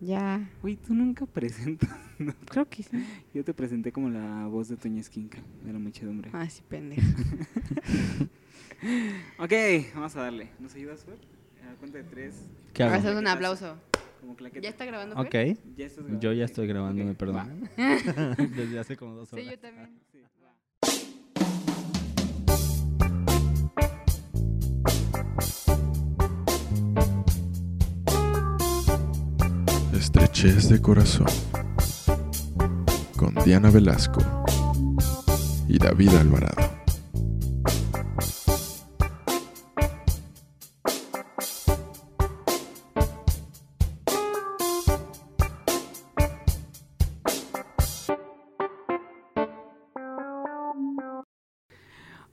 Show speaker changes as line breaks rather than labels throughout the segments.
Ya.
Güey, tú nunca presentas. ¿no?
Creo que sí.
Yo te presenté como la voz de Toña Esquinca, de la muchedumbre.
Ah, sí, pendejo.
Ok, vamos a darle. ¿Nos ayudas, Fer? A la cuenta de tres.
¿Qué
Hacemos
hago?
un aplauso.
Como claqueta.
¿Ya está grabando? Fer?
Ok.
¿Ya estás
Yo ya
grabando?
estoy grabando,
Ok,
me
va.
perdonan. Desde hace como dos horas.
Sí, yo también.
Sí, va.
Estrechez de Corazón con Diana Velasco y David Alvarado.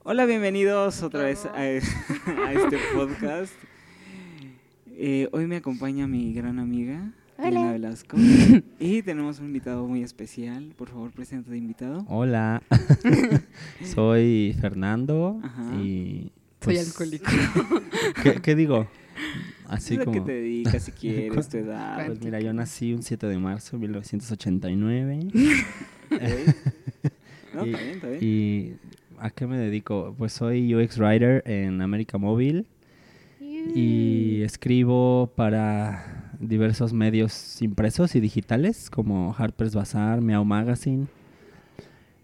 Hola, bienvenidos otra vez a,
Vamos.
a este podcast. Eh, hoy me acompaña mi gran amiga,
Hola.
Elena Velasco. Y tenemos un invitado muy especial. Por favor, presenta de invitado.
Hola. Soy Fernando
Ajá.
y.
Soy
pues,
alcohólico.
¿qué, qué digo? Así
¿Qué es lo que
como.
te dedicas si quieres, tu edad?
Pues mira, yo nací un 7 de marzo de 1989.
ok. No,
Y-
está bien, está bien.
¿Y a qué me dedico? Pues soy UX Writer en América Móvil
Mm.
y escribo para diversos medios impresos y digitales como Harper's Bazaar, Meow Magazine.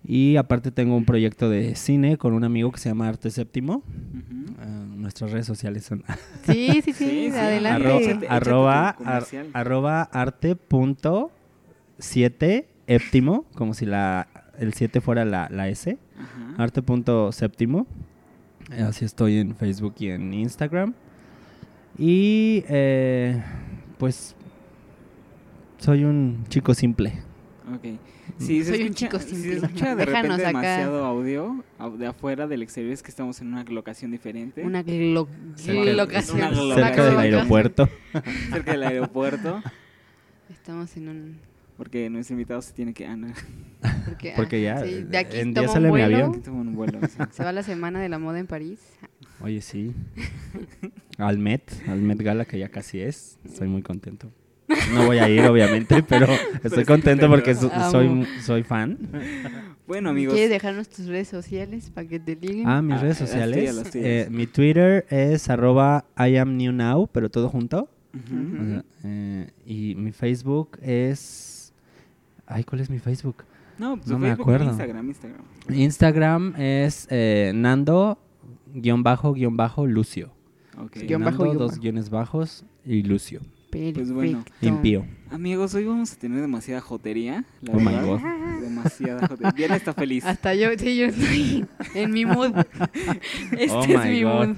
Y aparte tengo un proyecto de cine con un amigo que se llama Arte Séptimo.
Ujú.
Ah, nuestras redes sociales son
Sí, sí, sí,
Sí, sí,
adelante.
arro-
Échate- échate
arroba,
tu
ar-
comercial.
arroba arte punto siete éptimo, como si la, el 7 fuera la, la S.
Ajá.
Arte punto séptimo. Eh, Así estoy en Facebook y en Instagram. Y eh, pues soy un chico simple.
Ok.
Mm.
Si se
Soy un
escucha,
chico
si se
simple.
escucha
Déjanos
de repente
acá.
demasiado audio au- de afuera del exterior es que estamos en una locación diferente,
Una glo-
Cerca,
locación.
una
cerca
locación.
del aeropuerto.
cerca del aeropuerto,
Estamos en un...
porque nuestro invitado se tiene que... Ah, no,
Porque, ah,
Porque ya,
sí, de aquí
en
toma
día
un
sale mi
vuelo,
avión.
que toma un vuelo. o sea.
Se va la semana de la moda en París.
Oye, sí. Al Met, al Met Gala, que ya casi es. Estoy muy contento. No voy a ir, obviamente, pero estoy
estás
contento
contento.
porque so- soy,
Amo.
soy fan.
Bueno, amigos,
¿Quieres dejarnos tus redes sociales para que te liguen?
Ah, mis
Ah,
redes
las
sociales.
tuyas, las tuyas.
eh, mi Twitter es arroba I am new now, pero todo junto.
ujú,
O sea, eh, y mi Facebook es... Ay, ¿cuál es mi Facebook?
no, pues
no me
Facebook,
acuerdo.
Instagram, Instagram.
Instagram es eh, Nando guión bajo guión bajo Lucio.
Ok.
Guión bajo,
Nando,
guión
dos
bajo.
guiones bajos y Lucio.
Perfecto.
pues bueno,
Impío.
Amigos, hoy vamos a tener demasiada jotería, la
Oh my
verdad. Demasiada jotería. Diana está feliz.
Hasta yo, sí, yo estoy en mi mood. Este
Oh
es
my
mi
God.
mood.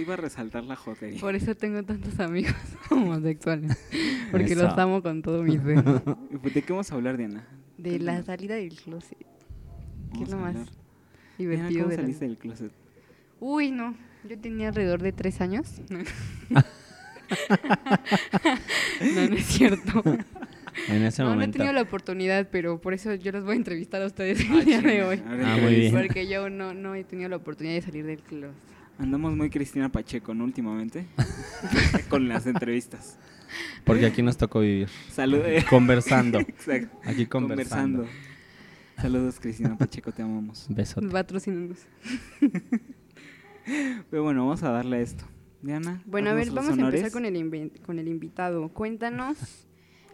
Iba a resaltar la jotería.
Por eso tengo tantos amigos homosexuales. Porque los
Eso.
amo con todo mi ser.
¿De qué vamos a hablar, Diana?
De la salida del closet. ¿Qué es
Vamos
lo
a
más
hablar. Diana,
divertido
¿cómo
de la-
saliste del closet?
Uy, no. Yo tenía alrededor de tres años. no, no es cierto.
En ese
No, no he
momento.
tenido la oportunidad, pero por eso yo los voy a entrevistar a ustedes
Ah,
el día de
chinga,
hoy.
ahora
Ah,
que
muy
lo
bien.
dices.
Porque yo no, no he tenido la oportunidad de salir del closet.
Andamos muy Cristina Pacheco, ¿no? Últimamente. Con las entrevistas.
Porque aquí nos tocó vivir.
Saludos.
Conversando.
Exacto.
Aquí conversando.
Saludos, Cristina Pacheco, te amamos.
Besote.
Patrocínanos.
Pero bueno, vamos a darle a esto. Diana.
Bueno, a ver,
haznos los
vamos a empezar
honores.
con el, inven- con el invitado. Cuéntanos.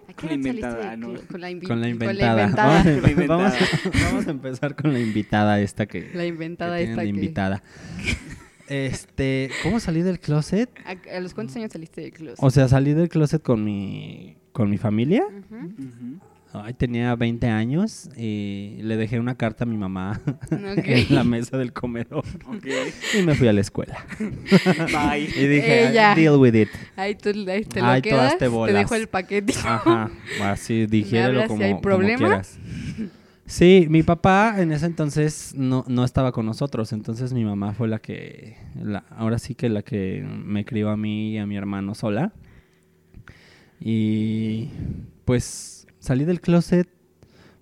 ¿A qué
Con
edad saliste
la inventada,
de
¿no?
cl- Con la, invi-
Con la
Con la
inventada.
inventada,
Con la
Vamos,
inventada.
vamos a, vamos a empezar con la invitada esta que, que
La inventada
tienen
esta
de
que...
invitada. Este, ¿cómo salí del closet?
¿A, a los cuántos años saliste del closet?
O sea, salí del closet con mi con mi familia.
Ujú.
Ujú.
Ay, tenía 20 años y le dejé una carta a mi mamá
Ok.
en la mesa del comedor
Ok.
y me fui a la escuela.
Bye.
Y dije,
Ella.
deal with it.
Ahí tú ahí te lo
Ay, tú
quedas,
hazte
te
bolas.
dejo el paquetito.
Ajá, así digiérelo
hablas si
como,
hay
como
problema?
quieras. Sí, mi papá en ese entonces no, no estaba con nosotros, entonces mi mamá fue la que, la- ahora sí que la que me crió a mí y a mi hermano sola. Y pues salí del closet,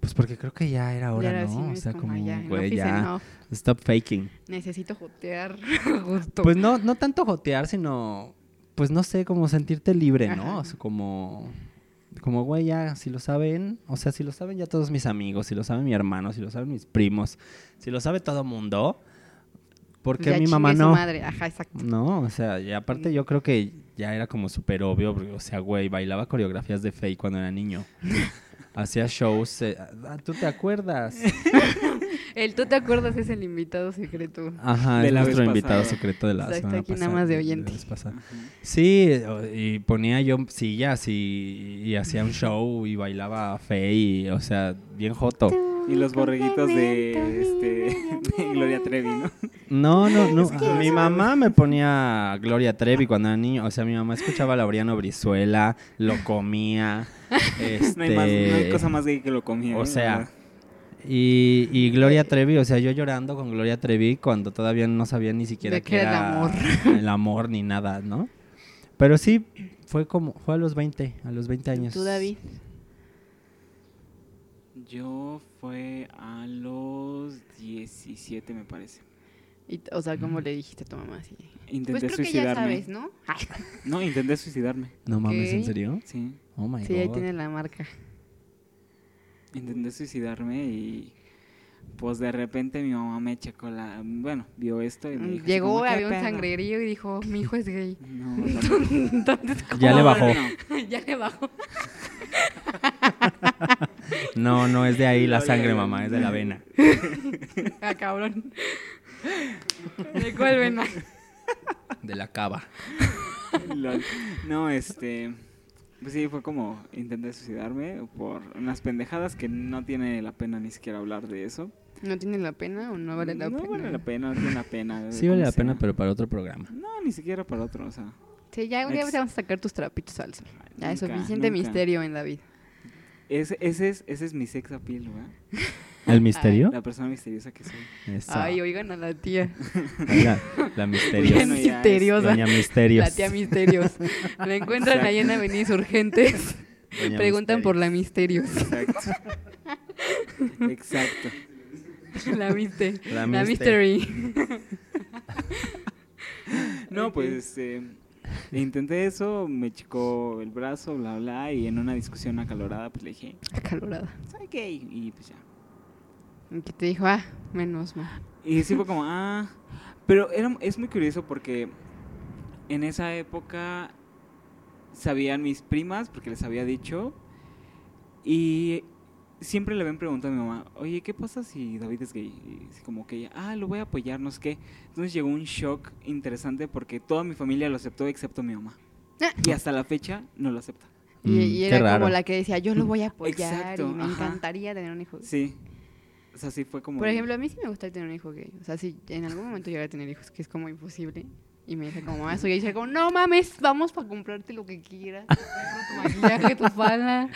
pues porque creo que ya era hora,
Ya era así,
¿no? O
es
sea,
como,
como,
ya, no
güey,
pisen,
ya,
no,
stop faking.
necesito jotear justo.
Pues no, no tanto jotear, sino, pues no sé, como sentirte libre, ¿no?
Ajá.
O sea, como, como, güey, ya, si lo saben, o sea, si lo saben ya todos mis amigos, si lo saben mi hermano, si lo saben mis primos, si lo sabe todo mundo, ¿por qué
Pues Ya
mi
chingue
mamá
su
no?
madre. Ajá, exacto.
No, o sea, y aparte yo creo que ya era como súper obvio, porque, o sea, güey, bailaba coreografías de Faye cuando era niño. Hacía shows, eh, ah, ¿tú te acuerdas?
El tú te acuerdas es el invitado secreto.
Ajá,
De
es
la vez
nuestro invitado
pasada.
secreto de la
O sea, está
semana
aquí nada
pasada,
más de
la
oyente.
vez pasada. Sí, o- y ponía yo sillas y, y hacía un show y bailaba fe y, o sea, bien joto.
Y los borreguitos de, este, de Gloria Trevi, ¿no?
No, no, no. mi mamá me ponía Gloria Trevi cuando era niño. O sea, mi mamá escuchaba a Laureano Brizuela, lo comía. este,
No hay, más, no hay cosa más gay que lo comía.
O
¿eh?
sea, y, y Gloria Trevi, o sea, yo llorando con Gloria Trevi cuando todavía no sabía ni siquiera
De que era el amor.
el amor ni nada, ¿no? Pero sí, fue como, fue a los 20, a los 20 años.
Tú, David.
Yo fue a los 17, me parece.
Y, t- o sea, ¿cómo le dijiste a tu mamá? Así. Pues
Intenté
creo que ya
suicidarme.
sabes, ¿no? Ay,
¿no? intenté suicidarme.
No mames, ¿en
Ok.
serio?
Sí.
Oh my
sí, ahí
god.
tiene la marca.
Intenté suicidarme y pues de repente mi mamá me checó la, bueno, vio esto y me dijo así como,
Mm, Llegó,
"¿Qué
había un
pedo?".
sangrerío y dijo, mi hijo es gay.
No, no, no.
Entonces, ¿cómo?
Ya le bajó.
ya le bajó.
No, no es de ahí la
Gloria
sangre,
Trevi.
mamá, es de la vena.
Ah, cabrón. ¿De cuál vena?
De la cava.
Lol. No, este. Pues sí, fue como intenté suicidarme por unas pendejadas que no tiene la pena ni siquiera hablar de eso.
¿No tiene la pena o no vale la
no
pena?
vale la pena, no tiene la pena.
Sí vale
como
la pena,
sea.
pero para otro programa.
No, ni siquiera para otro, o sea.
Sí, ya un día
Ex-
te vamos a sacar tus trapitos al sol. Ya es
nunca,
suficiente
nunca.
misterio en David.
Ese, ese, es, ese es mi sex appeal, ¿verdad?
¿El misterio?
La persona misteriosa que soy.
Eso.
Ay, oigan a la tía.
la, la
Bien
misteriosa.
Bueno,
misteriosa.
ya,
este, Doña Misterios.
La tía Misterios. La encuentran ahí en Avenidas Urgentes.
Doña
Preguntan por
Misterios.
la Misterios.
Exacto. Exacto.
La, miste-
La
la,
mister.
Mystery.
No, pues eh, intenté eso, me chicó el brazo, bla, bla, y en una discusión acalorada, pues le dije,
Acalorada.
soy gay. Y pues ya.
Y que te dijo, ah, menos mal.
Y sí fue como, ah. Pero era, es muy curioso porque en esa época sabían mis primas, porque les había dicho. Y siempre le habían preguntado a mi mamá, oye, ¿qué pasa si David es gay? Y así como que ella, ah, lo voy a apoyar, no sé qué. Entonces llegó un shock interesante porque toda mi familia lo aceptó excepto mi mamá.
Ah.
Y hasta la fecha no lo acepta.
Y,
Mm,
y
qué
era
raro.
como la que decía, yo lo voy a apoyar
Exacto,
y me
ajá.
encantaría tener un hijo. gay".
Sí. O sea, sí fue como...
Por ejemplo, a mí sí me gustaría tener un hijo gay. O sea, si en algún momento llegara a tener hijos, que es como imposible. Y me dice como, ah, soy gay. Y dice como, no mames, vamos para comprarte lo que quieras. Te compro Tu maquillaje, tu falda.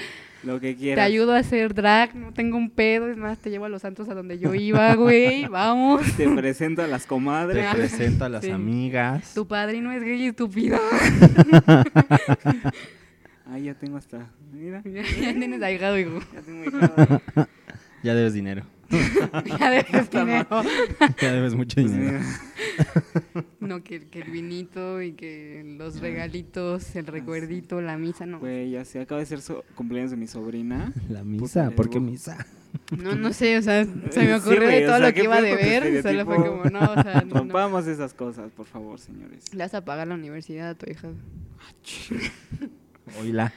lo que
Te
quieras.
ayudo a hacer drag. No tengo un pedo. Es más, te llevo a los santos a donde yo iba, güey. Vamos.
Te presento a las comadres.
Te presento a las
Sí.
amigas.
Tu padrino es gay, estúpido.
Ah, ya tengo hasta. Mira,
ya tienes ahijado, hijo.
ya tengo hijada.
Ya debes dinero.
Ya debes dinero.
Ya debes mucho
Pues
dinero.
mira,
No, que, que el vinito y que los regalitos, el recuerdito, la misa, no.
Ah. Güey, ya se acaba de ser su cumpleaños de mi sobrina.
La
Puta,
misa, ¿por qué
luego-
misa?
No, no sé, o sea, se
Sí,
me ocurrió
güey,
de
o
todo
sea,
lo
¿qué
que iba a
pedo con tu
deber, solo fue
estereotipo?
como, no, o sea, no, no.
Rompamos esas cosas, por favor, señores.
Le vas a pagar la universidad a tu hija.
Oíla.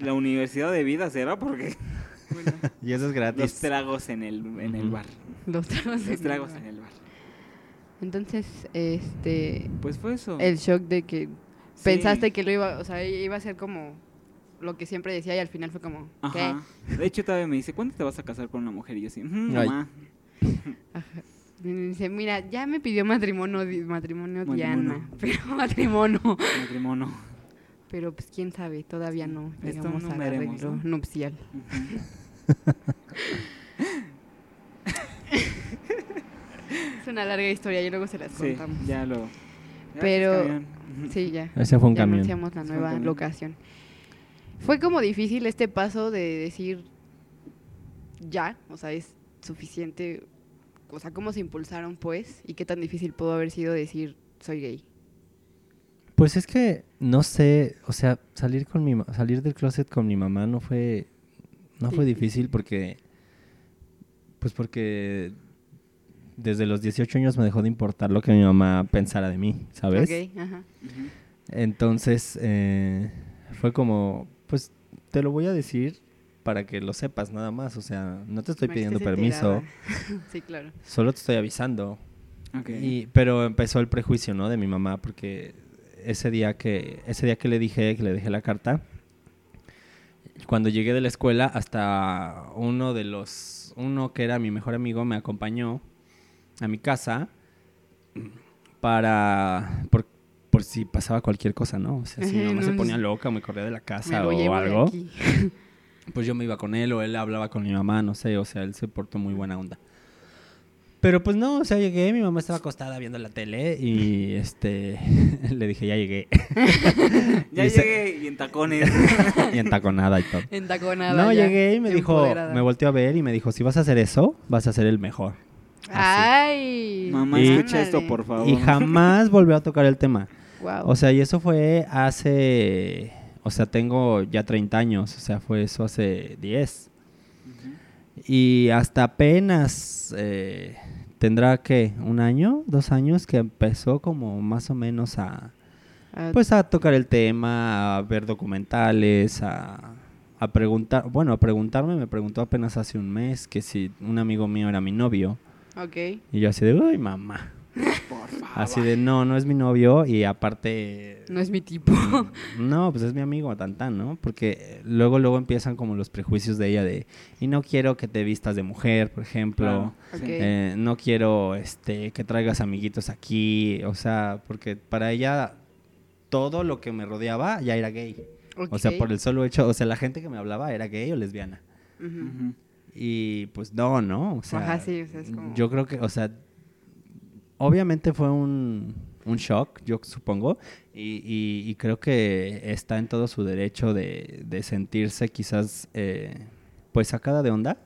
La universidad de vida será porque
Bueno,
Y eso es
los
gratis.
tragos en el, en el
Ujú.
bar.
los tragos. en
Los
el
tragos eh.
bar.
en el bar.
Entonces, este,
Pues fue eso.
el shock de que
Sí.
pensaste que lo iba, o sea, iba a ser como lo que siempre decía y al final fue como, ¿qué?
Ajá. De hecho, todavía me dice, ¿cuándo te vas a casar con una mujer? Y yo así, "Mm,
Ay.
mamá.
Ajá. Y me dice, mira, ya me pidió matrimonio, di- matrimonio Diana,
Matrimonio.
pero matrimonio.
Matrimonio.
Pero pues quién sabe, todavía no
Esto
llegamos
no
al
veremos,
arreglo
¿no?
nupcial. Es una larga historia, y luego se las
Sí,
contamos.
ya lo. ya,
Pero-
está bien.
Sí, ya.
Ese fue un
ya
camión.
anunciamos la
Es un
nueva
camión.
locación. Fue como difícil este paso de decir ya, o sea, es suficiente. O sea, cómo se impulsaron, pues, y qué tan difícil pudo haber sido decir soy gay.
Pues es que no sé, o sea, salir con mi ma- salir del closet con mi mamá no fue no fue difícil porque pues porque desde los 18 años me dejó de importar lo que mi mamá pensara de mí, ¿sabes?
Ok, ajá.
Ujú.
Entonces eh, fue como, pues te lo voy a decir para que lo sepas nada más, o sea, no te estoy
Max,
pidiendo
que se
permiso,
enteraba. sí, claro.
solo te estoy avisando.
Ok.
Y- pero empezó el prejuicio, ¿no? De mi mamá, porque ese día que ese día que le dije, que le dejé la carta, cuando llegué de la escuela, hasta uno de los, uno que era mi mejor amigo me acompañó a mi casa para, por, por si pasaba cualquier cosa, ¿no? O sea, si mi
Ajá,
mamá
no,
se
es-
ponía loca, me corría de la
Me
casa
lo
o
llevo de
algo,
aquí.
pues yo me iba con él o él hablaba con mi mamá, no sé, o sea, él se portó muy buena onda. Pero pues no, o sea, llegué, mi mamá estaba acostada viendo la tele y este le dije, "Ya llegué."
Ya
Y se-
llegué y en tacones.
y entaconada y todo.
En taconada.
no,
ya,
llegué y me dijo,
Ah, empoderada.
me volteó a ver y me dijo, "Si vas a hacer eso, vas a ser el mejor." Así.
Ay.
Mamá,
Y-
escucha esto, por favor.
Y jamás volvió a tocar el tema.
Wow.
O sea, y eso fue hace o sea, tengo ya 30 años, o sea, fue eso hace 10.
Ujú.
Y hasta apenas eh, tendrá que un año, dos años que empezó como más o menos a
Ah,
pues a tocar el tema, a ver documentales, a, a preguntar, bueno, a preguntarme, me preguntó apenas hace un mes que si un amigo mío era mi novio.
ok.
Y yo así de, uy, mamá.
Por favor.
Así de, no, no es mi novio y aparte...
No es mi tipo.
No, pues es mi amigo tan tan, ¿no? Porque eh, luego luego empiezan como los prejuicios de ella de y no quiero que te vistas de mujer, por ejemplo.
Claro,
Ok.
sí.
Eh, no quiero este, que traigas amiguitos aquí, o sea, porque para ella todo lo que me rodeaba ya era gay. O sea,
Ok.
por el solo hecho, o sea, la gente que me hablaba era gay o lesbiana.
Ujú.
Ujú.
Y pues no, ¿no? O sea,
Ajá, sí, o sea, es como-
yo creo que, o sea, obviamente fue un, un shock, yo supongo, y, y- y creo que está en todo su derecho de, de sentirse quizás, eh, pues, sacada de onda,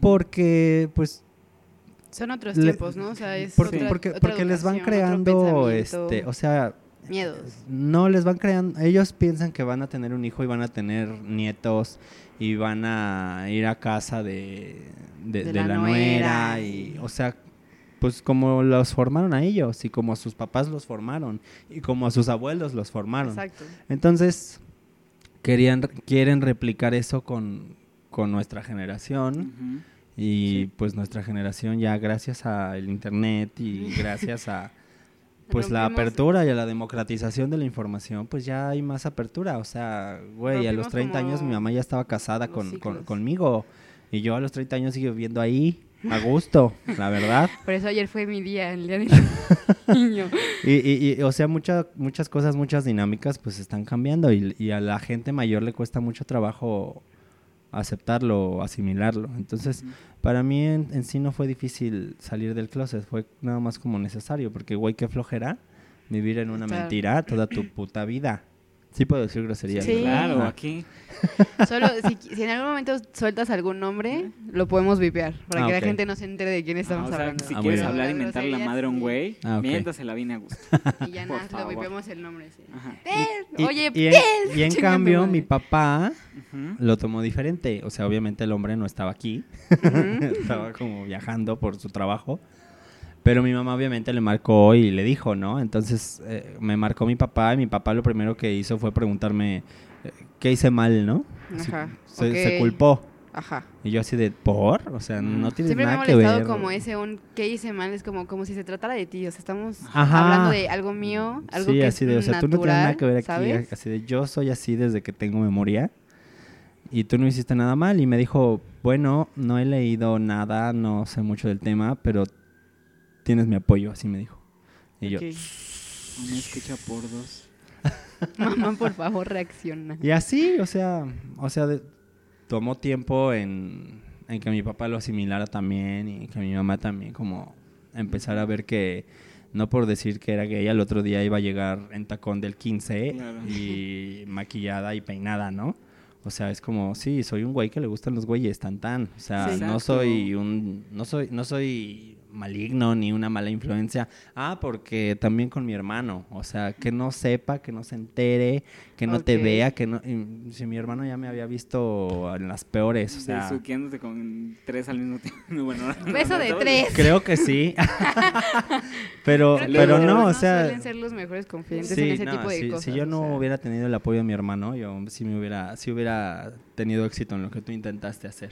porque, pues,
Son otros
le-
tiempos, ¿no? O sea, es
porque,
otra-
porque,
otra
porque les
educación,
van
otro
creando
pensamiento,
este o sea
miedos.
no les van creando ellos piensan que van a tener un hijo y van a tener nietos y van a ir a casa de, de, de la, nuera y o sea pues como los formaron a ellos y como a sus papás los formaron y como a sus abuelos los formaron
Exacto.
entonces querían quieren replicar eso con con nuestra generación
Ujú.
y
Sí.
pues nuestra generación ya gracias al internet y gracias a pues la
Rompimos-
apertura y a la democratización de la información, pues ya hay más apertura. O sea, güey, a los
Rompimos
30 años mi
como
mamá ya estaba casada
los
con, con-
ciclos.
conmigo y yo a los 30 años sigo viviendo ahí a gusto, la verdad.
Por eso ayer fue mi día, el día del niño.
Y, y- y, o sea, mucha- muchas cosas, muchas dinámicas pues están cambiando y, y a la gente mayor le cuesta mucho trabajo aceptarlo o asimilarlo. Entonces,
Ujú.
para mí en, en sí no fue difícil salir del closet, fue nada más como necesario, porque güey, qué flojera vivir en una
Estar-
mentira toda tu puta vida. Sí puedo decir groserías,
Sí.
¿verdad?
Claro,
Ah,
aquí.
Solo si, si en algún momento sueltas algún nombre, lo podemos vipear para
Ah,
que
ok.
la gente no se entere de quién estamos
Ah, o sea,
hablando.
Si
Ah,
quieres
bueno.
hablar y mentarle la madre a un güey,
Ah, ok.
miéntasela bien a gusto.
Y ya
Por
nada, lo
favor.
vipeamos el nombre. sí.
Ajá.
Tel,
y-
Oye,
y en,
Tel,
y en
chinga tu
cambio
madre.
mi papá
Ujú.
lo tomó diferente, o sea, obviamente el hombre no estaba aquí, estaba como viajando por su trabajo. Pero mi mamá obviamente le marcó y le dijo, ¿no? Entonces eh, me marcó mi papá y mi papá lo primero que hizo fue preguntarme eh, qué hice mal, ¿no? Así,
Ajá,
se, se
ok.
culpó.
Ajá.
Y yo así de, ¿por? O sea, no tiene
Siempre me ha
nada que ver.
molestado como ese un que hice mal, es como, como si se tratara de ti. O sea, estamos
Ajá.
hablando de algo mío, algo
sí,
que
así
es
de, o sea,
natural,
tú no tienes nada que ver aquí.
¿sabes?
Así de, yo soy así desde que tengo memoria. Y tú no hiciste nada mal. Y me dijo, bueno, no he leído nada, no sé mucho del tema, pero tienes mi apoyo, así me dijo. Y
Ok.
yo.
No me escucha por dos.
Mamá, por favor, reacciona.
Y así, o sea, o sea, de- tomó tiempo en, en que mi papá lo asimilara también y que mi mamá también como empezara a ver que no por decir que era gay, al otro día iba a llegar en tacón del 15
Claro.
y maquillada y peinada, ¿no? O sea, es como, sí, soy un güey que le gustan los güeyes tan tan, o sea,
Sí.
no
Exacto.
soy un no soy no soy maligno ni una mala influencia. Ah, porque también con mi hermano. O sea, que no sepa, que no se entere, que no te
Ok.
vea, que no... y si mi hermano ya me había visto en las peores, o sea...
Besuqueándose con tres al mismo tiempo. Bueno, ahora no,
Beso
no,
de
estaba-
tres.
Creo que sí. pero,
Creo que
pero
los
no, o
hermanos
sea...
Suelen ser los mejores confidentes
Sí,
en ese
no,
tipo de
si,
cosas.
si yo
o
no
sea.
hubiera tenido el apoyo de mi hermano, yo sí me hubiera, sí hubiera tenido éxito en lo que tú intentaste hacer.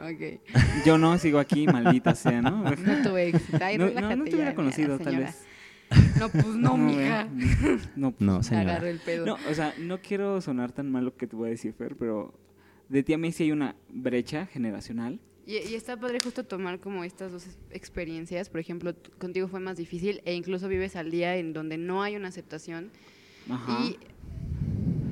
Ok.
Yo no sigo aquí, maldita sea, ¿no?
No tuve éxito. Ay,
No, no,
relájate
no te hubiera
ya,
conocido,
mira,
tal
señora.
vez.
No, pues no, mija.
¿verdad? No,
No,
Agarro
señora.
el pedo.
No, o sea, no quiero sonar tan malo que te voy a decir, Fer, pero de ti a mí sí hay una brecha generacional.
Y, y está padre justo tomar como estas dos es- experiencias. Por ejemplo, t- contigo fue más difícil e incluso vives al día en donde no hay una aceptación.
Ajá.
Y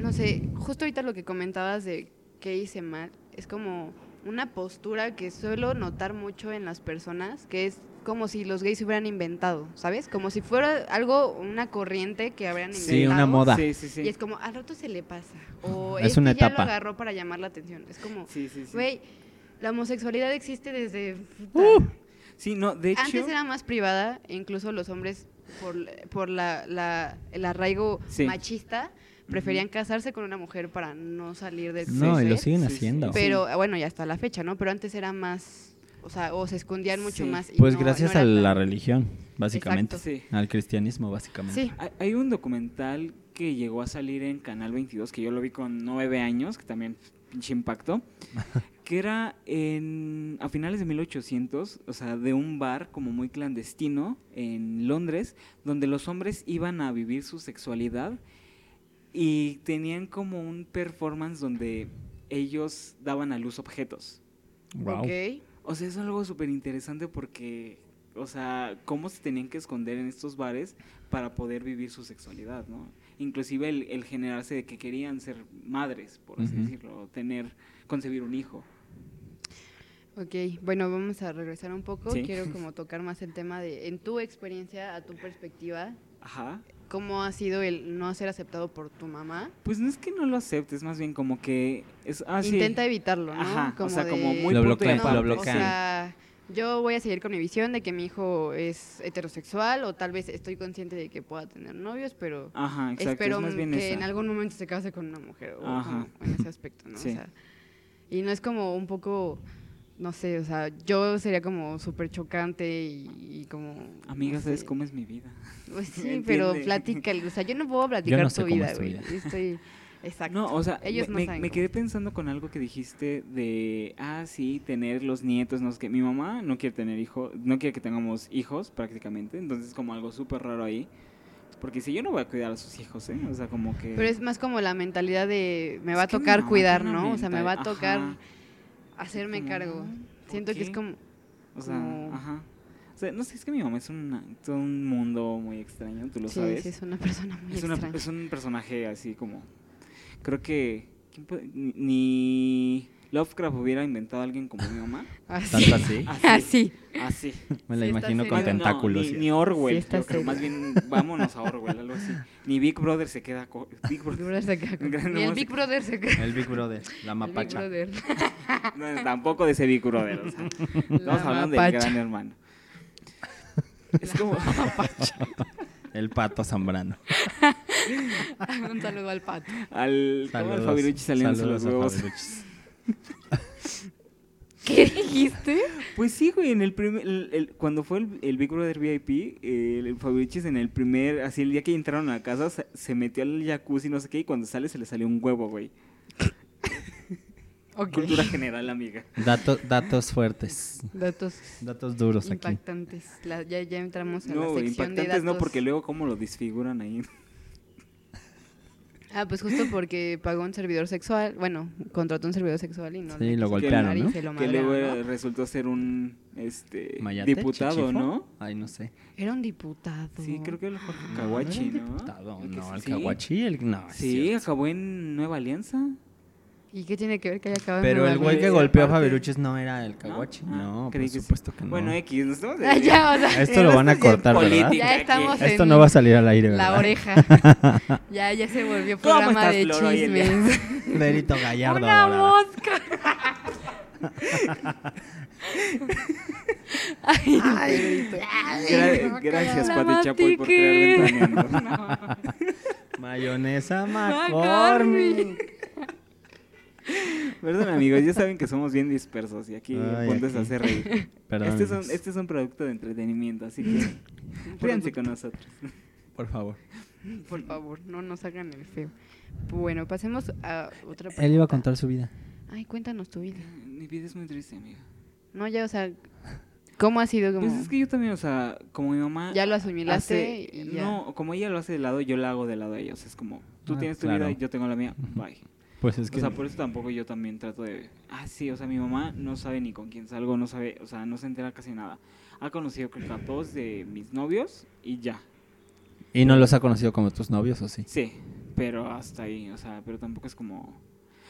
no sé, justo ahorita lo que comentabas de qué hice mal, es como una postura que suelo notar mucho en las personas, que es como si los gays se hubieran inventado, ¿sabes? Como si fuera algo, una corriente que habrían inventado.
Sí, una moda.
Sí, sí, sí.
Y es como, al rato se le pasa. O
Es
este
una
ya
etapa.
lo agarró para llamar la atención. Es como,
Sí, sí, sí.
güey, la homosexualidad existe desde... puta,
Uh.
Sí, no, de hecho.
antes era más privada, e incluso los hombres, por, por la, la- el arraigo
Sí.
machista, preferían casarse con una mujer para no salir del
No, y lo
closet.
siguen
Sí, sí.
haciendo.
Pero bueno, ya hasta la fecha, ¿no? Pero antes era más, o sea, o se escondían mucho
Sí.
más. y
Pues
no-
gracias
no
a
era
la
tan-
religión, básicamente.
Exacto. Sí.
Al cristianismo, básicamente.
Sí,
Hay- Hay un documental que llegó a salir en Canal 22, que yo lo vi con nueve años, que también pinche impacto, que era en, a finales de 1800, o sea, de un bar como muy clandestino en Londres, donde los hombres iban a vivir su sexualidad y tenían como un performance donde ellos daban a luz objetos.
Wow.
ok.
O sea, es algo súper interesante porque, o sea, cómo se tenían que esconder en estos bares para poder vivir su sexualidad, ¿no? Inclusive el, el generarse de que querían ser madres, por así
Ujú.
decirlo, o tener, concebir un hijo.
Ok, bueno, vamos a regresar un poco.
Sí.
Quiero como tocar más el tema de, en tu experiencia, a tu perspectiva,
Ajá.
¿cómo ha sido el no ser aceptado por tu mamá?
Pues no es que no lo aceptes, más bien como que es ah, así.
Intenta evitarlo, ¿no?
Ajá, o sea, como muy punto
Lo
y
bloquean, lo
aparte.
bloquean.
O sea, yo voy a seguir con mi visión de que mi hijo es heterosexual o tal vez estoy consciente de que pueda tener novios, pero
Ajá, exacto.
espero
es más bien
que
esa.
en algún momento se case con una mujer o
Ajá.
como en ese aspecto, ¿no?
Sí.
O sea, y no es como un poco, no sé, o sea, yo sería como súper chocante y, y como... no
Amiga, ¿sabes
sé.
cómo es mi vida?
Pues sí,
Entiende.
pero platícale, o sea, yo no puedo platicar
no sé
tu
cómo
vida,
es tu
güey.
vida.
Estoy... Exacto.
No, o sea,
Ellos
me,
no
me-
saben
me
cómo.
quedé pensando con algo que dijiste de, ah, sí, tener los nietos, no sé qué. Mi mamá no quiere tener hijos, no quiere que tengamos hijos prácticamente, entonces como algo súper raro ahí. Porque si yo no voy a cuidar a sus hijos, ¿eh? O sea, como que...
Pero es más como la mentalidad de me
Es
va a
que mi
tocar
mamá
cuidar,
tiene una
¿no? O sea, me va a
mental-
tocar
ajá,
hacerme
como,
cargo.
¿por
Siento que es
qué?
como
O sea,
como-
ajá. O sea, no sé, es que mi mamá es una- todo un mundo muy extraño, tú lo
sí,
sabes.
sí, es una persona muy
es, una-
extraña.
es un personaje así como. Creo que. ¿quién puede- ni- Ni Lovecraft hubiera inventado a alguien como mi mamá.
Así.
Tanto así.
ah,
Así.
Así.
Me la
Sí, está
imagino
serio.
con
Bueno, no,
tentáculos.
ni, ni Orwell.
Sí, está
yo creo,
serio.
Más bien, vámonos a Orwell, algo así. Ni Big Brother se queda. co- Big
Big
Brother.
Brother se queda con-
Gran
Ni el
música.
Big Brother se queda.
El Big Brother, la
El Big
mapacha.
Brother.
No, tampoco de ese Big Brother. o sea,
La
estamos hablando del
mapacha.
gran hermano. Es como.
El pato zambrano.
Un saludo al pato.
Al. Como al
Saludos.
Fabirucci saliendo
Saludos
los
a
huevos.
Fabiruchis.
¿Qué dijiste?
Pues sí, güey, en el primer, el- el- cuando fue el, el Big Brother VIP, eh, el Fabrichis en el primer, así el día que entraron a la casa, se, se metió al jacuzzi, no sé qué, y cuando sale se le salió un huevo, güey.
Ok.
Cultura general, amiga.
Dato- datos fuertes.
Datos
Datos duros aquí.
impactantes. La- ya, ya entramos a la
No,
sección
güey,
de
impactantes
datos.
no, porque luego cómo lo desfiguran ahí.
Ah, pues justo porque pagó un servidor sexual, bueno, contrató un servidor sexual y no
Sí,
le
lo
quiso
golpearon,
pagar y
¿no?
se lo
que
madrearon,
luego
¿no?
eh, resultó ser un este
Mayate,
diputado,
chichifo.
¿no?
Ay, no sé.
Era un diputado.
Sí, creo que el Jorge
No,
Caguachi, ¿no?
era un diputado,
Creo que
no,
sí,
el
sí.
Caguachi, el no. es
Sí,
cierto.
acabó en Nueva Alianza.
¿Y qué tiene que ver que haya acabado en
Pero
Nueva
el güey que
York?
Esa
golpeó a
parte.
Fabiruchis no era el Caguachi.
Ah,
No, por
creí que sí.
supuesto que no.
Bueno, ¿eh? X, nos estamos
Ah, ya, o sea,
Esto lo van a
esto es bien
cortar, ¿verdad?
política
Ya
aquí.
estamos
Esto
en
no va a salir al aire, ¿verdad?
la oreja. ya, ya se volvió
¿Cómo
programa
estás,
de
Flor, hoy en día?
chismes.
Berito Gallardo
Una
ahora.
mosca. Ay,
Gra- gracias,
La
Pati Chapoy, por crear
mastiqué.
ventaneando.
Mayonesa
McCormick.
McCormick.
Perdón, amigos, ya saben que somos bien dispersos y aquí
Ay,
el punto es
aquí.
hacer reír.
Perdón.
Este es, un,
amigos.
este es un producto de entretenimiento, así que ríanse con nosotros.
Por favor.
Por favor, no nos hagan el feo. Bueno, pasemos a otra pregunta.
Él iba a contar su vida.
Ay, cuéntanos tu vida.
Mi vida es muy triste, amiga.
No, ya, o sea, ¿cómo ha sido? Como,
Pues es que yo también, o sea, como mi mamá...
ya lo asimilaste
hace-
y ya.
No, como ella lo hace de lado, yo la hago de lado a ella. O sea, es como, tú
Ah,
tienes tu
claro.
vida, yo tengo la mía, bye.
Pues es
o sea, por eso tampoco yo también trato de... Ah, sí, o sea, mi mamá no sabe ni con quién salgo, no sabe, o sea, no se entera casi nada. Ha conocido creo que a todos de mis novios y ya.
¿Y no los ha conocido como tus novios o sí?
Sí, pero hasta ahí, o sea, pero tampoco es como...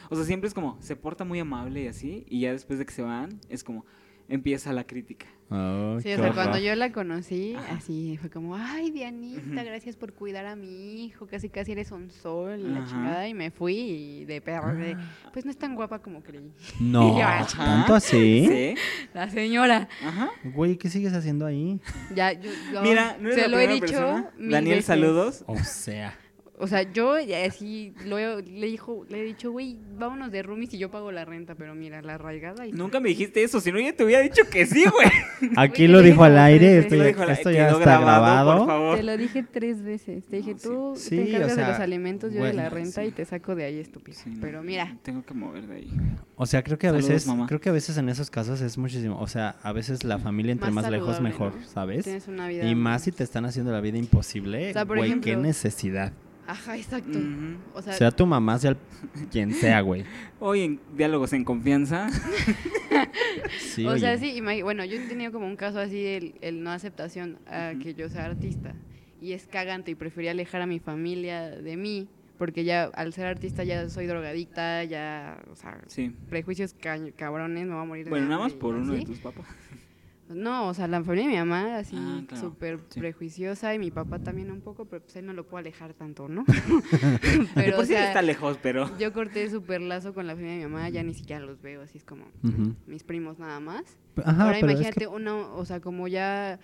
O sea, siempre es como, se porta muy amable y así, y ya después de que se van, es como, empieza la crítica.
Ay,
Sí,
qué
o sea,
horror.
cuando yo la conocí,
Ajá.
así fue como, ay, Dianita,
Ujú.
gracias por cuidar a mi hijo, casi casi eres un sol, y la
Ajá. Ah.
chingada, y me fui y de perro, de, pues no es tan guapa como creí.
No,
Y yo, ah,
¿tanto así?
Sí.
La señora,
Ajá.
Güey, ¿qué sigues haciendo ahí?
ya, yo, yo
Mira, no eres
se
la
lo he
primera
dicho.
persona.
mil
Daniel,
veces.
saludos.
O sea,
O sea, yo ya así lo he- le, dijo, le he dicho, güey, vámonos de roomies y yo pago la renta, pero mira, la arraigada. Y...
Nunca me dijiste eso, si no ya te hubiera dicho que sí, güey.
aquí
Oye,
lo
te
dijo
digo,
al aire,
te
esto
Lo
ya,
dijo la-
esto ya
quedó
está
por
grabado.
favor.
Te lo dije tres veces. Te dije,
No, sí.
tú
Sí, o
te encargas
sea,
de los alimentos, yo de
bueno,
la renta
sí.
y te saco de ahí, estúpido.
Sí, no,
Pero mira,
Tengo que mover de ahí.
O sea, creo que a
Saludos,
veces,
mamá.
creo que a veces en esos casos es muchísimo. O sea, a veces la familia entre
Mm, Más
más, lejos
saludable,
mejor,
¿no?
¿sabes?
tienes una vida.
Y más si te están haciendo la vida imposible,
O sea, por
güey, qué
ejemplo-
necesidad.
Ajá, exacto.
Ujú.
O sea,
Sea tu mamá, sea el- quien sea, güey.
Hoy en Diálogos en Confianza.
Sí,
o
oye.
sea, sí, imagi- bueno, yo he tenido como un caso así el, el no aceptación a
Ujú.
que yo sea artista. Y es cagante y prefería alejar a mi familia de mí, porque ya al ser artista ya soy drogadicta, ya, o sea,
Sí.
prejuicios ca- cabrones, me voy a morir de
Bueno, nada más
hambre y
por uno de
así.
tus papás.
No, o sea, la familia de mi mamá, así,
Ah, claro,
súper
sí.
prejuiciosa, y mi papá también un poco, pero pues él no lo puedo alejar tanto, ¿no?
De
pero,
por
o
sí
sea,
está lejos, pero...
yo corté súper lazo con la familia de mi mamá, ya ni siquiera los veo, así es como
Ujú.
mis primos nada más.
Ajá,
Ahora
pero es
imagínate
que-
una, o sea, como ya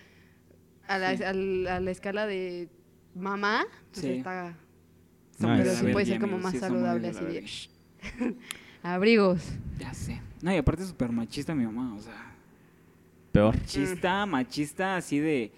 a la,
Sí.
al- a la escala de mamá, pues
Sí.
está
son
Ah,
muy
pero
de la
sí puede
verga,
ser como
amigos,
más
sí, son muy
saludable,
la
así de,
verga.
"Shh". abrigos.
Ya sé. No, y aparte es súper machista mi mamá, o sea.
peor.
Mm.
Machista, machista, así de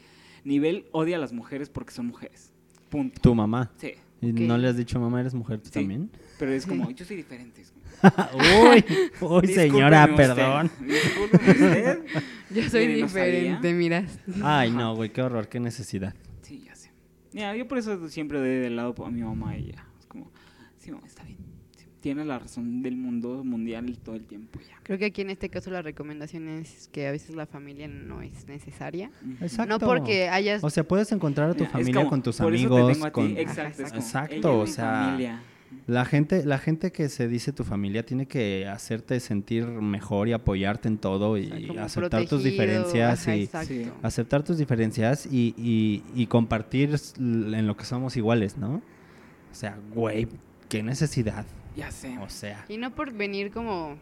nivel odia a las mujeres porque son mujeres. Punto.
Tu mamá.
Sí.
¿Y
Ok.
¿No le has dicho mamá, eres mujer tú
Sí.
también?
Pero es como, yo soy diferente. es como,
uy, uy,
"Discúlpeme
señora,
usted,
perdón.
discúlpeme usted".
Yo soy
Miren, no sabía.
diferente, miras.
Ay, no, güey, qué horror, qué necesidad.
Sí, ya sé. Mira, yo por eso siempre doy del lado a mi mamá y ella. Es como, sí, mamá, está bien. Sí, tiene la razón del mundo mundial todo el tiempo ya.
Creo que aquí en este caso la recomendación es que a veces la familia no es necesaria.
Ujú.
Exacto.
No porque hayas
O sea, puedes encontrar a tu
Mira, es
familia
como,
con tus
por eso te
amigos,
tengo a ti,
con
Exacto, es como,
Exacto,
ella es
o
mi
sea,
familia.
la gente, la gente que se dice tu familia tiene que hacerte sentir mejor y apoyarte en todo
o
y
sea, como
aceptar tus
protegido,
diferencias
ajá,
y
exacto.
Sí.
aceptar tus diferencias y, y- y compartir s- en lo que somos iguales, ¿no? O sea, güey, qué necesidad.
Ya sé.
O sea,
Y no por venir como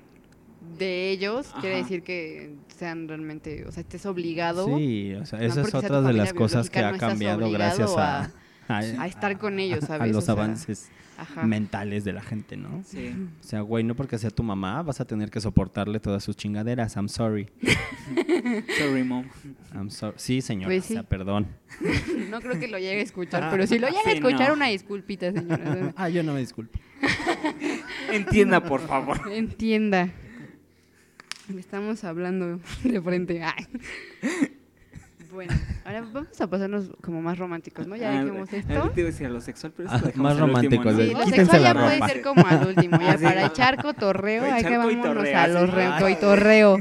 de ellos, quiere
Ajá.
decir que sean realmente, o sea, estés obligado
sí, o sea,
No
esa es
porque sea tu
otra de las
familia
cosas que
biológica,
ha
no estás
cambiado
obligado
gracias a,
a estar con ellos,
a- A
¿sabes?
los
O sea,
avances
Ajá.
mentales de la gente, ¿no?
Sí.
O sea, güey, no porque sea tu mamá vas a tener que soportarle todas sus chingaderas. I'm sorry.
Sorry, mom.
I'm sorry. Sí, señora.
Pues
O sea,
sí.
perdón.
No creo que lo llegue a escuchar, pero si lo llega a
Ah, Sí, no.
escuchar, una disculpita, señora.
Ah, yo no me disculpo.
Entienda, por favor.
Entienda. Estamos hablando de frente. Ay. Bueno, ahora vamos a pasarnos como más románticos, Pues ¿no? Ya
Ah,
dejemos esto.
Ahorita iba a decir a lo sexual, pero eso
Ah,
lo dejamos
más
al último,
romántico,
¿no?
de-
Sí, lo
eh, Quítense
sexual
la
ya puede
ropa.
ser como al último, ya
Así,
para
Ah, ¿no?
echar cotorreo,
Para
hay que
echar
vámonos
coitorreo,
a
así,
los
¿no?
re-
Ah.
coitorreo.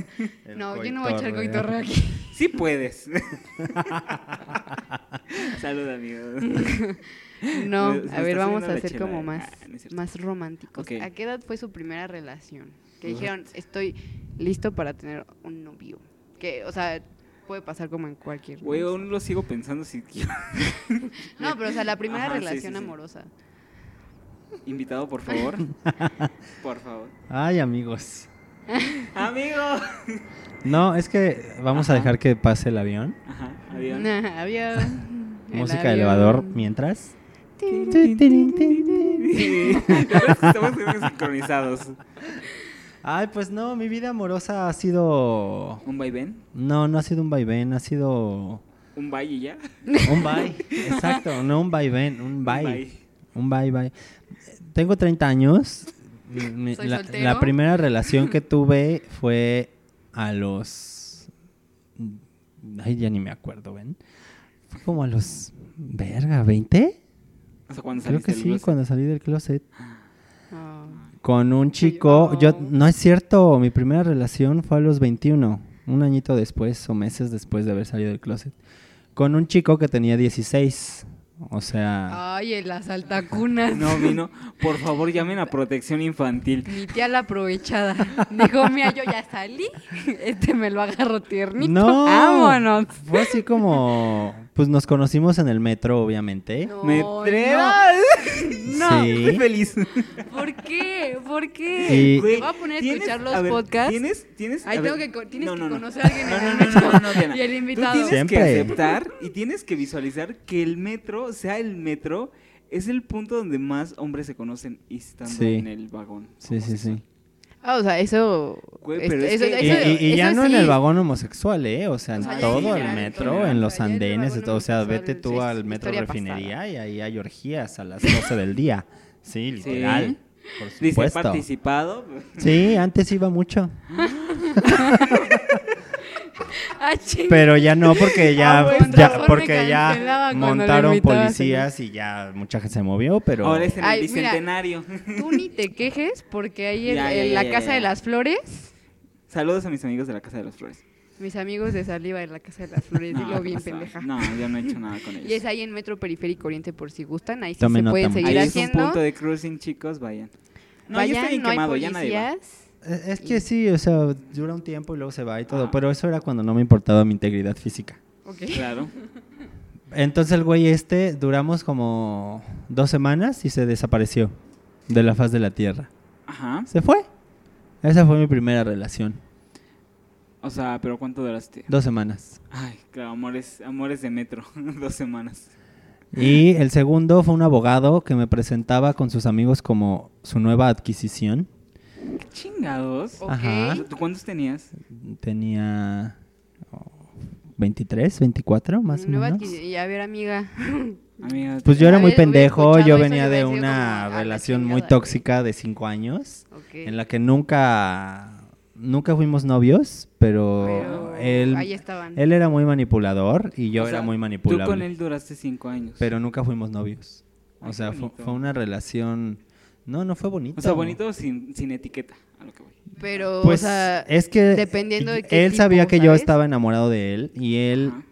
El
No, yo no voy a echar
coitorreo.
coitorreo aquí.
Sí puedes. Salud, amigos.
No,
Me- me
a ver,
está
vamos
subiendo
a
la
hacer
chela,
como
eh.
más,
Ah, no es cierto.
más románticos.
Ok.
¿A qué edad fue su primera relación? Que
Uf.
dijeron, estoy listo para tener un novio. Que, o sea, puede pasar como en cualquier...
Güey,
momento.
aún lo sigo pensando si quiero.
No, pero o sea, la primera
Ajá, sí,
relación
sí, sí.
amorosa.
Invitado, por favor. Por favor.
Ay, amigos.
¡Amigo!
No, es que vamos a
Ajá.
dejar que pase el avión.
Ajá, avión.
Avión. El
Música de
avión.
elevador mientras.
Sí, la verdad es que Estamos muy sincronizados.
Ay, pues no, mi vida amorosa ha sido.
¿Un vaivén?
No, no ha sido un vaivén, ha sido.
¿Un valle ya?
Un bye. Exacto, no un vaivén, un
Un
bye.
bye.
Un bye, bye. Tengo 30 años. Mi- mi-
Soy
la,
soltero.
la primera relación que tuve fue a los. Ay, ya ni me acuerdo, ¿ven? Fue como a los. Verga, ¿20?
O sea, cuando
Creo
saliste
que
del
sí,
closet.
cuando salí del closet.
Oh.
Con un
Sí,
chico. Yo,
oh.
no es cierto, mi primera relación fue a los 21. Un añito después o meses después de haber salido del closet. Con un chico que tenía 16. O sea.
Ay, en las altacunas.
No vino. Por favor, llamen a protección infantil.
Mi tía la aprovechada. Dijo, mira, yo ya salí. Este me lo agarro tiernito.
No.
Vámonos.
Fue así como. Pues nos conocimos en el metro, obviamente.
No,
¡Me
no.
trevas!
No. Sí.
Estoy feliz.
¿Por qué? ¿por qué?
Y-
Me
Güey,
voy a poner a
¿tienes-
escuchar los
ver,
podcasts.
¿Tienes? ¿Tienes?
Ahí
a
tengo
ver,
que, co- tienes
no,
que
no, no.
conocer a alguien
No,
en
no,
el
no,
metro.
no, no, Diana.
Y el
Tú
invitado.
tienes que
Siempre.
aceptar y tienes que visualizar que el metro, sea el metro, es el punto donde más hombres se conocen y están
Sí.
en el vagón.
Sí, sí, sí.
Ah, o sea, eso.
Güey,
es-
pero es
eso-
que-
Y,
eso-
y- y ya
eso
no en
sí.
el vagón homosexual, ¿eh? O sea, en
O sea, ya en
todo
general,
el
en
metro,
general.
en
O
los
sea, ya en el
andenes,
vagón
todo. o sea, vete
homosexual,
tú
sí, es
al metro
historia pasada.
refinería y ahí hay orgías a las 12 del día. Sí, literal. Por
Dice
supuesto.
participado.
Sí, antes iba mucho.
Ah, ching.
Pero ya no, porque ya,
Ah, bueno,
ya-
Rafa me
porque ya
cancelaba cuando lo
montaron
invitaba,
policías y ya mucha gente se movió, pero.
Ahora es en el
Ay, mira.
bicentenario.
Tú ni te quejes porque ahí en,
Ya, ya,
en
ya,
la
ya,
Casa
ya.
de las Flores,
Saludos a mis amigos de la Casa de las Flores.
mis amigos de saliva de la Casa de las Flores,
No,
dilo
¿qué
bien
pasó?
pendeja.
No, yo no he hecho nada con ellos.
Y es ahí en Metro Periférico Oriente por si gustan, ahí sí
Tomen
se pueden
nota,
seguir
Ahí es un
haciendo.
punto de cruising, chicos, vayan. No, ya está
Vayan,
bien
no hay
quemado, ya nadie va.
policías.
Eh, Es es que sí, o sea, dura un tiempo y luego se va y todo.
Ah.
Pero eso era cuando no me importaba mi integridad física.
Ok.
Claro.
Entonces el güey este duramos como dos semanas y se desapareció de la faz de la tierra.
Ajá.
Se fue. Esa fue mi primera relación.
O sea, pero ¿cuánto duraste?
Dos semanas.
Ay, claro, amores, amores de metro. Dos semanas.
Y el segundo fue un abogado que me presentaba con sus amigos como su nueva adquisición.
Qué chingados.
Ok.
Ajá.
¿Tú cuántos tenías?
Tenía oh, 23, 24 más o
Nueva
menos.
adquis- Y a ver, amiga.
Amiga,
Pues yo era
A
muy
ver, hubiera
pendejo,
escuchado
yo
eso,
venía
yo
de
hubiera sido como,
una
"Ah, la
relación
chingada,
muy
güey".
tóxica de cinco años.
Ok.
en la que nunca nunca fuimos novios, pero,
Pero
él
ahí estaban.
él era muy manipulador y yo
O sea,
era muy
Tú
manipulable,
con él duraste cinco años.
pero nunca fuimos novios.
Ay,
O
qué
sea, fu-
bonito.
fue, una relación no, no fue bonito.
o sea, bonito sin, sin etiqueta, a lo que voy.
Pero,
Pues
o sea,
es que
dependiendo de qué
él
tipo,
sabía que yo
¿sabes?
estaba enamorado de él y él
Ajá.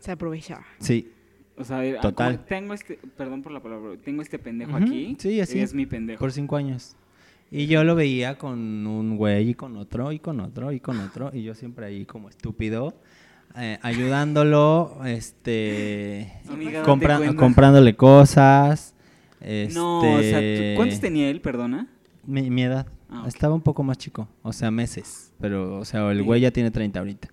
se aprovechaba.
sí,
O sea, era-
Total.
como Tengo este, perdón por la palabra, tengo este pendejo
Ujú,
aquí.
sí, así.
y es mi pendejo.
por cinco años. Y yo lo veía con un güey y con otro y con otro y con otro y yo siempre ahí como estúpido eh, ayudándolo, este
Amiga, date
Compra-
cuenta.
comprándole cosas.
No, o sea,
este,
¿tú- ¿cuántos tenía él, perdona?
Mi, mi edad.
Ah, ok.
Estaba un poco más chico, o sea, meses. Pero, o sea, el
Sí.
güey ya tiene 30 ahorita.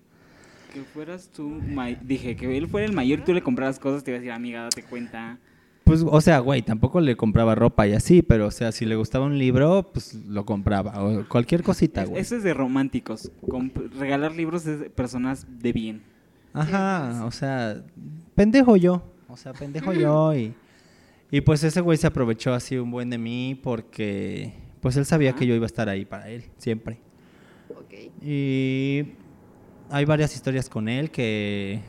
Que fueras tú, may- dije, que él fuera el mayor y tú le compraras cosas, te iba a decir, amiga, date cuenta.
Pues, o sea, güey, tampoco le compraba ropa y así, pero, o sea, si le gustaba un libro, pues lo compraba. O cualquier cosita,
Es-
güey.
Eso es de románticos. comp- regalar libros es de personas de bien.
Ajá, o sea, pendejo yo. O sea, pendejo yo y... Y pues ese güey se aprovechó así un buen de mí porque... Pues él sabía
Ajá.
que yo iba a estar ahí para él, siempre.
Ok.
Y hay varias historias con él que,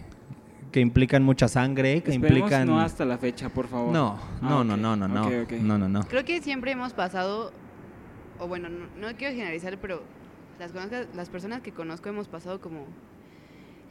que implican mucha sangre, que
Esperemos
implican...
no hasta la fecha, por favor.
no,
Ah,
no,
ok,
no, no, no, no,
ok, ok.
no, no, no.
Creo que siempre hemos pasado, o bueno, no, no quiero generalizar, pero las, conozca- las personas que conozco hemos pasado como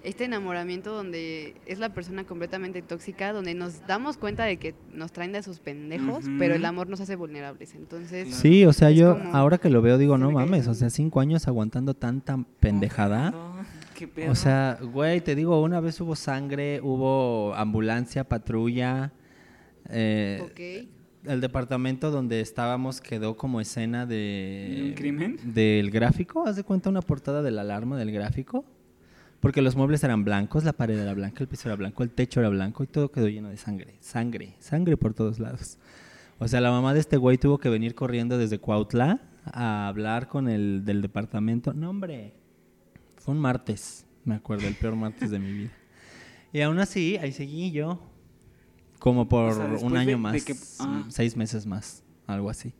este enamoramiento donde es la persona completamente tóxica, donde nos damos cuenta de que nos traen de sus pendejos,
Ujú.
pero el amor nos hace vulnerables. Entonces,
Sí, o sea,
Es
yo
como-
ahora que lo veo digo,
se
no
me cae
mames,
el-
o sea, cinco años aguantando tanta pendejada.
No, qué pedo.
O sea, güey, te digo, una vez hubo sangre, hubo ambulancia, patrulla, eh,
ok.
el departamento donde estábamos quedó como escena de...
¿De un crimen?
Del gráfico, haz de cuenta una portada del alarma del gráfico, porque los muebles eran blancos, la pared era blanca, el piso era blanco, el techo era blanco y todo quedó lleno de sangre, sangre, sangre por todos lados. O sea, la mamá de este güey tuvo que venir corriendo desde Cuautla a hablar con el del departamento. No, hombre, fue un martes, me acuerdo, el peor martes de mi vida. Y aún así, ahí seguí yo, como por
O sea, después
un
de-
año
de
más,
que- ah.
mm, seis meses más, algo así.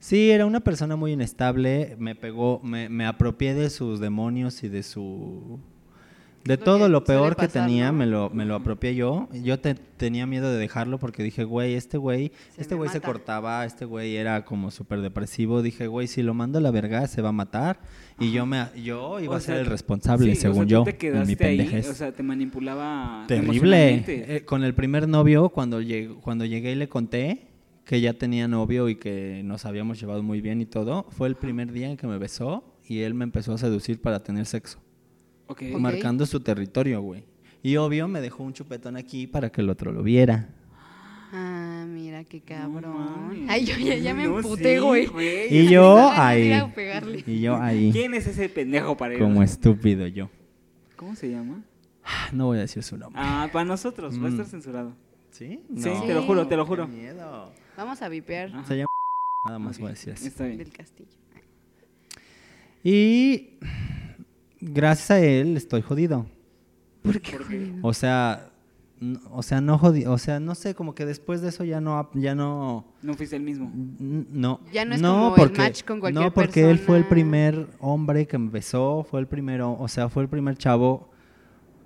Sí, era una persona muy inestable, me pegó, me, me apropié de sus demonios y de su... De
Lo que
todo lo
suele
peor que
pasar,
tenía,
¿no?
me, lo, me lo apropié yo. Yo te- tenía miedo de dejarlo porque dije, güey, este güey,
Se
este
me
güey se
mata.
cortaba, este güey era como súper depresivo. Dije, güey, si lo mando a la verga, se va a matar. Y yo me yo iba
O
a ser
sea,
el
Sí,
responsable,
o sea,
según
tú
yo,
te
en mi
quedaste ahí,
pendejez.
o sea, te manipulaba
Terrible.
emocionalmente.
Eh, con el primer novio, cuando, lleg- cuando llegué y le conté que ya tenía novio y que nos habíamos llevado muy bien y todo, fue el primer día en que me besó y él me empezó a seducir para tener sexo,
Ok.
Ok.
marcando su territorio, güey. Y obvio me dejó un chupetón aquí para que el otro lo viera.
Ah, mira, qué cabrón.
mames.
Ay, yo ya, ya me
No,
emputé,
sí,
güey.
Y
Me
yo
daban ganas de ir
ahí.
a pegarle.
Y yo ahí,
¿Quién es ese pendejo para ir?
como estúpido yo. Ah,
¿Cómo se llama?
No voy a decir su nombre.
Ah, para nosotros, va a
Mm.
estar censurado.
¿Sí?
Sí,
No.
te lo juro, te lo juro.
Qué miedo.
Vamos a vipear
Ah,
Se llama... Nada más
ok.
voy a decir así.
Está bien.
del castillo.
Y gracias a él estoy jodido.
¿Por qué?
¿Por qué?
O sea, n- o sea, no jodi- o sea, no sé, como que después de eso ya no ap- ya no
No fuiste el mismo.
n- no.
Ya no es como el match con cualquier
No, porque él fue el
persona.
primer hombre que me besó, fue el primero, o sea, fue el primer chavo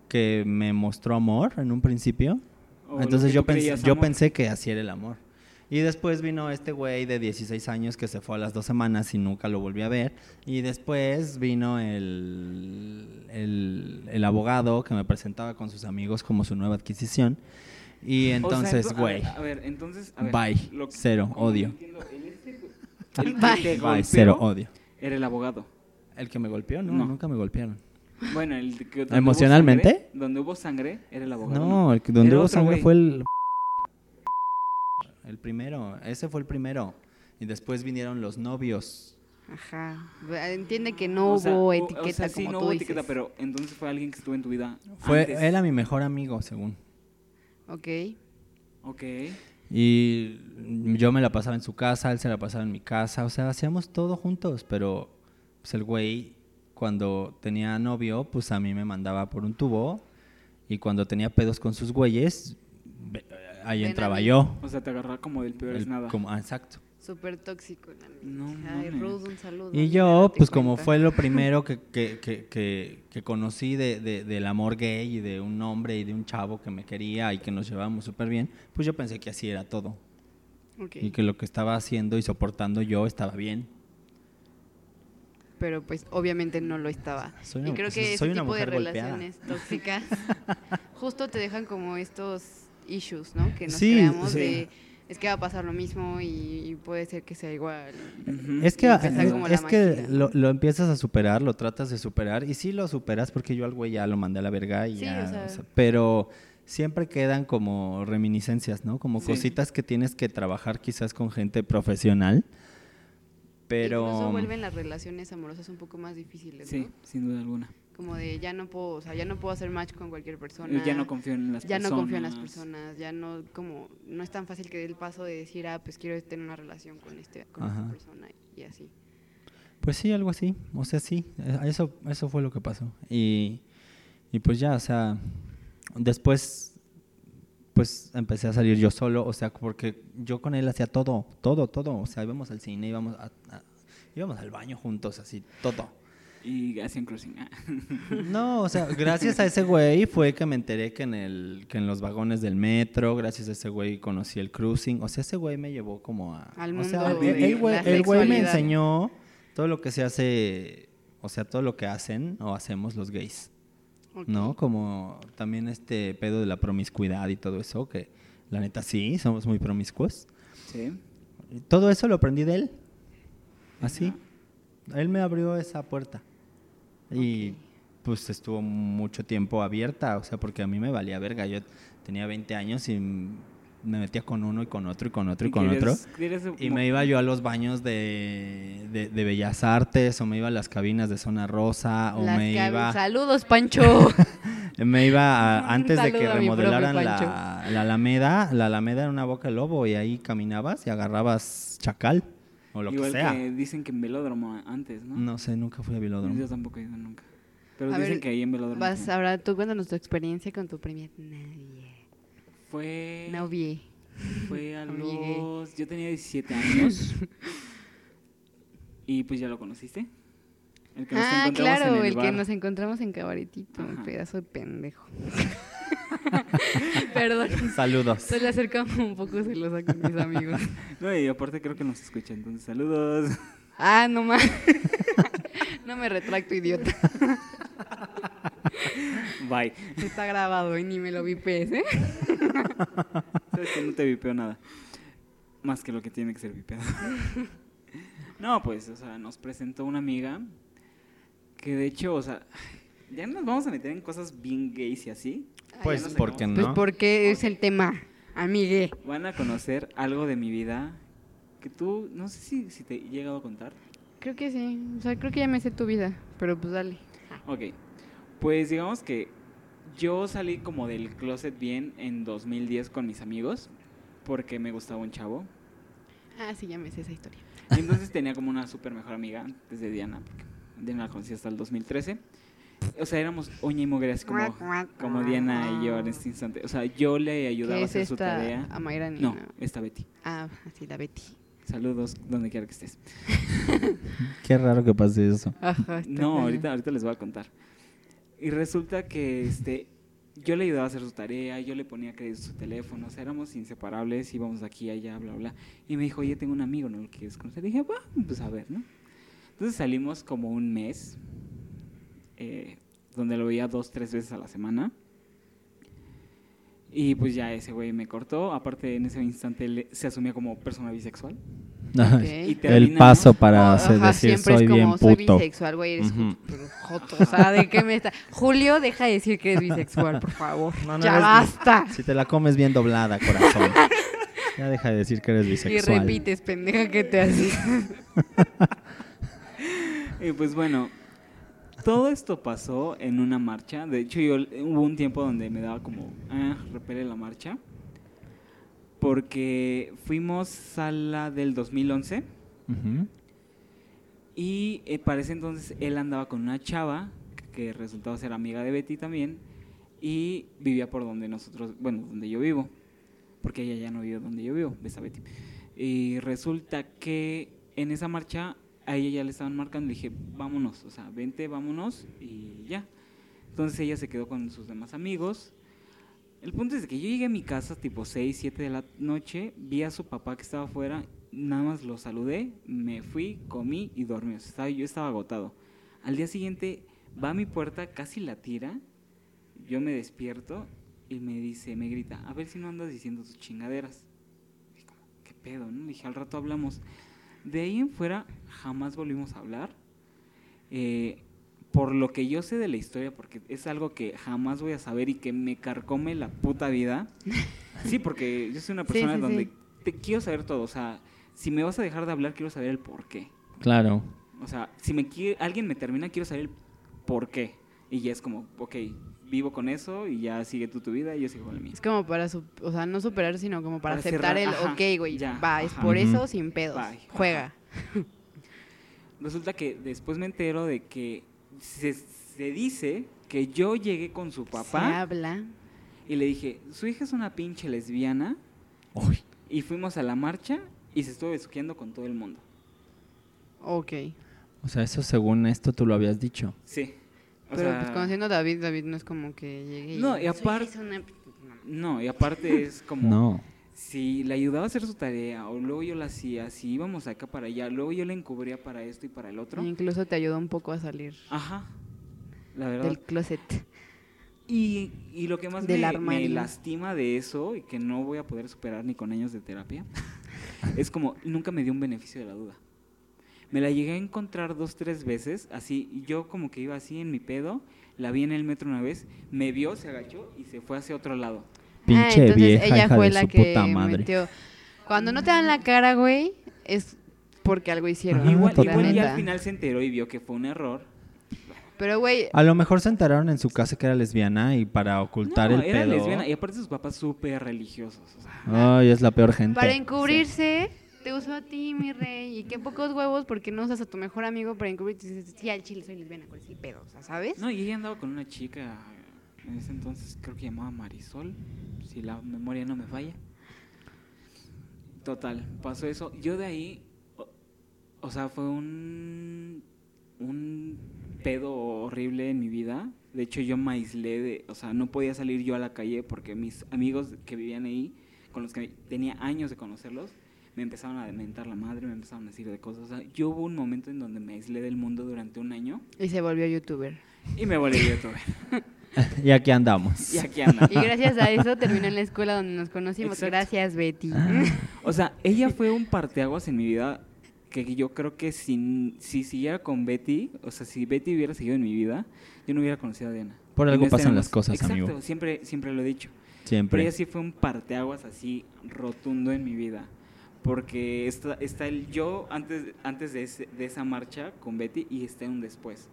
que me mostró amor en un principio.
O lo
Entonces
que
yo
tú
pensé,
creías,
yo
amor.
pensé que así era el amor. Y después vino este güey de 16 años que se fue a las dos semanas y nunca lo volví a ver. Y después vino el, el, el abogado que me presentaba con sus amigos como su nueva adquisición.
O
Y
sea,
entonces,
ento- a
güey,
ver, A ver, entonces. a ver,
Bye.
lo que-
Cero,
¿cómo
odio.
no entiendo? El este, güey, el que
Bye.
te
bye,
golpeó
cero odio.
Era el abogado.
¿El que me golpeó? No,
No.
nunca me golpearon.
Bueno, el que. donde hubo
¿Emocionalmente?
sangre- donde hubo sangre, era el abogado.
No, el que donde
Era
hubo
otro
sangre
güey.
fue el... El primero, ese fue el primero. Y después vinieron los novios.
Ajá. Entiende que no
O sea,
hubo
o- o
etiqueta
sea, sí,
como
no
tú
hubo
dices.
etiqueta, pero entonces fue alguien que estuvo en tu vida.
Fue,
antes.
era mi mejor amigo, según.
Ok.
Ok.
Y yo me la pasaba en su casa, él se la pasaba en mi casa, o sea, hacíamos todo juntos, pero pues el güey cuando tenía novio, pues a mí me mandaba por un tubo y cuando tenía pedos con sus güeyes, ve- ahí
Ven a
entraba
mí.
yo.
O sea, te agarraba como del peor es
El-
nada.
como- ah, exacto.
Súper tóxico. la neta.
No
Ay,
mames.
Ruth, un saludo.
Y
amiga,
yo,
date
pues como
cuenta.
fue lo primero que, que, que, que, que conocí de, de- del amor gay y de un hombre y de un chavo que me quería y que nos llevábamos súper bien, pues yo pensé que así era todo.
Ok.
Y que lo que estaba haciendo y soportando yo estaba bien.
Pero pues obviamente no lo estaba.
Soy
y
una-
creo
pues,
que ese
soy una
tipo de
mujer golpeada.
relaciones tóxicas justo te dejan como estos issues, ¿no? Que nos
Sí,
creamos
sí.
de es que va a pasar lo mismo y, y puede ser que sea igual.
Ujú.
Es que,
Y Mm. empezar como la
es que
máquina.
lo, lo empiezas a superar, lo tratas de superar y sí lo superas porque yo al güey ya lo mandé a la verga y
Sí,
ya,
o sea.
o sea, pero siempre quedan como reminiscencias, ¿no? Como
Sí.
cositas que tienes que trabajar quizás con gente profesional,
Incluso
pero um,
vuelven las relaciones amorosas un poco más difíciles,
Sí,
¿no?
sin duda alguna.
Como de ya no puedo, o sea, ya no puedo hacer match con cualquier persona.
Eh, Ya no confío en las
ya
personas.
no confío en las personas, ya no como no es tan fácil que dé el paso de decir, ah, pues quiero tener una relación con este con esta
Ajá.
persona y así.
pues sí, algo así, o sea, sí, eh, eso, eso fue lo que pasó. Y, y pues ya, o sea, después pues empecé a salir yo solo, o sea, porque yo con él hacía todo, todo, todo, o sea, íbamos al cine, íbamos a- a- íbamos al baño juntos, así, todo.
Y hacían cruising. Ah.
No, o sea, gracias a ese güey fue que me enteré que en el que en los vagones del metro, gracias a ese güey conocí el cruising, o sea, ese güey me llevó como a
Al
o sea,
mundo
el-
de
el güey,
la
el güey me
sexualidad.
enseñó todo lo que se hace, o sea, todo lo que hacen o hacemos los gays.
Ok.
¿no? Como también este pedo de la promiscuidad y todo eso, que la neta sí, somos muy promiscuos.
Sí.
Y Todo eso lo aprendí de él, así. Él me abrió esa puerta y
Ok.
pues estuvo mucho tiempo abierta, o sea, porque a mí me valía verga. Yo tenía 20 años y me metía con uno y con otro y con otro y
que
con otro.
eres- eres
Y
mo-
me iba yo a los baños de, de- de Bellas Artes, o me iba a las cabinas de Zona Rosa, o
Las
me
cab-
iba...
Saludos, Pancho.
Me iba a-
Un
antes de
saludo
que
a mi profe
remodelaran
Pancho.
la, la Alameda, la Alameda era una boca de lobo y ahí caminabas y agarrabas chacal o lo
Igual
que sea.
dicen que en velódromo antes, ¿no?
No sé, nunca fui a
Yo
Vilodromo.
tampoco he ido nunca. Pero
A
dicen
ver,
que ahí en velódromo
Vas,
también.
ahora tú cuéntanos tu experiencia con tu primer novia.
fue
Novia.
fue a
no llegué.
los yo tenía 17 años. y pues ya lo conociste. El nos
Ah,
encontramos
claro,
en
el, que
bar.
nos encontramos en Cabaretito,
Ajá.
pedazo de pendejo. Perdón,
Saludos.
suele hacer como un poco celosa con mis amigos.
No, y aparte creo que nos escucha, entonces saludos.
Ah, no más. No me retracto, idiota.
Bye.
Está grabado y ni me lo vipes, ¿eh?
Sabes que no te vipeo nada. Más que lo que tiene que ser vipeado. no, pues, o sea, nos presentó una amiga que de hecho, o sea, ya nos vamos a meter en cosas bien gays y así.
Pues
ya nos
porque
Pues
no.
porque es el tema, amigue.
Van a conocer algo de mi vida que tú, no sé si, si te he llegado a contar.
Creo que sí, o sea, creo que ya me sé tu vida, pero pues dale.
Ok, pues digamos que yo salí como del closet bien en 2010 con mis amigos porque me gustaba un chavo.
Ah, sí, ya me sé esa historia.
Y Entonces tenía como una súper mejor amiga antes de Diana, porque Diana la conocí hasta el 2013. O sea, éramos uña y mugre, así como, como Diana y yo en este instante. O sea, yo le ayudaba
Ah. ¿Qué
a
es
hacer su
esta
tarea.
Amairani?
No, esta Betty.
Ah, sí, la Betty.
Saludos donde quiera que estés.
Qué raro que pase eso.
Ajá, está
No,
cañón.
ahorita, ahorita les voy a contar. Y resulta que este, yo le ayudaba a hacer su tarea, yo le ponía crédito a su teléfono, o sea, éramos inseparables, íbamos aquí, allá, bla, bla. Y me dijo, oye, tengo un amigo, ¿no lo quieres conocer? Y dije, va, pues a ver, ¿no? Entonces salimos como un mes, eh, donde lo veía dos, tres veces a la semana. Y pues ya ese güey me cortó. Aparte, en ese instante él se asumía como persona bisexual.
Ok. Oh,
Y
El
terminamos-
paso para
Ajá,
hacer- decir
siempre es
soy
como,
bien
soy
puto.
bisexual, güey, eres
Ujú.
pero joto, o sea, ¿de qué me está? Julio, deja de decir que eres bisexual, por favor.
No, no
ya
eres-
basta.
Si te la comes bien doblada, corazón. Ya deja de decir que eres
Y
bisexual.
repites, pendeja, ¿qué te haces?
Y pues bueno, todo esto pasó en una marcha. De hecho, yo hubo un tiempo donde me daba como, ah, repele la marcha. Porque fuimos a la del 2011
Ujú.
y eh, para ese entonces él andaba con una chava que resultaba ser amiga de Betty también y vivía por donde nosotros, bueno, donde yo vivo, porque ella ya no vive donde yo vivo, ves a Betty. Y resulta que en esa marcha a ella ya le estaban marcando, le dije, vámonos, o sea, vente, vámonos y ya. Entonces ella se quedó con sus demás amigos. El punto es de que yo llegué a mi casa tipo 6, 7 de la noche, vi a su papá que estaba afuera, nada más lo saludé, me fui, comí y dormí. O sea, estaba- yo estaba agotado. Al día siguiente va a mi puerta, casi la tira, yo me despierto y me dice, me grita, a ver si no andas diciendo tus chingaderas. Y como, ¿Qué pedo? No? Le dije, al rato hablamos. De ahí en fuera jamás volvimos a hablar. Eh, por lo que yo sé de la historia, porque es algo que jamás voy a saber y que me carcome la puta vida. Sí, porque yo soy una
Sí,
persona
sí,
donde
sí.
te quiero saber todo. O sea, si me vas a dejar de hablar, quiero saber el por qué.
Claro.
O sea, si me quiere- alguien me termina, quiero saber el por qué. Y ya es como, ok, vivo con eso y ya sigue tú tu vida y yo sigo con la mía.
Es como para, su- o sea, no superar, sino como para,
Para
aceptar
cerrar,
el,
ajá,
ok, güey,
ya,
va, es
ajá.
por
Ujú.
eso, sin pedos,
Bye,
juega.
Resulta que después me entero de que se, se dice que yo llegué con su
Se
papá
habla.
y le dije, su hija es una pinche lesbiana
Uy,
y fuimos a la marcha y se estuvo besuqueando con todo el mundo.
Ok.
o sea, eso según esto tú lo habías dicho.
Sí. O
Pero
sea,
pues conociendo a David, David no es como que llegue y...
No, y
"Soy
aparte-
es una-
No, y aparte es como...
No.
si le ayudaba a hacer su tarea o luego yo la hacía, si íbamos acá para allá, luego yo le encubría para esto y para el otro.
Incluso te ayudó un poco a salir
Ajá, la verdad.
del closet.
Y, y lo que más
Del
me, me
armario.
lastima de eso y que no voy a poder superar ni con años de terapia es como nunca me dio un beneficio de la duda. Me la llegué a encontrar dos, tres veces, así, y yo como que iba así en mi pedo, la vi en el metro una vez, me vio, se agachó y se fue hacia otro lado.
Ah,
pinche
entonces
vieja
ella
hija
fue
de
la
su
que
puta madre.
metió. Cuando no te dan la cara, güey, es porque algo hicieron.
Ajá,
igual
la
igual y
neta.
al final se enteró y vio que fue un error.
Pero, güey,
A lo mejor se enteraron en su casa que era lesbiana y para ocultar
No,
el
era
pedo.
lesbiana. Y aparte sus papás súper religiosos. o sea,
Ay, es la peor gente.
para encubrirse, te uso a ti, mi rey. Y qué pocos huevos porque no usas a tu mejor amigo para encubrirte. Y dices, sí, al chile soy lesbiana, con ese pedo, o sea, ¿sabes?
no, y ella andaba con una chica en ese entonces, creo que llamaba Marisol, si la memoria no me falla. Total, pasó eso. Yo de ahí, o, o sea, fue un, un pedo horrible en mi vida. De hecho, yo me aislé, de, o sea, no podía salir yo a la calle porque mis amigos que vivían ahí, con los que tenía años de conocerlos, me empezaron a mentar la madre, me empezaron a decir de cosas. O sea, yo hubo un momento en donde me aislé del mundo durante un año.
Y se volvió youtuber.
Y me volví youtuber.
y aquí andamos.
Y aquí anda.
Y gracias a eso terminó en la escuela donde nos conocimos.
Exacto.
Gracias, Betty.
O sea, ella fue un parteaguas en mi vida que yo creo que sin, si siguiera con Betty, o sea, si Betty hubiera seguido en mi vida, yo no hubiera conocido a Diana.
Por
Y
algo
no
pasan
estaríamos-
las cosas,
Exacto,
amigo.
siempre, siempre lo he dicho. Pero
Siempre.
ella sí fue un parteaguas así rotundo en mi vida. Porque está, está el yo antes, antes de, ese- de esa marcha con Betty y está un después.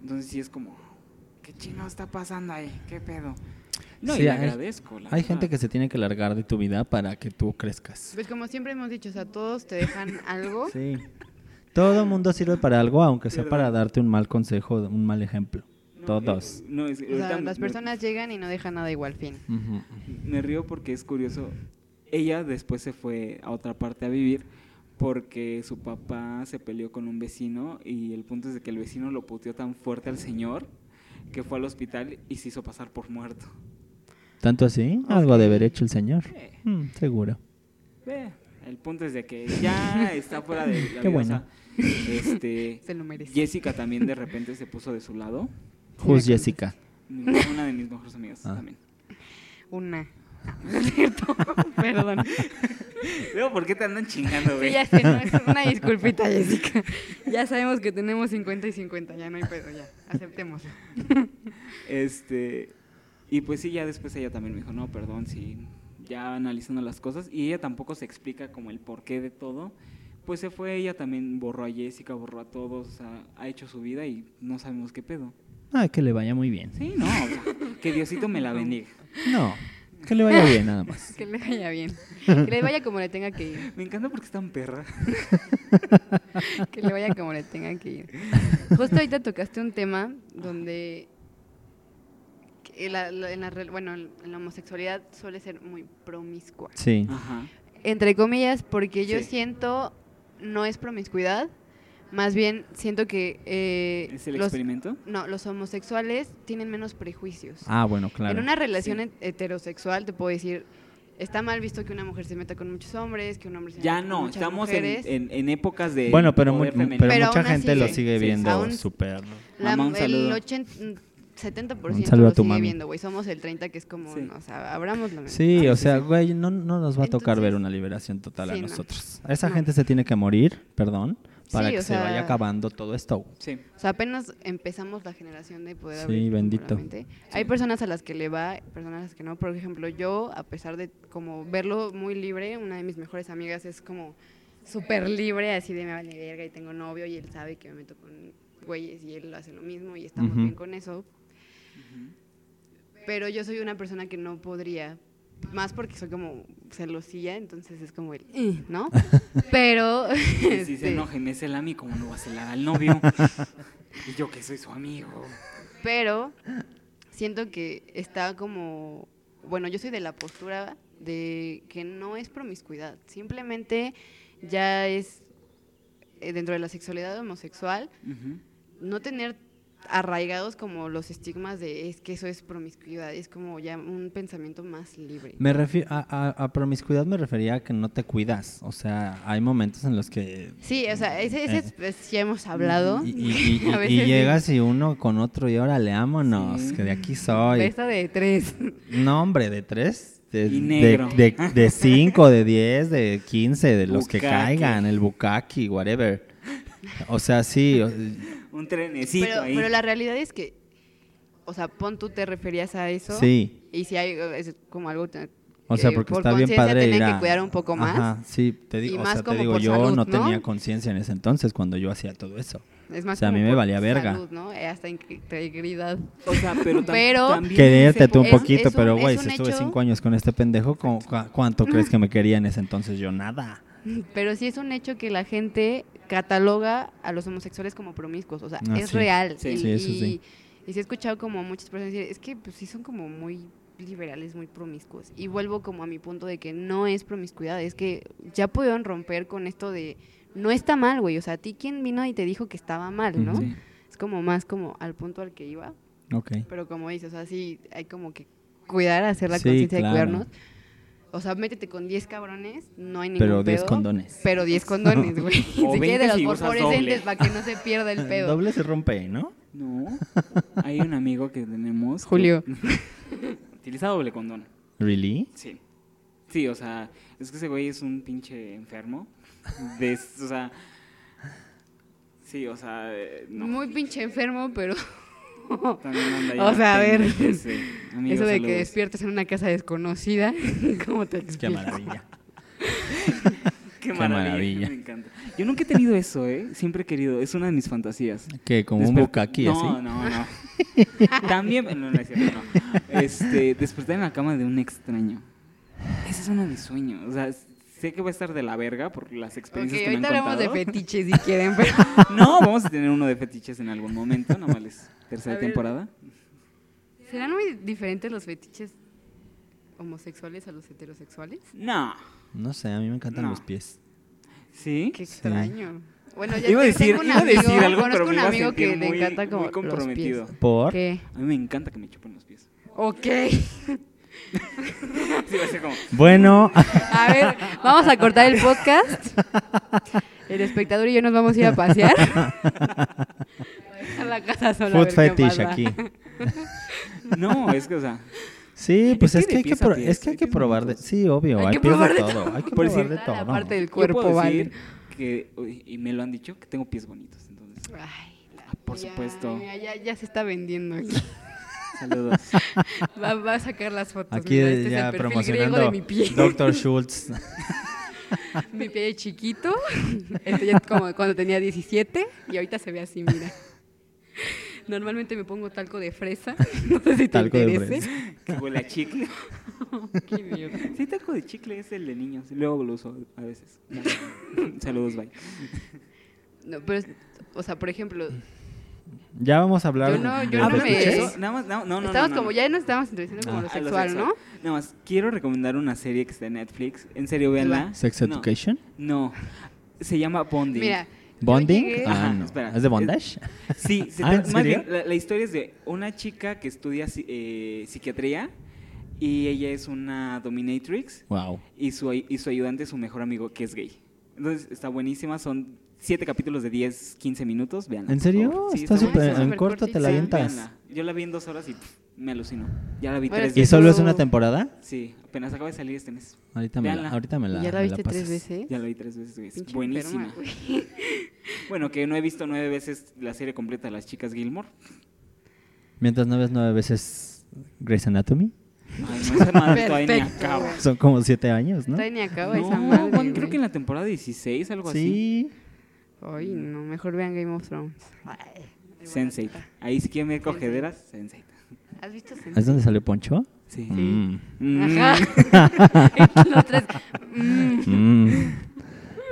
Entonces sí es como, ¿qué chino está pasando ahí? ¿Qué pedo? No,
Sí,
y le
hay-
agradezco. la
Hay
verdad.
gente que se tiene que largar de tu vida para que tú crezcas.
Pues como siempre hemos dicho, o sea, todos te dejan algo.
Sí. Todo mundo sirve para algo, aunque sea para darte un mal consejo, un mal ejemplo.
No,
Todos.
eh, no, es-
O sea,
ahorita
las
me-
personas llegan y no dejan nada igual, fin.
eh.
Ujú.
Me río porque es curioso. Ella después se fue a otra parte a vivir porque su papá se peleó con un vecino y el punto es de que el vecino lo puteó tan fuerte al señor que fue al hospital y se hizo pasar por muerto.
¿Tanto así? Algo ha de haber hecho el señor. Mm, seguro.
Eh, el punto es de que ya está fuera de la
Qué
vida, o sea,
bueno.
este,
Se lo merece.
Jessica también de repente se puso de su lado.
Who's
la
Jessica?
Mi- Una de mis mejores amigas
Ah.
también.
Una. No, no es cierto. Perdón.
Luego, ¿por qué te andan chingando, güey?
Sí, ya sé, no, es una disculpita, Jessica. Ya sabemos que tenemos 50 y 50, ya no hay pedo, ya. Aceptemos.
Este, y pues sí, ya después ella también me dijo, no, perdón, sí, ya analizando las cosas, y ella tampoco se explica como el porqué de todo, pues se fue, ella también borró a Jessica, borró a todos, o sea, ha hecho su vida y no sabemos qué pedo.
Ah, que le vaya muy bien.
Sí, no, o sea, que Diosito me la bendiga.
No, que le vaya bien nada más.
Que le vaya bien. Que le vaya como le tenga que ir.
Me encanta porque es tan perra.
Que le vaya como le tenga que ir. Justo ahorita tocaste un tema donde que la- la- en la re- bueno, en la homosexualidad suele ser muy promiscua.
Sí.
Ajá.
Entre comillas, porque yo
Sí.
siento no es promiscuidad, más bien siento que eh,
¿Es el
los,
experimento?
no, los homosexuales tienen menos prejuicios.
Ah, bueno, claro.
En una relación
Sí.
het- heterosexual te puedo decir, está mal visto que una mujer se meta con muchos hombres, que un hombre se meta
Ya
con
no,
muchas
estamos en,
mujeres.
en- en épocas de
Bueno, pero, mu-
poder femenino.
pero
Pero
mucha
aún así,
gente lo
sí.
sigue
Sí,
viendo
aún-
súper.
La-
Mamá, un
el mm,
saludo.
80, 70%
Un saludo
lo
a tu
sigue
mami.
viendo, güey. Somos el 30 que es como,
Sí.
no, o sea, abrámoslo.
Sí, o sea, güey, no, no nos va a tocar
Entonces-
ver una liberación total a
Sí, no.
nosotros. Esa
No.
gente se tiene que morir, perdón, para
Sí,
que
o
se vaya
sea-
acabando todo esto.
Sí.
O sea, apenas empezamos la generación de poder
Sí,
abrir como
bendito.
la mente. Hay personas a las que le va, personas a las que no. Por ejemplo, yo, a pesar de como verlo muy libre, una de mis mejores amigas es como súper libre, así de me vale verga y tengo novio y él sabe que me meto con güeyes y él hace lo mismo y estamos
Ujú.
bien con eso. Pero yo soy una persona que no podría, más porque soy como celosilla, entonces es como el, "Ih", ¿no? Pero...
Y si se
este,
enoja y me cela a mí, ¿cómo no va a celar al novio? y yo que soy su amigo.
pero siento que está como, bueno, yo soy de la postura de que no es promiscuidad, simplemente ya es eh, dentro de la sexualidad homosexual
Ujú.
no tener arraigados como los estigmas de es que eso es promiscuidad, es como ya un pensamiento más libre.
Me refi- a, a- a promiscuidad me refería a que no te cuidas. O sea, hay momentos en los que...
Sí, o sea, ese, ese
Eh.
pues, ya hemos hablado.
Y, y- y-
A
y-
veces
y
sí.
llegas y uno con otro y órale, ámonos,
Sí.
que de aquí soy.
Besta de tres.
No, hombre, de tres. De,
Y
de-
negro.
De, de cinco, de diez, de quince, de los que
Bukkake.
caigan, el bukaki, whatever. O sea, sí. o-
Un trenecito
Pero,
ahí.
pero la realidad es que, o sea, pon tú te referías a eso.
Sí.
Y si hay, eh, es como algo... te-
O sea,
que
porque
Eh, por
está bien
conciencia
padre
tienen
ir
que
a-
cuidar un poco más.
Ajá, sí, te
Y
digo, o
más
sea, te
como
digo
por
yo
salud,
no
¿no?
tenía conciencia en ese entonces cuando yo hacía todo eso.
Es más
O sea, a
como
mí me
por
valía verga.
salud, ¿no? Eh, Hasta in- integridad.
O sea, pero, tam-
Pero-
también
Quererte
dice-
tú un
es-
poquito,
es un-
pero
es
güey,
un
si estuve
hecho-
cinco años con este pendejo, ¿cu- cu- ¿cuánto crees que me quería en ese entonces? Yo nada.
Pero sí es un hecho que la gente cataloga a los homosexuales como promiscuos. O sea,
Ah,
es
sí.
real.
Sí.
y,
Sí, eso
y-
sí.
y sí he escuchado como muchas personas decir, es que pues sí son como muy liberales, muy promiscuos. Y vuelvo como a mi punto de que no es promiscuidad, es que ya pudieron romper con esto de no está mal, güey. O sea, a ti quién vino y te dijo que estaba mal, ¿no?
Ujú.
Sí.
Es como más como al punto al que iba.
Ok.
Pero como dices, o sea, sí hay como que cuidar, hacer la
Sí,
conciencia
claro.
de cuidarnos. O sea, métete con 10 cabrones, no hay ningún
Pero 10
pedo,
condones.
Pero 10 condones, güey.
O
si
20
quieres
si
los
usas doble.
fosforescentes para que no se pierda el
El
pedo.
doble se rompe, ¿no?
No. Hay un amigo que tenemos. que
Julio.
Utiliza doble condón.
¿Really?
Sí. Sí, o sea, es que ese güey es un pinche enfermo. De, o sea. Sí, o sea, eh, no.
Muy pinche enfermo, pero
También anda ahí
O sea, a ver.
pendejense. Amigo,
eso de que
saludos.
despiertas en una casa desconocida, ¿cómo te explico?
Qué maravilla.
Qué
Qué
maravilla.
maravilla.
Me encanta. Yo nunca he tenido eso, ¿eh? Siempre he querido. Es una de mis fantasías.
Que como un
Desper-
bucaqui
no,
así.
No, no, También, no, no es cierto, no. Este, despertar en la cama de un extraño. Ese es uno de mis sueños. O sea, sé que va a estar de la verga por las
Ok,
experiencias que me
ahorita
han
hablamos de
contado.
fetiches si quieren, pero...
no, vamos a tener uno de fetiches en algún momento, nomás es tercera temporada.
¿Serán muy diferentes los fetiches homosexuales a los heterosexuales?
No.
No sé, a mí me encantan
No.
los pies.
¿Sí?
Qué extraño. Bueno, ya
Iba a
te-
decir,
tengo un
iba a decir
amigo-
algo, pero
conozco
me
un
iba a
amigo que
sentir
le
muy,
encanta como
muy comprometido.
Los pies.
¿Por?
¿Qué?
A mí me encanta que me chupen los pies.
Ok.
Sí, va a ser como,
Bueno,
A ver, vamos a cortar el podcast. El espectador y yo nos vamos a ir a pasear. a la casa sola. a ver qué
food fetish
pasa.
aquí.
no, es que, o sea,
Sí, pues
que
es que,
de
hay que,
pies a
pro-
pies,
es que
hay
hay que
pies
probar de...
bonitos.
Sí, obvio,
Hay
hay,
que
pies
probar
de
de
todo. Hay que
Por
probar de
decir,
todo.
La parte del
yo puedo
cuerpo, vale.
decir que, uy, y me lo han dicho, que tengo pies bonitos. Entonces,
Ay, la-
Ah, por
ya,
supuesto.
mira, ya, ya se está vendiendo. aquí.
saludos.
Va, va a sacar las fotos.
Aquí
mira, este
ya
es el perfil griego
promocionando
de mi pie.
Dr. Schultz.
Mi pie de chiquito, este ya es como cuando tenía 17 y ahorita se ve así, mira. Normalmente me pongo talco de fresa, no sé si te
Talco de
interese. Oh,
que huele a chicle.
Qué idiota.
Sí, taco de chicle es el de niños. Luego lo uso a veces. Saludos, bye.
No, pero, es- o sea, por ejemplo,
Ya vamos a hablar.
Yo no- yo
de
no
los
Hablando
me-
de
fetiches.
eso, nada más, no, no, no,
estamos
no, no,
como, ya nos estamos introduciendo como
Ah,
lo
a lo
sexual, ¿no?
Nada más, quiero recomendar una serie que está en Netflix. En serio, véanla.
Sex
No,
Education.
No, Se llama Bonding.
Mira. yo
Bonding.
llegué-
Ah,
Ajá,
no.
espera.
¿Es de bondage?
Sí, se
Ah, ¿en
tra- más
serio?
bien, la, la historia es de una chica que estudia si- eh, psiquiatría y ella es una dominatrix
Wow.
y su, ay- y su ayudante es su mejor amigo que es gay. Entonces está buenísima, son siete capítulos de 10, 15 minutos, vean.
¿En serio? Está
está
súper
buenísimo.
en corto, te la
Sí,
avientas.
Yo la vi en dos horas y pff, me alucinó. Ya la vi
Bueno,
tres
¿Y
sí,
veces.
solo
yo-
es una temporada?
Sí, apenas acaba de salir este mes.
Ahorita me la,
Véanla.
ahorita me la
¿Ya la
me
viste tres
pasas.
veces?
Ya la vi tres veces, güey. es
Pinche
Buenísima.
enferma, güey.
Bueno, que no he visto nueve veces la serie completa de las chicas Gilmore.
Mientras no ves nueve veces Grey's Anatomy.
Ay, no, esa madre todavía ni
Perfecto,
acaba.
güey.
Son como siete años, ¿no?
Todavía ni acaba
No,
esa madre,
bueno, creo
güey.
que en la temporada 16, algo
Sí.
Ay, no, mejor vean Game of Thrones.
así. Sensei. Ahí si quieren ver cogederas, Sensei.
¿Has visto
¿Es donde salió Poncho?
Sí.
Mm.
Mm.
Ajá. Los tres, mm.
Mm.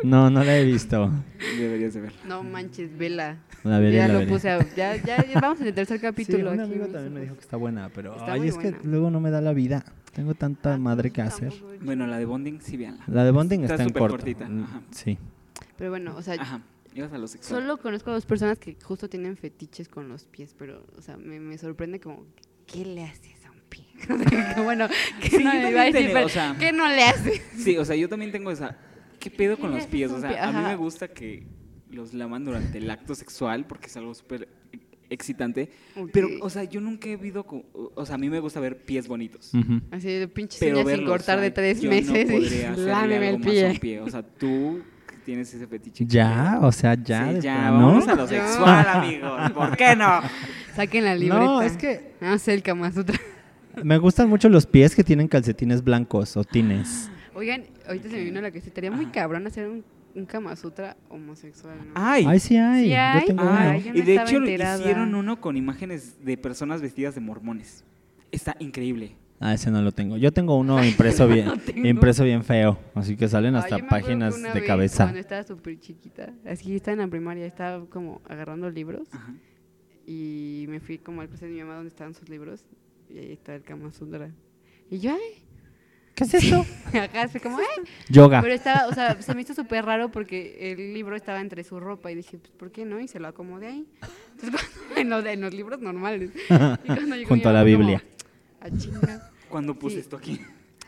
No, no la he visto.
Deberías de ver.
No manches, vela.
La veré,
ya
la
lo
veré.
puse a, ya, ya, ya vamos en el tercer capítulo.
Sí, un
aquí,
amigo
mis
también me dijo
ojos.
que está buena, pero
Está
ay,
muy
es
buena. Ah,
que luego no me da la vida. Tengo tanta madre que hacer.
Tampoco, yo-
Bueno, la de Bonding, sí, véanla.
La de Bonding
Está
está, en
súper
corto.
cortita,
Mm,
ajá.
Sí.
Pero bueno, o sea,
Ajá. Ibas a lo sexual.
solo conozco a dos personas que justo tienen fetiches con los pies, pero, o sea, me, me sorprende como, ¿qué le haces a un pie? O sea, que bueno, que
Sí,
no le
yo también
iba a decir,
tenía,
pero,
o sea-
¿qué no le haces?
Sí, o sea, yo también tengo esa. ¿Qué pedo con los pies? O sea, a mí
Ajá.
me gusta que los laman durante el acto sexual porque es algo súper excitante. Pero,
Ok.
o sea, yo nunca he visto. co- O sea, a mí me gusta ver pies bonitos.
Ujú.
Así de pinche
Pero
uñas sin
verlos,
cortar
o sea,
de tres
yo
meses
No
y
podría hacerle
lámeme el
algo más a un
pie.
O sea, tú que tienes ese fetiche.
Ya, o sea, ya.
Sí,
de
ya,
plano.
vamos a lo
Ya.
sexual, amigos. ¿Por qué no?
Saquen la libreta. Ah,
No, es que
No, sé el Kama Sutra.
me gustan mucho los pies que tienen calcetines blancos o tines.
Oigan, ahorita se me vino la que estaría
Ah.
muy cabrón hacer un, un Kama Sutra homosexual, ¿no?
¡Ay!
Ay, sí hay.
Sí
yo
hay.
tengo uno.
Ay, yo no
y de
estaba
hecho
enterada.
hicieron uno con imágenes de personas vestidas de mormones. Está increíble.
Ah, ese no lo tengo. Yo tengo uno impreso bien,
tengo.
impreso bien feo. Así que salen
Ay,
hasta
yo me acuerdo que
páginas
una
de
vez, este
cabeza.
Cuando estaba súper chiquita, así estaba en la primaria, estaba como agarrando libros
Ajá.
y me fui como al presente de mi mamá donde estaban sus libros y ahí estaba el Kama Sutra. Y yo, ay,
¿Qué es esto?
acá se como, ay.
Yoga.
Pero estaba, o sea, se me hizo súper raro porque el libro estaba entre su ropa y dije, pues, ¿por qué no? Y se lo acomodé ahí. Entonces, cuando- en, lo de- en los libros normales. Y cuando llegó
Junto
mi
a la
mamá, como,
Biblia.
"Ah, chinga".
Cuando puse
Sí.
esto aquí.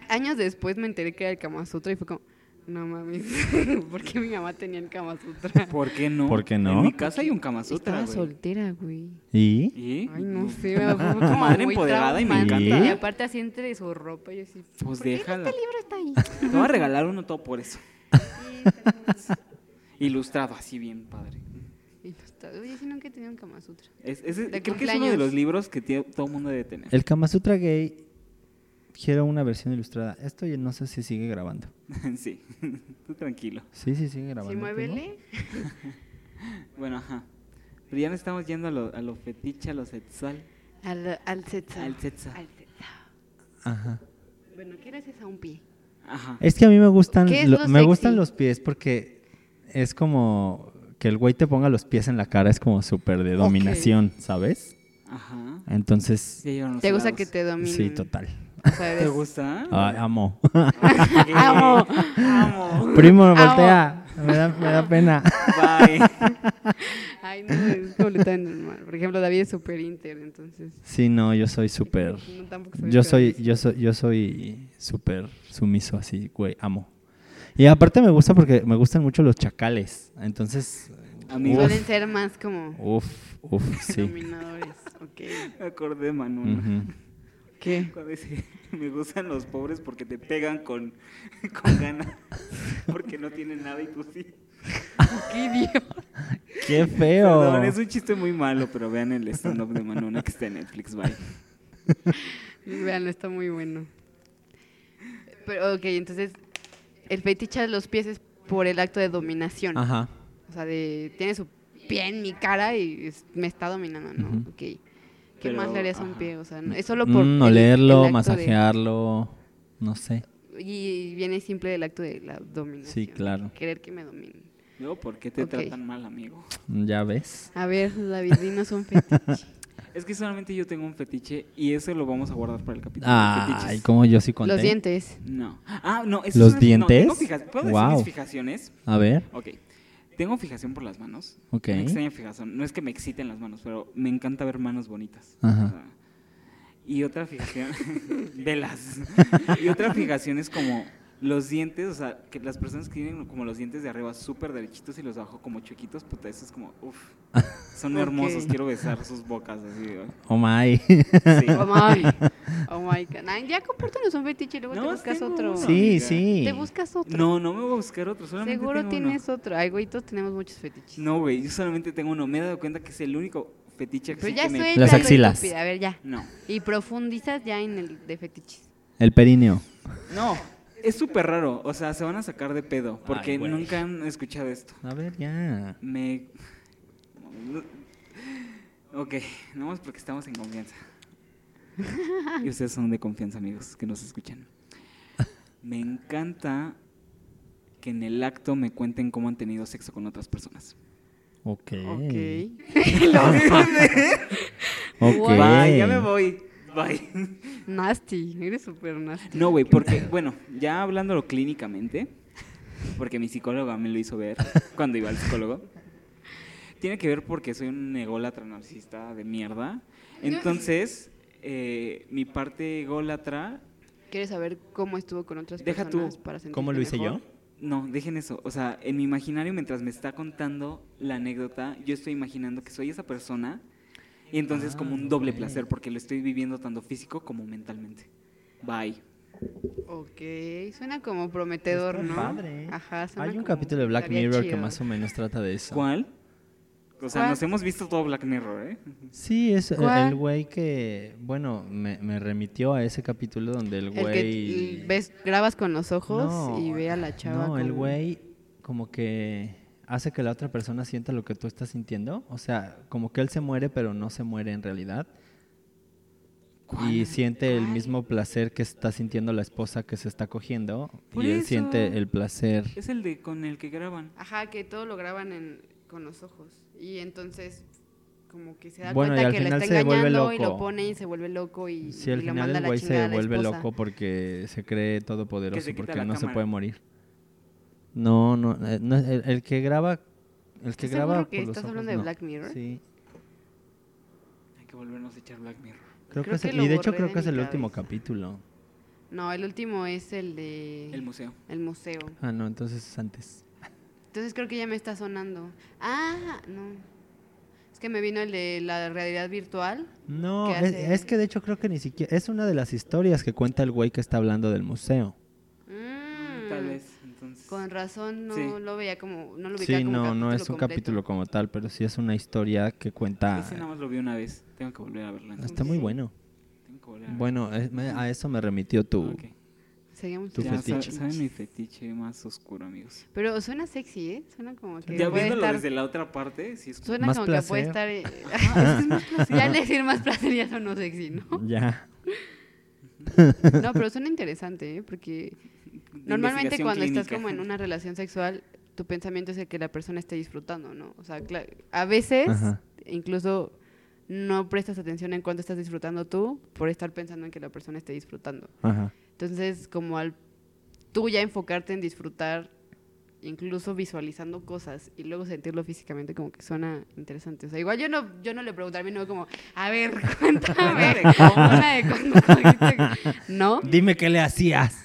Años después me enteré que era el Kama Sutra y fue como, no mames, ¿por qué mi mamá tenía el Kama Sutra?
¿Por qué no?
¿Por qué no?
En mi casa hay un Kama Sutra,
Estaba
güey.
soltera, güey.
¿Y?
¿Y?
Ay, no sé, me fue como
Madre
muy
empoderada y me
traumante.
encanta.
Y aparte así entre su ropa, yo así, ¿por
Pues
qué
déjala.
este libro está ahí?
Te voy a regalar uno todo por eso.
Sí, está bien.
Ilustrado, así bien padre.
Y no está- Oye, sí, nunca he tenido un Kama Sutra.
Es, es-
De
creo que es uno de
cumpleaños.
los libros que tie- todo el mundo debe tener.
El Kama Sutra Gay. Quiero una versión ilustrada. Esto ya no sé si sigue grabando.
sí, tú tranquilo.
Sí, sí, sigue grabando.
Sí,
¿tú no?
muévele.
Bueno, ajá. Pero ya nos estamos yendo a lo, a lo fetiche, a lo sexual.
Al, al setsa.
Al setsa.
Al setsa.
Ajá.
Bueno, ¿qué eres esa un pie?
Ajá.
Es que a mí me gustan,
¿Qué es
lo-
lo
me
sexy?
gustan los pies porque es como que el güey te ponga los pies en la cara, es como súper de dominación, ¿sabes?
Ajá.
Entonces,
Ya llegaron los
¿Te gusta
helados.
que te dominen?
sí, total.
O sea,
¿Te
eres-
gusta?
Ay, amo.
Ok.
Amo.
Amo.
Primo, voltea. Me da, me da pena.
Bye.
Ay, no, es completamente normal. Por ejemplo, David es súper inter, entonces.
Sí, no, yo soy súper.
No, tampoco
Yo soy,
peor.
yo soy, yo soy súper sumiso, así, güey, amo. Y aparte me gusta porque me gustan mucho los chacales. Entonces,
Amigos.
Suelen ser más como
uff, uff, sí.
dominadores. Ok.
Me acordé de Manu. ¿no?
Ujú.
¿Qué?
Cuando dice, me gustan los pobres porque te pegan con, con ganas. Porque no tienen nada y tú sí.
¿Qué idiota?
¡Qué feo!
Perdón, es un chiste muy malo, pero vean el stand-up de Manuna que está en Netflix, bye.
Veanlo, está muy bueno. Pero, ok, entonces, el fetiche de los pies es por el acto de dominación.
Ajá.
O sea, de, tiene su pie en mi cara y es- me está dominando, ¿no?
Ujú.
Ok. ¿Qué
Pero,
más le harías a un
ajá.
pie? O sea, no- es solo por.
Mm,
el-
olerlo,
el acto de-
masajearlo, no sé.
y viene simple del acto de la dominación.
Sí, claro.
Querer que me dominen.
No, ¿por qué te
Ok.
tratan mal, amigo?
Ya ves.
A ver, David, dinos un fetiche.
Es que solamente yo tengo un fetiche y eso lo vamos a guardar para el capítulo. de
Ay,
fetiches.
como yo sí conté.
los dientes.
No. Ah, no. eso es
¿Los
una- no, tengo
dientes?
fija- ¿Puedo decir
Guau.
mis fijaciones?
A ver,
Ok. Tengo fijación por las manos.
ok.
Una extraña fijación. No es que me exciten las manos, pero me encanta ver manos bonitas.
Ajá.
O sea, Y otra fijación, velas. y otra fijación es como los dientes, o sea, que las personas que tienen como los dientes de arriba súper derechitos y los de abajo como chiquitos, puta, eso es como, uff, son
Ok.
hermosos, quiero besar sus bocas así. ¿no?
Oh my.
Sí.
Oh my. Oh my God. Ay, ya compártanos un fetiche y luego
No,
te buscas
tengo
otro.
uno.
sí,
amiga.
sí.
Oh Te buscas otro.
No, no me voy a buscar otro, solamente
Seguro
tengo uno.
tienes otro. Ay, güey, todos tenemos muchos fetiches.
No, güey, yo solamente tengo uno. Me he dado cuenta que es el único fetiche que
Pero
sí
ya
que me-
soy
Las axilas.
A ver, ya.
No,
Y profundizas ya en el de fetiches.
El perineo.
no. Es súper raro, o sea, se van a sacar de pedo, porque
Ay, güey.
nunca han escuchado esto.
A ver, ya.
Me... Ok, nomás porque estamos en confianza. Y ustedes son de confianza, amigos, que nos escuchan. Me encanta que en el acto me cuenten cómo han tenido sexo con otras personas.
Ok.
Ok.
Ok.
Guau.
Bye, ya me voy. Bye.
nasty. Eres súper nasty.
No, güey, porque, bueno, ya hablándolo clínicamente, porque mi psicóloga me lo hizo ver cuando iba al psicólogo, tiene que ver porque soy un ególatra narcisista de mierda. Entonces, eh, mi parte ególatra,
¿Quieres saber cómo estuvo con otras
Deja tú.
personas para sentirte
¿Cómo lo hice yo?
mejor?
no, dejen eso, o sea, en mi imaginario mientras me está contando la anécdota, yo estoy imaginando que soy esa persona y entonces
Ah,
como un doble
ok.
placer porque lo estoy viviendo tanto físico como mentalmente. Bye.
Ok. Suena como prometedor,
Está
¿no?
padre.
Ajá. suena
Hay un
como-
capítulo de Black
estaría
Mirror que
chido.
más o menos trata de eso.
¿Cuál? O sea,
¿Cuál?
nos hemos visto todo Black Mirror, ¿eh?
Sí, es el-
¿Cuál?
el güey que, bueno, me, me remitió a ese capítulo donde el
El
güey...
que ves, grabas con los ojos
No,
y ve a la chava.
No, el
con-
güey como que hace que la otra persona sienta lo que tú estás sintiendo. O sea, como que él se muere, pero no se muere en realidad. Y siente el
¿Cuál?
mismo placer que está sintiendo la esposa que se está cogiendo.
Por
y él
eso.
siente el placer.
Es el de con el que graban.
Ajá, que todo lo graban en- con los ojos. Y entonces, como que se da
Bueno, y
cuenta
al
que le
final
está
se vuelve
engañando y lo
loco.
pone y se vuelve loco y,
Si
y
al
lo
final
manda a
el
la
güey
chingada
se
a la
vuelve
esposa.
loco porque se cree todopoderoso,
quita
porque
la
no se
cámara.
puede morir. No, no, eh, no, el, el que graba... El que
¿Estás
graba
seguro que
por los
estás
ojos,
hablando de
no.
Black Mirror?
Sí.
Hay que volvernos a echar Black Mirror.
Creo
Creo que es-
que lo
y de hecho
borré
creo
de
que es
mi
el último
cabeza.
capítulo.
No, el último es el de.
El museo.
el museo.
Ah, no, entonces es antes.
Entonces creo que ya me está sonando. Ah, no. Es que me vino el de la realidad virtual.
No,
¿Qué
es,
hace?
es que de hecho creo que ni siquiera... Es una de las historias que cuenta el güey que está hablando del museo.
Mm,
Tal vez, entonces.
Con razón no
Sí.
lo veía como. No lo ubicaba
Sí,
como
no, no es un
completo.
capítulo como tal, pero sí es una historia que cuenta...
Ese nada más lo vi una vez. Tengo que volver a verlo. entonces.
Ah. Está muy bueno.
Tengo que volver a verlo.
Bueno, es- me- a eso me remitió tu...
Ok.
Seguimos
Tu
Ya,
con-
sa-
fetiche.
¿Saben mi fetiche más oscuro, amigos?
Pero suena sexy, ¿eh? Suena como que.
Ya
puede
viéndolo
estar-
desde la otra parte, sí es como-
Suena
Más
como que puede estar. eh,
placer.
ya al decir más placer ya sonó sexy, ¿no?
Ya.
No, pero suena interesante, ¿eh? Porque
de
normalmente
investigación
cuando estás
clínica.
como en una relación sexual, tu pensamiento es el que la persona esté disfrutando, ¿no? O sea, cla- a veces
Ajá.
incluso no prestas atención en cuánto estás disfrutando tú por estar pensando en que la persona esté disfrutando.
Ajá.
Entonces, como al tú ya enfocarte en disfrutar, incluso visualizando cosas y luego sentirlo físicamente, como que suena interesante. O sea, igual yo no, yo no le preguntaría a mi novio como, a ver, cuéntame, una de cuando cogiste". ¿No?
Dime qué le hacías.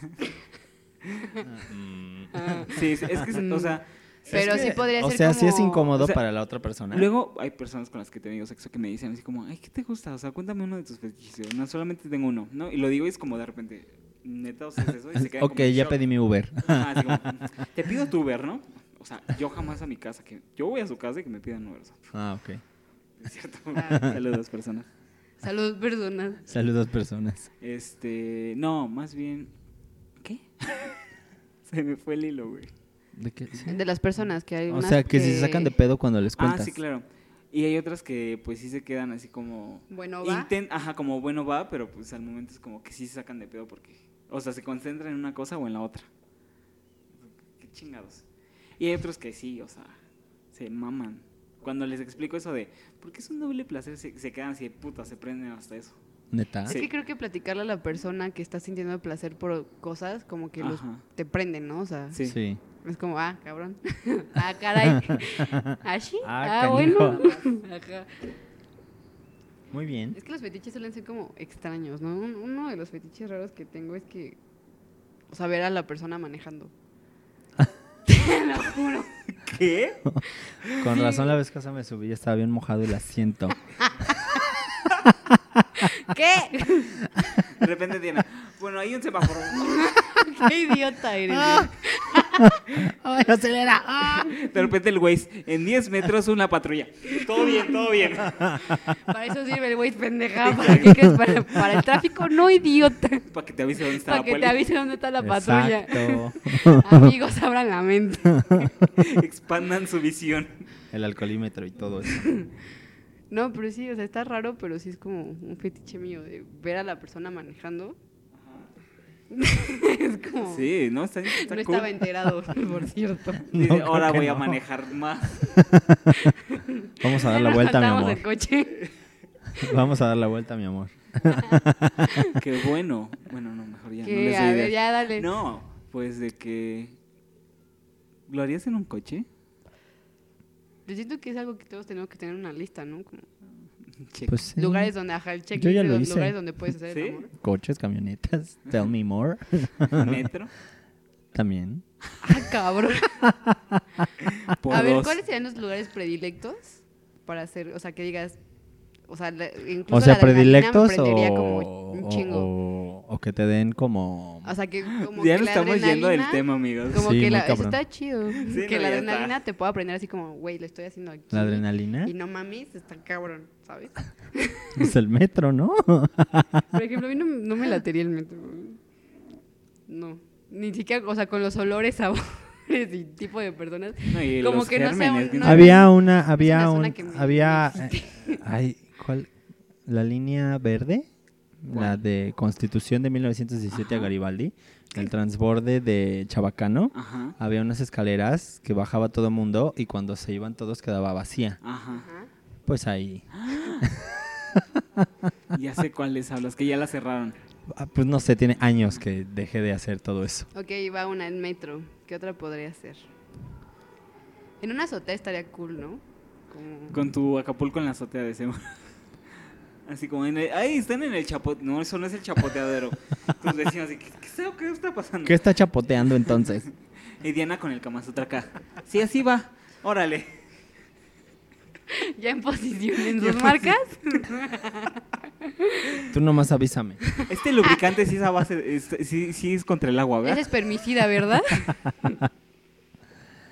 Mm.
Ah,
Sí, es, es que, se- o sea,
Pero
Es que-
sí podría
O
ser
sea, sí es
como-
incómodo
o sea,
para la otra persona.
luego hay personas con las que he tenido sexo que me dicen así como, ay, ¿qué te gusta? O sea, cuéntame uno de tus fetiches. No, solamente tengo uno, ¿no? Y lo digo y es como de repente, neta, o sea, es eso. Y se queda
ok,
como en
ya
shock.
pedí mi Uber.
Ajá, así como, "Mm, te pido tu Uber, ¿no? O sea, yo jamás a mi casa, que yo voy a su casa y que me pidan Uber. o sea,
Ah, ok.
Es cierto.
Ah.
Saludos, personas.
Salud, personas.
Saludos, personas.
Este, no, más bien, ¿qué? Se me fue el hilo, güey.
¿De qué? Sí.
De las personas que hay
O
unas
sea, que, si se sacan de pedo cuando les cuentas.
Ah, sí, claro. Y hay otras que pues sí se quedan así como...
Bueno, va.
Inten- Ajá, como bueno va, pero pues al momento es como que sí se sacan de pedo porque... O sea, se concentran en una cosa o en la otra. Qué chingados. Y hay otros que sí, o sea, se maman. Cuando les explico eso de, ¿por qué es un doble placer? Se, se quedan así de puta, se prenden hasta eso.
Neta.
Es
Sí.
que creo que platicarle a la persona que está sintiendo placer por cosas, como que los
Ajá.
te prenden, ¿no? O sea,
Sí.
Sí.
es como, ah, cabrón. ah, caray. ah, sí.
Ah,
Ah, bueno.
canijo.
Ajá.
Muy bien.
Es que los fetiches suelen ser como extraños, ¿no? Un- Uno de los fetiches raros que tengo es que. O sea, ver a la persona manejando. Te lo juro.
¿Qué?
Con razón la vez que se me subí estaba bien mojado el asiento.
¿Qué?
De repente tiene, bueno, hay un semáforo.
Qué idiota eres.
Ah.
Ah.
¡Ay, acelera!
De repente el güey, en 10 metros una patrulla. Todo bien, todo bien.
Para eso sirve el güey pendeja. ¿Para qué crees? Para, para el tráfico, no idiota.
Para que te avise dónde está
Para
la
que te
poli.
avise dónde está la patrulla.
Exacto.
Amigos, abran la mente.
expandan su visión.
El alcoholímetro y todo eso.
No, pero sí, o sea, está raro, pero sí es como un fetiche mío de ver a la persona manejando. es como...
Sí, no, está, está
no
cool.
estaba enterado, por cierto.
Dice,
No, creo
ahora
que
voy a
no.
manejar más.
Vamos a dar
Ya
la
nos
vuelta, mi
saltamos
amor.
el coche.
Vamos a dar la vuelta, mi amor.
Qué bueno. Bueno, no, mejor ya.
Que,
no les
a
doy
ver,
ideas.
ya dale.
No, pues de que... ¿Lo harías en un coche?
Yo siento que es algo que todos tenemos que tener una lista, ¿no? Como
Che,
Pues sí.
Lugares donde ajá, el checklist
Yo ya
de
lo
los
hice.
lugares donde puedes hacer
¿Sí?
el amor.
Coches, camionetas. Tell me more.
metro.
También.
Ah, cabrón.
Por
a ver,
dos.
¿cuáles serían los lugares predilectos para hacer, o sea, que digas, o sea, la- incluso
O sea,
la adrenalina me
predilectos
prendería
o,
como un
o-
chingo.
o- o o que te den como...
O sea, que como
ya
que
nos
la
estamos yendo del
adrenalina-
tema, amigos.
Como
Sí,
que
muy
la, eso
cabrón.
está chido.
Sí,
que la
no, ya está.
adrenalina te pueda aprender así como, güey, lo estoy haciendo aquí.
La adrenalina
Y no mames, está cabrón, ¿sabes?
es el metro, ¿no?
Por ejemplo, a mí no, no me latería el metro. güey. No. Ni siquiera, o sea, con los olores, sabores y tipo de personas.
No, y
Como
los
que no sea
gérmenes,
un-
que
no-
no-
había una, había
una zona
un,
que me-
había,
me
eh, ay, ¿cuál? La línea verde, la
¿Cuál?
de Constitución de 1917 a
Ajá.
Garibaldi, el transborde de Chabacano.
Ajá,
Ah.
Había unas escaleras que bajaba todo mundo y cuando se iban todos quedaba vacía.
ajá.
Ajá.
Pues ahí,
Ya sé cuáles hablas, que ya la cerraron.
ah, pues no sé, tiene años que dejé de hacer todo eso.
Ok, va una en metro. ¿Qué otra podría ser? En una azotea estaría cool, ¿no? Como...
Con tu Acapulco en la azotea de seguro. Así como en el, ay, están en el chapote. No, eso no es el chapoteadero. Tus vecinos así, ¿qué, qué, está- qué está pasando?
¿Qué está chapoteando entonces?
Y Diana con el Kama Sutra acá. Sí, así va. Órale.
Ya en posición en
Ya
sus
en
marcas.
Tú nomás avísame.
Este lubricante sí es a base, es- sí, sí es contra el agua,
Ese
¿verdad?
es permicida, ¿verdad?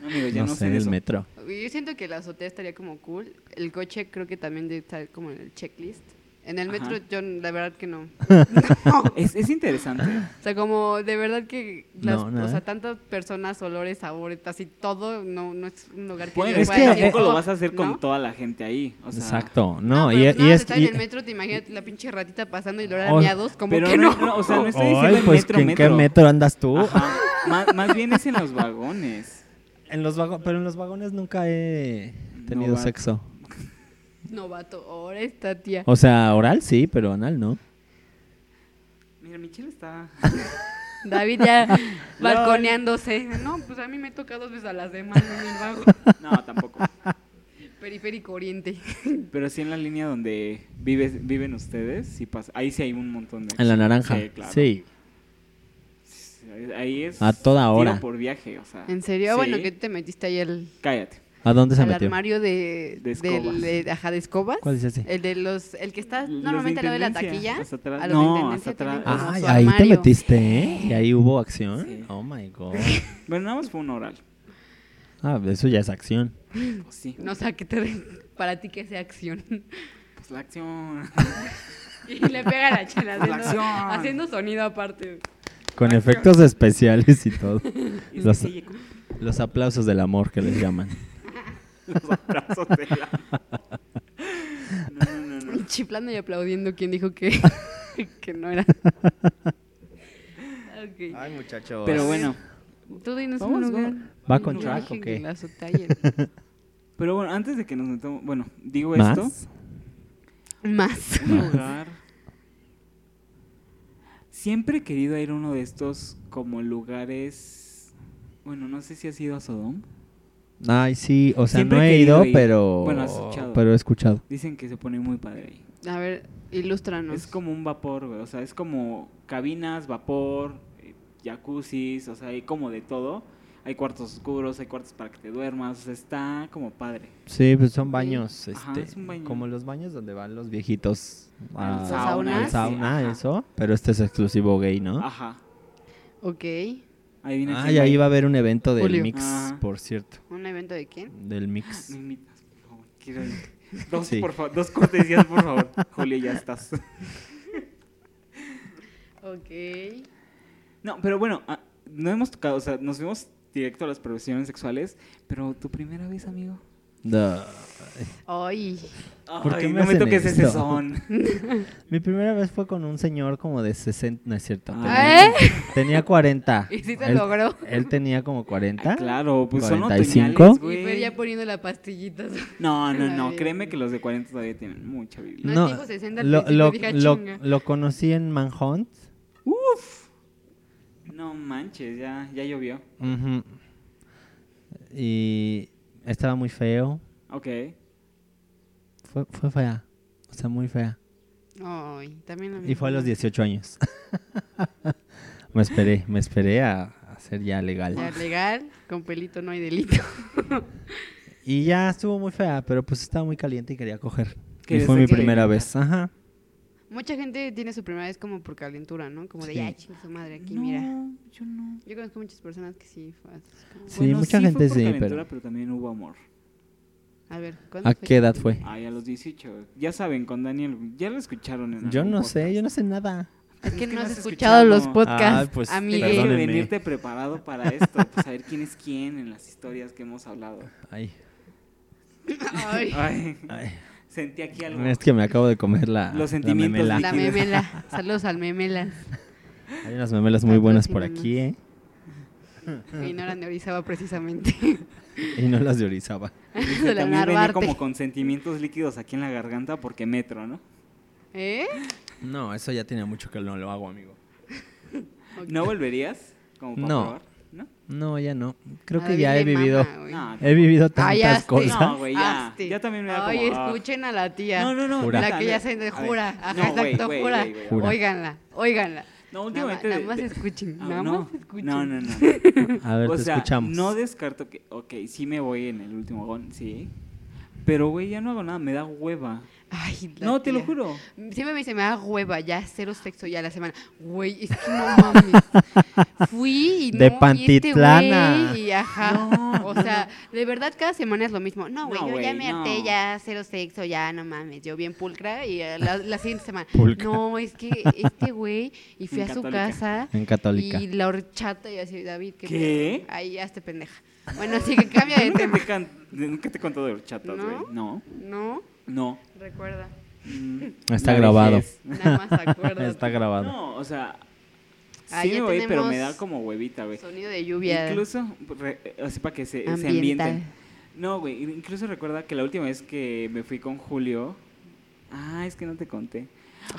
No, amigo, ya
No,
no,
sé,
de
el
eso.
metro.
Yo siento que la azotea estaría como cool. El coche creo que también debe estar como en el checklist. En el metro
Ajá.
yo la verdad que no.
Es, es interesante.
O sea, como de verdad que las,
No, nada.
o sea, tantas personas, olores, sabores, así todo no, no es un lugar que
Bueno,
yo
es que
vaya a decir,
tampoco lo
"Oh",
vas a hacer con
¿no?
toda la gente ahí. O sea,
Exacto.
No,
No,
pero
y,
pues
y
nada,
es...
estar en
y-
el metro, te imaginas la pinche ratita pasando y lo
Oh,
a miados, como
Pero
que
no,
no.
no, o sea, no estoy diciendo
Ay,
en
pues,
metro,
¿en
metro.
qué metro andas tú?
Ajá. Má- más bien es en los vagones.
En los vago- pero en los vagones nunca he tenido
Novato.
sexo.
Novato, ahora esta tía.
O sea, oral sí, pero anal no.
Mira, Michelle está.
David ya balconeándose. No, pues a mí me toca dos veces a las demás en el vago.
No, tampoco.
Periférico Oriente.
Pero sí en la línea donde vives, viven ustedes, sí pasa. Ahí sí hay un montón de.
En la naranja.
Sí,
Sí,
claro. Ahí es.
A toda
tiro
hora.
por viaje, o sea.
¿En serio? Ah,
Sí.
Bueno, que te metiste ahí el,
Cállate.
¿A dónde se
al
metió?
armario de,
De
del-
escobas.
de- ajá, de escobas.
¿Cuál es ese?
El de los, el que está
Los de
normalmente al lado de la
intendencia,
taquilla.
hasta atrás.
A los
No,
de intendencia
hasta atrás.
tienen como
Ay,
su
Ah, ahí te
armario.
metiste, ¿eh? Y ahí hubo acción.
Sí.
Oh my god.
Bueno, nada más fue un oral.
Ah, eso ya es acción.
Pues sí.
No sé, a qué te, para ti que sea acción.
Pues la acción.
Y le pega la chela
La
haciendo,
acción.
haciendo sonido aparte.
Con efectos especiales y todo.
Y es que
Los-
sí, con
Los aplausos del amor que les llaman.
los abrazos de la. No, no, no, no.
Chiplando y aplaudiendo quien dijo que, que no era. Ok.
Ay, muchachos.
Pero bueno.
Tú dinos un
Vamos,
lugar.
vamos.
¿Va con
Yo
track
dije
o
que
qué?
la azotea y
Pero bueno, antes de que nos metamos. Bueno, digo esto.
¿Más?
el- Más.
Un lugar. Siempre he querido ir a uno de estos como lugares. Bueno, no sé si has ido a Sodom.
Ay, sí. O sea,
Siempre
no
he
he
querido
ido,
ir.
pero...
Bueno, has escuchado.
Pero he escuchado.
Dicen que se pone muy padre ahí.
A ver, ilústranos.
Es como un vapor, güey. O sea, es como cabinas, vapor, eh, jacuzzis, o sea, hay como de todo. Hay cuartos oscuros, hay cuartos para que te duermas, o sea, está como padre.
Sí, pues son
Ok.
baños, este,
Ajá, es un baño.
como los baños donde van los viejitos
Al
a-
sauna,
al
sí,
sauna,
ajá.
eso. Pero este es exclusivo gay, ¿no?
Ajá.
Ok.
Ahí viene Ah.
Ah, y ahí va a haber un evento del
Julio.
mix,
Ajá.
por cierto,
¿Un evento de quién?
del mix.
Me invitas, por favor. Quiero ir. Dos,
Sí.
por favor, dos cortesías, por favor. Julio, ya estás.
Ok.
No, pero bueno, ah, no hemos tocado, o sea, nos fuimos directo a las profesiones sexuales, pero tu primera vez, amigo.
Da.
Ay.
¿Por qué
Ay, no
me
me
hacen
toques ese
esto?
son.
Mi primera vez fue con un señor como de 60, no es cierto.
Ah.
¿Eh?
Tenía, tenía 40.
¿Y si se
él,
logró?
él tenía como 40.
Ah, claro, pues son
45.
otoñales,
Y
güey.
Fer ya poniendo la pastillita.
No, no, no,
Ay.
créeme que los de 40 todavía tienen mucha biblia.
No, dijo 60 al
lo,
principio,
lo,
dije, "Ah,
lo-
chinga".
lo conocí en Manhunt.
Uf. No manches, ya, ya llovió.
Ujú. Y estaba muy feo.
Ok.
Fue, fue fea. O sea, muy fea.
Ay, también mí
Y fue a los
también.
18 años. me esperé, me esperé a, a ser ya legal.
Ya, legal, con pelito no hay delito.
Y ya estuvo muy fea, pero pues estaba muy caliente y quería coger. Y
Querías
fue mi
experimentar.
primera vez. Ajá.
Mucha gente tiene su primera vez como por calentura, ¿no? Como de,
Sí.
ya, chingue su madre, aquí,
no,
mira.
yo no.
Yo conozco muchas personas que sí. fue así como,
Sí, mucha gente
fue por
sí,
calentura,
pero-
pero también hubo amor.
A ver, ¿cuándo
¿A
fue?
qué edad fue?
Ay, a los 18. Ya saben, con Daniel, ya lo escucharon en
Yo
algún
no sé,
podcast.
yo no sé nada.
Es que no has
escuchado.
escuchado los podcasts,
Ah, pues,
amigue.
Tienes que
Perdónenme.
venirte preparado para esto, para saber quién es quién en las historias que hemos hablado.
Ay,
Ay,
Ay,
ay.
sentí aquí algo.
Es que me acabo de comer la,
Los
la
sentimientos
memela.
la memela. Saludos al memela.
Hay unas memelas muy buenas por aquí, ¿eh?
Que ignoran de Orizaba precisamente.
Y no las de Orizaba.
Dice,
De la
también venía
Narvarte.
como con sentimientos líquidos aquí en la garganta porque metro, ¿no?
¿Eh?
No, eso ya tiene mucho que no lo hago, amigo.
Ok.
¿No volverías? Como para
No.
probar, ¿No.
No, ya no. Creo
A
que
David
ya he
le
vivido,
mama, Ah, güey.
No,
he vivido tantas
Callaste.
cosas.
No, güey, ya.
Hazte.
Ya también me da
Ay,
como, ah.
escuchen a la tía.
No, no, no.
Jura.
neta,
La que ya
neta.
se
A ver.
jura. Ajá,
No, güey,
exacto,
güey,
jura.
güey, güey.
Jura.
Óiganla, óiganla.
No,
Nada más-
últimamente.
nada
de-
más
de-
escuchen,
Ah,
nada
no.
más escuchen.
No, no, no.
A ver,
o
te
sea,
escuchamos.
no descarto que, ok, sí me voy en el último gol, sí. Pero, güey, ya no hago nada, me da hueva.
Ay, la
No, te lo
tía.
juro.
Siempre me dice, me da hueva, ya cero sexo ya la semana. Güey, es que no mames. Fui y no,
De
y este
Pantitlana.
güey, y ajá.
No,
o sea, de verdad cada semana es lo mismo. No, güey,
No,
yo
güey,
ya me harté,
no.
ya cero sexo, ya no mames. Yo bien pulcra y eh, la, la siguiente semana.
Pulcra.
No, es que este güey, y fui
En
a su
católica.
casa.
En católica.
Y la horchata y así, David, ¿qué?
¿Qué?
pedo? Ahí ya este pendeja. Bueno, así que cambia de
Nunca
tema.
te, can- nunca te he contado de horchatas,
¿No?
güey. No,
No,
no.
recuerda.
Mm,
Está
la
grabado.
vejez.
Nada más acuérdate.
Está grabado.
No, o sea,
Ah,
sí
ya
me voy, pero me da
tenemos
como huevita, güey.
Sonido de lluvia.
Incluso, re- o sea, para que se, se
Ambiental.
ambienten. No, güey, incluso recuerda que la última vez que me fui con Julio... Ah, es que no te conté.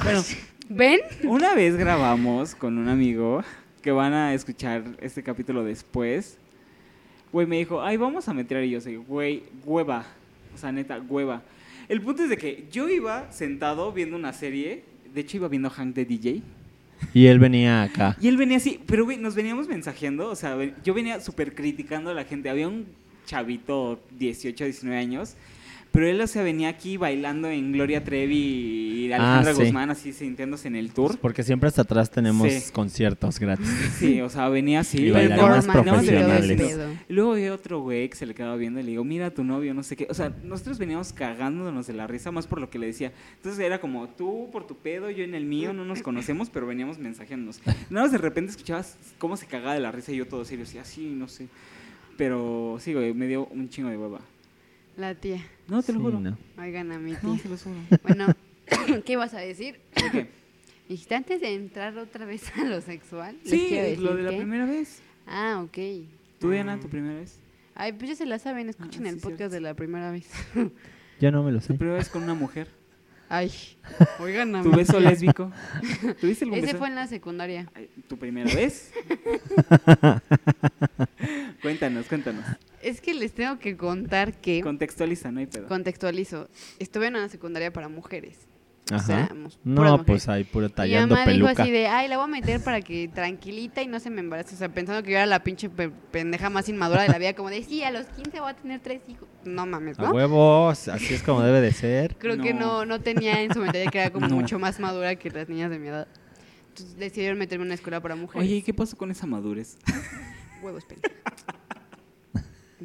Bueno,
¿Ven?
Una vez grabamos con un amigo que van a escuchar este capítulo después. Güey, me dijo, ay, vamos a meter. Y yo soy, güey, hueva. O sea, neta, hueva. El punto es de que yo iba sentado viendo una serie. De hecho, iba viendo Hank de DJ.
Y él venía acá.
Y él venía así, pero güey, nos veníamos mensajeando. O sea, ven- yo venía súper criticando a la gente. Había un chavito, 18, 19 años. Pero él, o sea, venía aquí bailando en Gloria Trevi y Alejandra
sí.
Guzmán, así sintiéndose en el tour.
Porque siempre hasta atrás tenemos
Sí.
conciertos gratis.
Sí, o sea, venía así.
Y
pero
bailaban
no,
las
no, no,
profesionales.
no, no, no. Luego vi otro güey que se le quedaba viendo y le digo, mira tu novio, no sé qué. O sea, nosotros veníamos cagándonos de la risa más por lo que le decía. Entonces era como, tú por tu pedo, yo en el mío, no nos conocemos, pero veníamos mensajeándonos. Nada más de repente escuchabas cómo se cagaba de la risa y yo todo serio, así, así, no sé. Pero sí, güey, me dio un chingo de hueva.
La tía.
No, te lo
Sí,
juro.
¿no?
Oigan a mi
No,
tía.
se lo juro.
Bueno, ¿qué vas a decir?
¿De qué?
Dijiste antes de entrar otra vez a lo sexual. les
Sí,
quiero decir
lo de la
que-
primera vez.
Ah, ok.
¿Tú,
Ah.
Diana, tu primera vez?
Ay, pues ya se la saben, escuchen
Ah,
el
sí,
podcast
cierto.
de la primera vez.
Yo no me lo
¿Tu
sé.
primera vez con una mujer?
Ay, oigan a
¿Tu
mi
beso
tía.
lésbico? ¿Tuviste algún
Ese
beso?
fue en la secundaria.
Ay, ¿Tu primera vez? cuéntanos, cuéntanos.
Es que les tengo que contar que,
Contextualiza, no hay pedo.
contextualizo, estuve en una secundaria para mujeres. O sea,
Ajá.
éramos puras
No,
mujeres.
pues ahí puro
mi
tallando
mamá dijo
peluca.
así de, ay, la voy a meter para que tranquilita y no se me embarace. O sea, pensando que yo era la pinche pe- pendeja más inmadura de la vida, como de, sí, a los 15 voy a tener tres hijos. No mames,
A
¿no?
huevos, así es como debe de ser.
Creo que no,
No.
no tenía en su mentalidad que era como
No.
mucho más madura que las niñas de mi edad. Entonces decidieron meterme en una escuela para mujeres.
Oye, ¿y ¿qué pasó con esa madurez?
Huevos, pendeja.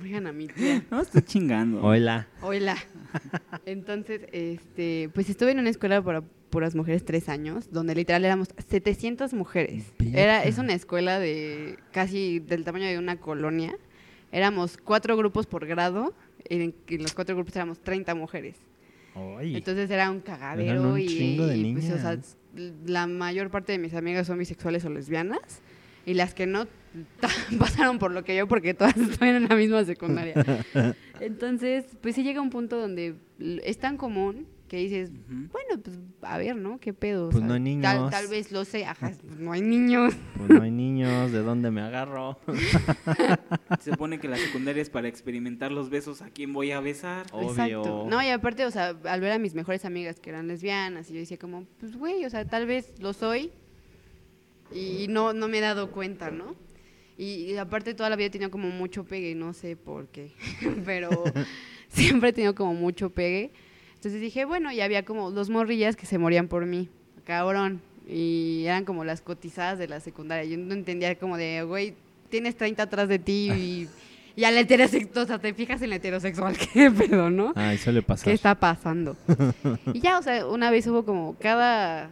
Oigan a mi tía.
No, estoy chingando.
Hola.
Hola. Entonces, este, pues estuve en una escuela para puras mujeres tres años, donde literal éramos 700 mujeres.
Verga.
Era, es una escuela de casi del tamaño de una colonia. Éramos cuatro grupos por grado, en, en los cuatro grupos éramos 30 mujeres.
Ay.
Entonces era un cagadero
un
y,
chingo de
y, pues, o sea,
niñas.
la mayor parte de mis amigas son bisexuales o lesbianas y las que no pasaron por lo que yo porque todas estuvieron en la misma secundaria. Entonces, pues sí llega un punto donde l- es tan común que dices,
Ujú.
bueno, pues a ver, ¿no? ¿Qué pedo? O
Pues
sea,
no hay
tal-
niños.
Tal, vez lo sé, ajá, no hay niños.
Pues no hay niños, ¿de dónde me agarro?
Se supone que la secundaria es para experimentar los besos a quién voy a besar.
Obvio.
Exacto. No, y aparte, o sea, al ver a mis mejores amigas que eran lesbianas, y yo decía como, pues güey, o sea, tal vez lo soy y no, no me he dado cuenta, ¿no? Y, y aparte toda la vida he tenido como mucho pegue, no sé por qué, pero siempre he tenido como mucho pegue. Entonces dije, bueno, y había como dos morrillas que se morían por mí. cabrón. Y eran como las cotizadas de la secundaria. Yo no entendía como de, güey, tienes 30 atrás de ti y, y a la heterosexual, o sea, te fijas en la heterosexual, qué pedo, ¿no?
Ah, eso le pasa.
¿Qué está pasando? y ya, o sea, una vez hubo como cada...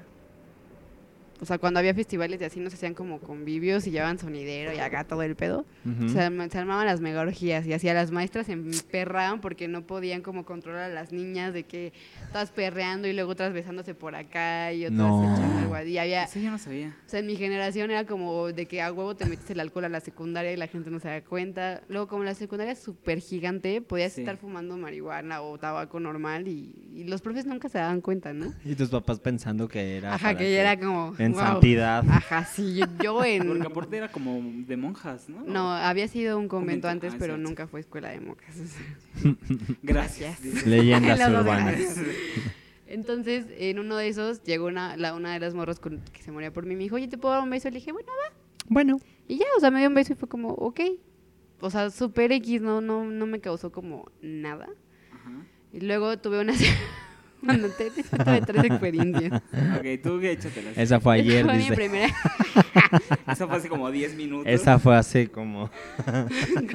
O sea, cuando había festivales y así nos hacían como convivios y llevaban sonidero y acá todo el pedo.
Ujú.
Se, arma- se armaban las mega orgías y así a las maestras se emperraban porque no podían como controlar a las niñas de que todas perreando y luego otras besándose por acá y otras
No.
echando algo así. Y había,
Eso yo Pues no sabía.
o sea, en mi generación era como de que a huevo te metes el alcohol a la secundaria y la gente no se da cuenta. Luego, como la secundaria es súper gigante, podías
Sí.
estar fumando marihuana o tabaco normal y, y los profes nunca se daban cuenta, ¿no?
Y tus papás pensando que era.
Ajá,
para
que, era como... Ah.
En
"Wow".
santidad.
Ajá, sí, yo, yo en...
Porque aparte era como de monjas, ¿no?
mm, No, había sido un convento
Convento,
antes,
ah, es
pero
cierto.
nunca fue escuela de mocas. o sea.
Gracias.
Gracias.
dice.
Leyendas
Las dos
urbanas.
gracias. Entonces, en uno de esos llegó una, la, una de las morros con- que se moría por mí. Me dijo, oye, ¿te puedo dar un beso? Le dije, bueno, va.
Bueno.
Y ya, o sea, me dio un beso y fue como, ok. O sea, super X, no, no, no me causó como nada.
Ajá.
Y luego tuve una. Cuando te tuve tres experiencias.
Ok, tú échatelas. Esa,
Esa fue
Esa
ayer,
fue mi
dice.
primera,
fue hace como 10 minutos.
Esa fue hace como,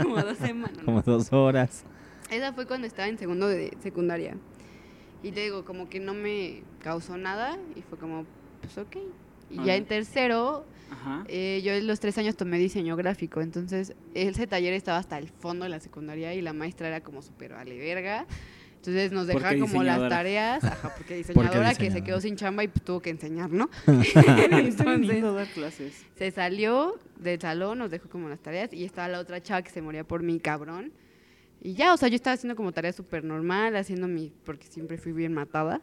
como dos semanas. ¿no?
como dos horas.
Esa fue cuando estaba en segundo de secundaria. Y te digo, como que no me causó nada. Y fue como, pues ok. Y ya
Ajá.
en tercero,
Ajá.
Eh, yo en los tres años tomé diseño gráfico, entonces ese taller estaba hasta el fondo de la secundaria y la maestra era como súper vale verga. Entonces nos
Porque
dejaba como las
diseñadora.
tareas, ajá, porque diseñadora que se
diseñadora.
quedó sin chamba y pues, tuvo que enseñar, ¿no?
Está bien
entonces
lindo dar clases.
se salió del salón, nos dejó como las tareas y estaba la otra chava que se moría por mí, cabrón. Y ya, o sea, yo estaba haciendo como tarea súper normal, haciendo mi, porque siempre fui bien matada,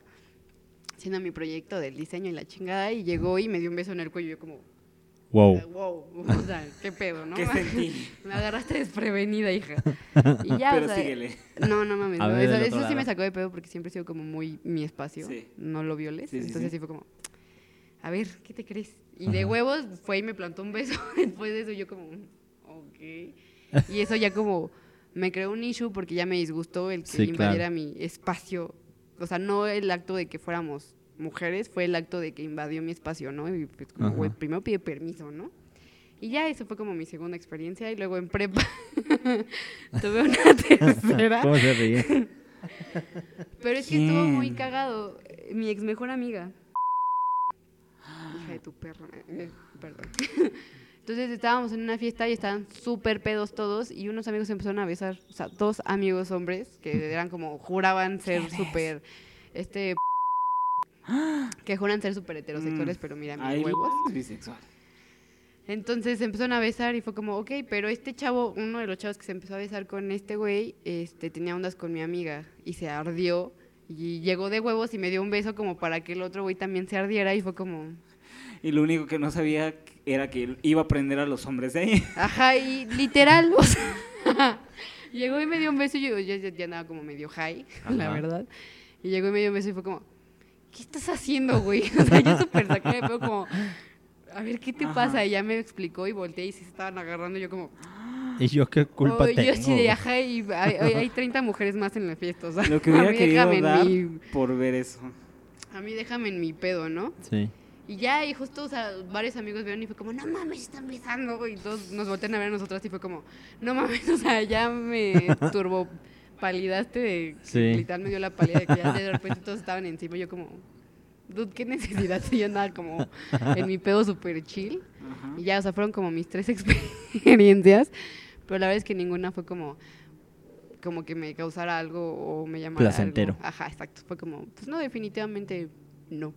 haciendo mi proyecto del diseño y la chingada y llegó y me dio un beso en el cuello y yo como...
Wow.
Wow, o sea, qué pedo, ¿no?
¿Qué sentí?
Me agarraste desprevenida, hija. Y ya,
Pero
o sea,
síguele.
No, no mames.
A
no,
ver,
eso
del
eso
otro
sí me
lado.
sacó de pedo porque siempre he sido como muy mi espacio.
Sí.
No lo violes.
Sí, sí,
entonces sí.
sí.
fue como, a ver, ¿qué te crees? Y de huevos fue y me plantó un beso. Después de eso yo como, ok. Y eso ya como me creó un issue porque ya me disgustó el que
Sí, claro.
invadiera mi espacio. O sea, no el acto de que fuéramos mujeres, fue el acto de que invadió mi espacio, ¿no? Y pues como,
Ajá.
güey, primero pide permiso, ¿no? Y ya, eso fue como mi segunda experiencia. Y luego en prepa tuve una tercera.
¿Cómo se ríe?
Pero es que estuvo
¿Quién?
muy cagado. Eh, Mi ex mejor amiga. Hija de tu perro. eh, Perdón. Entonces estábamos en una fiesta y estaban súper pedos todos y unos amigos se empezaron a besar. O sea, dos amigos hombres que eran como, juraban ser súper, este, que juran ser súper heterosexuales,
Mm.
pero mira, mis
Ahí
huevos.
es bisexual.
Entonces se empezaron a besar y fue como, ok, pero este chavo, uno de los chavos que se empezó a besar con este güey, este, tenía ondas con mi amiga y se ardió y llegó de huevos y me dio un beso como para que el otro güey también se ardiera y fue como,
Y lo único que no sabía era que iba a aprender a los hombres de ahí.
ajá, y literal, o sea, llegó y me dio un beso y yo, yo ya- ya andaba como medio high, la
Ajá.
verdad, y llegó y me dio un beso y fue como, ¿qué estás haciendo, güey? O sea, yo súper saqué de pedo como... A ver, ¿qué te
Ajá.
pasa? Y ya me explicó y volteé y sí se estaban agarrando. Y yo como,
¿Y yo qué culpa
Oye,
tengo?
Yo sí de ajá, y hay, hay- hay 30 mujeres más en la fiesta, o sea,
Lo que
a
hubiera
mí
querido
déjame
dar
en mi,
por ver eso.
a mí déjame en mi pedo, ¿no?
Sí.
Y ya, y justo, o sea, varios amigos vieron y fue como, no mames, están besando, y todos nos voltean a ver a nosotras y fue como, no mames, o sea, ya me turbo palidaste de,
Sí.
literal me dio la pálida de que ya de repente todos estaban encima, y yo como, dude, qué necesidad, si yo andaba como en mi pedo súper chill.
Ajá.
Y ya, o sea, fueron como mis tres experiencias, pero la verdad es que ninguna fue como como que me causara algo o me llamara algo.
Placentero.
Ajá, exacto. Fue como, pues no, definitivamente no.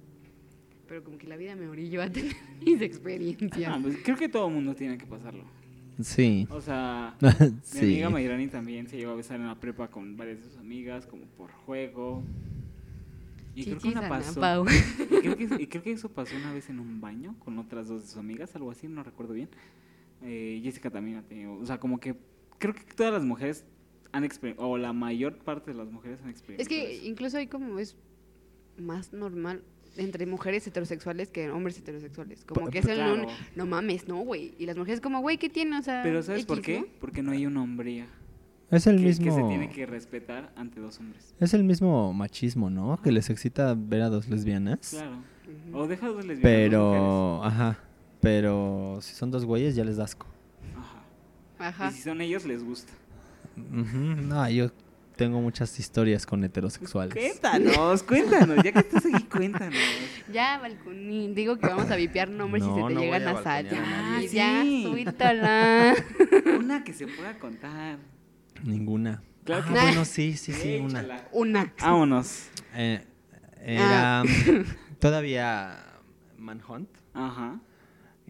Pero como que la vida me orilló a tener mis
Ah,
experiencias.
pues creo que todo mundo tiene que pasarlo.
Sí.
O sea, mi
sí.
amiga Mayrani también se llevó a besar en la prepa con varias de sus amigas, como por juego. Y creo que
Chichis
una
Ana
pasó.
Pau.
Y creo, que, y creo que eso pasó una vez en un baño con otras dos de sus amigas, algo así, no recuerdo bien. Eh, Jessica también ha tenido. O sea, como que creo que todas las mujeres han experimentado, o la mayor parte de las mujeres han
Es
experimentado.
que
eso.
incluso hay como es más normal entre mujeres heterosexuales que hombres heterosexuales. Como
Pa-
que es el
claro.
un, no mames, no, güey. Y las mujeres como, güey, ¿qué tiene? O sea,
Pero ¿sabes por
X,
qué?
¿no?
Porque no hay una hombría.
Es el
que,
mismo.
que se tiene que respetar ante dos hombres.
Es el mismo machismo, ¿no? Que les excita ver a dos lesbianas.
Claro. O deja dos lesbianas. dos
Pero, ajá. Pero si son dos güeyes ya les da asco.
mujeres. Ajá.
Ajá.
Y si son ellos, les gusta.
Ujú, No, yo tengo muchas historias con heterosexuales.
Cuéntanos, cuéntanos. Ya que estás aquí, cuéntanos.
Ya, balconín. Digo que vamos a vipiar nombres
No,
si se te
no
llegan
voy a
a salir. Ah,
balconear
a nadie.
Ya,
Sí.
suéltala.
Una que se pueda contar.
Ninguna.
Claro
Ah,
que-
bueno, sí, sí, sí, una.
Échala.
Una.
Vámonos.
Eh, era
Ah.
todavía Manhunt.
Ajá.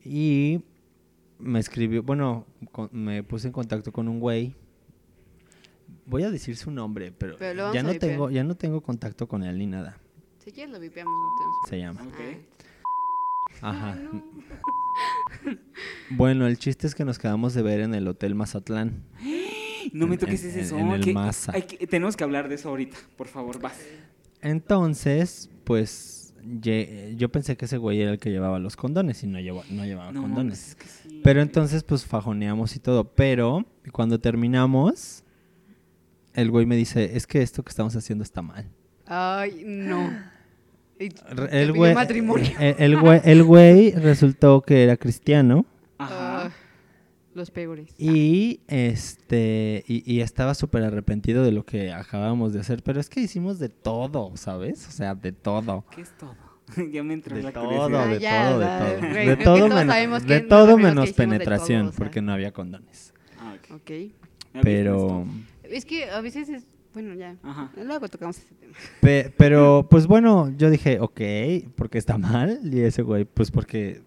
Y me escribió, bueno, con- me puse en contacto con un güey. Voy a decir su nombre, pero,
Pero lo vamos
ya
a
no
vipear.
tengo, ya no tengo contacto con él ni nada.
Si quieres lo vipiamos. no tenemos-
Se llama.
Ok.
Ajá.
Ay, no.
Bueno, el chiste es que nos quedamos de ver en el Hotel Mazatlán.
No me
En-
toques
en-
ese
en-
son.
en el
que-
Maza.
hay que- tenemos que hablar de eso ahorita. Por favor, vas.
Entonces, pues ye- yo pensé que ese güey era el que llevaba los condones y no, llevaba- no llevaba
No,
condones.
pues es que sí.
Pero entonces, pues fajoneamos y todo. Pero cuando terminamos, el güey me dice: Es que esto que estamos haciendo está mal.
Ah, Ay, no. Y
Re-
terminó
El güey, eh,
matrimonio.
el, el güey, el güey resultó que era cristiano
Ajá.
Ah, los peores.
y este y, y estaba súper arrepentido de lo que acabábamos de hacer, pero es que hicimos de todo, ¿sabes? O sea, de todo.
¿Qué es todo? ya me entró
De
la
todo,
curiosidad.
de
Ah, ya,
todo, de
ya,
todo.
güey,
De
es que
todo
todos
menos,
sabemos
de
que
todo
nos referimos
menos
que hicimos de
penetración,
todo, o sea.
porque no había condones.
Ah, ok.
Ok.
Ya vi
Pero,
esto.
Es que a veces es. Bueno, ya.
Ajá.
Luego tocamos ese tema.
pe- pero, pues bueno, yo dije, ok, porque está mal. Y ese güey, pues porque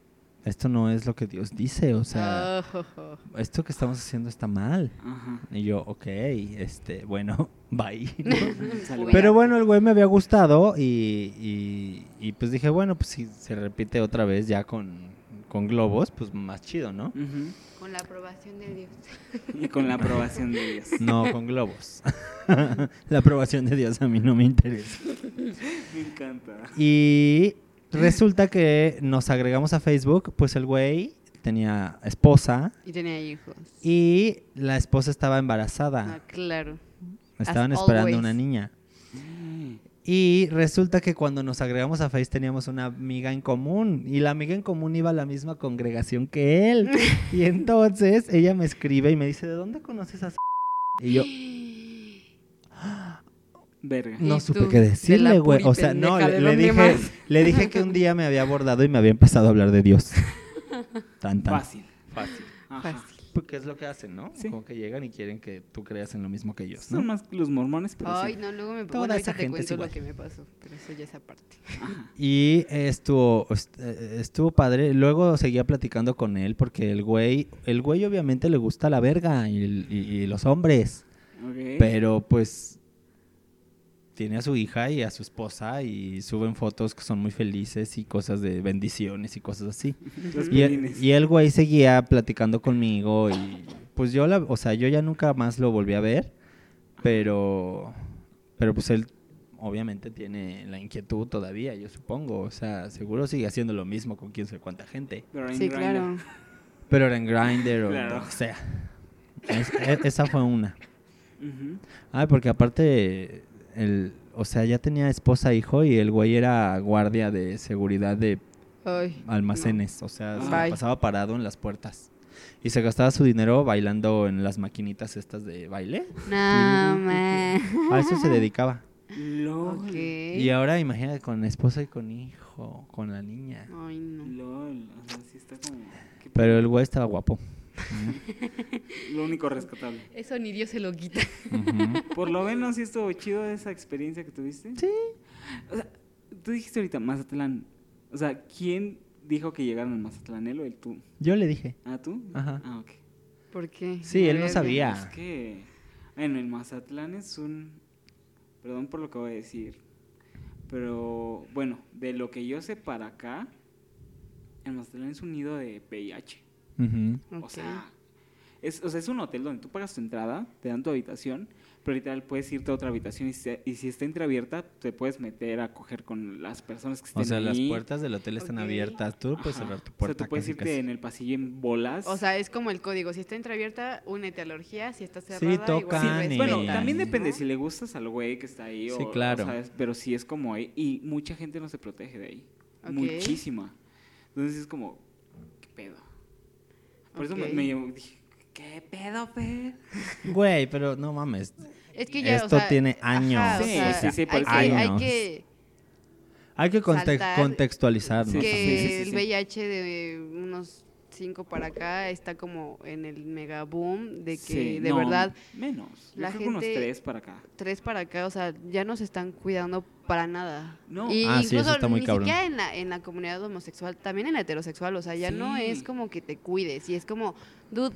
esto no es lo que Dios dice, o sea,
Oh.
esto que estamos haciendo está mal.
Ajá.
Y yo, ok, este, bueno, bye. ¿no?
Sale,
Pero
Cuidado.
bueno, el güey me había gustado y, y- y, pues dije, bueno, pues si se repite otra vez ya con, con globos, pues más chido, ¿no?
Ujú.
Con la aprobación de Dios.
Y con la aprobación de Dios.
No, con globos. La aprobación de Dios a mí no me interesa.
Me encanta.
Y resulta que nos agregamos a Facebook, pues el güey tenía esposa
Y tenía hijos.
y la esposa estaba
Ah,
embarazada.
claro.
Estaban
as
esperando
always.
una niña. Y resulta que cuando nos agregamos a Face teníamos una amiga en común y la amiga en común iba a la misma congregación que él. Y entonces ella me escribe y me dice, ¿de dónde conoces a... esa Y yo
Verga.
no
Y
supe
tú,
qué
de la
decirle, güey. O sea,
puripendeja,
no,
¿de
le, le
dónde
dije,
más?
le dije que un día me había abordado y me había empezado a hablar de Dios. Tan, tan.
Fácil.
Fácil.
Ajá.
Fácil.
Porque es lo Pues, que hacen, ¿no?
Sí.
Como que llegan y quieren que tú creas en lo mismo que ellos,
Son
¿no?
más los mormones, pero
Ay,
sí.
no, luego me
Toda
bueno,
esa
ahorita te
gente es
cuento lo
igual.
que me pasó, pero eso ya es aparte.
Ajá.
Y estuvo, est- eh, estuvo padre. Luego seguía platicando con él porque el güey, el güey obviamente le gusta la verga y, el- y- y los hombres.
Ok.
Pero pues tiene a su hija y a su esposa y suben fotos que son muy felices y cosas de bendiciones y cosas así.
Los
Y, el-
piolines.
y el güey seguía platicando conmigo y pues yo la, o sea, yo ya nunca más lo volví a ver, pero pero pues él obviamente tiene la inquietud todavía, yo supongo, o sea, seguro sigue haciendo lo mismo con quién sabe cuánta gente,
Pero en
Sí,
Grindr.
claro.
pero era en Grindr o
Claro.
lo que sea. Es- e- esa fue una.
Ujú.
Ah, porque aparte el o sea, ya tenía esposa, hijo y el güey era guardia de seguridad de
Ay, no.
almacenes, o sea, se la
Bye.
pasaba parado en las puertas. Y se gastaba su dinero bailando en las maquinitas estas de baile.
No, ma.
A eso se dedicaba.
LOL.
Ok.
Y ahora imagínate con esposa y con hijo, con la niña.
Ay, no.
LOL. O sea, sí está como. qué
Pero el güey estaba guapo.
Lo único rescatable.
Eso ni Dios se lo quita.
Ujú.
Por lo menos sí estuvo chido esa experiencia que tuviste.
Sí.
O sea, tú dijiste ahorita Mazatlán. O sea, ¿quién dijo que llegaron al Mazatlán? ¿Él o él tú?
Yo le dije.
¿Ah, tú?
Ajá.
Ah, ok.
¿Por qué?
Sí,
A
él no
ver,
sabía.
Es que. Bueno, el Mazatlán es un. Perdón por lo que voy a decir. Pero bueno, de lo que yo sé para acá, el Mazatlán es un nido de VIH.
Ujú.
dime.
O
Ok.
sea, es, o sea, es un hotel donde tú pagas tu entrada, te dan tu habitación, pero literal puedes irte a otra habitación y, se- y si está entreabierta, te puedes meter a coger con las personas que estén
O sea, las
ahí.
puertas del hotel están
Ok.
abiertas. Tú puedes
Ajá.
cerrar tu
O sea,
puerta.
tú puedes
casi,
irte
casi.
en el pasillo en bolas.
O sea, es como el código. Si está entreabierta, únete a la orgía. Si está cerrada,
tocan
igual
y-
y...
Bueno,
Sí.
también depende
¿no?
si le gustas al güey que está ahí
Sí,
o o
claro.
sabes, pero sí es como ahí y mucha gente no se protege de ahí.
Ok.
Muchísima. Entonces es como qué pedo. Por eso me,
Ok.
me llevó- dije, ¿qué pedo, Fer?
Güey, pero no mames.
Es que ya, o
Esto
sea,
tiene años.
ajá, o
Sí,
sea,
sí, sí, por
hay,
eso.
que, hay
Años.
que
Hay que conte-
Saltar.
contextualizarnos.
Sí,
que
sí, sí, sí, sí.
el VIH de unos 5 para acá está como en el mega boom de que
Sí,
de
no,
verdad
menos. Yo
la
creo que unos
gente-
tres para acá.
tres para acá, o sea, ya no se están cuidando para nada.
No.
y
Ah, sí, eso
incluso
está muy
ni
cabrón.
siquiera en la, en la comunidad homosexual, también en la heterosexual, o sea, ya no
Sí.
es como que te cuides, y es como, dude,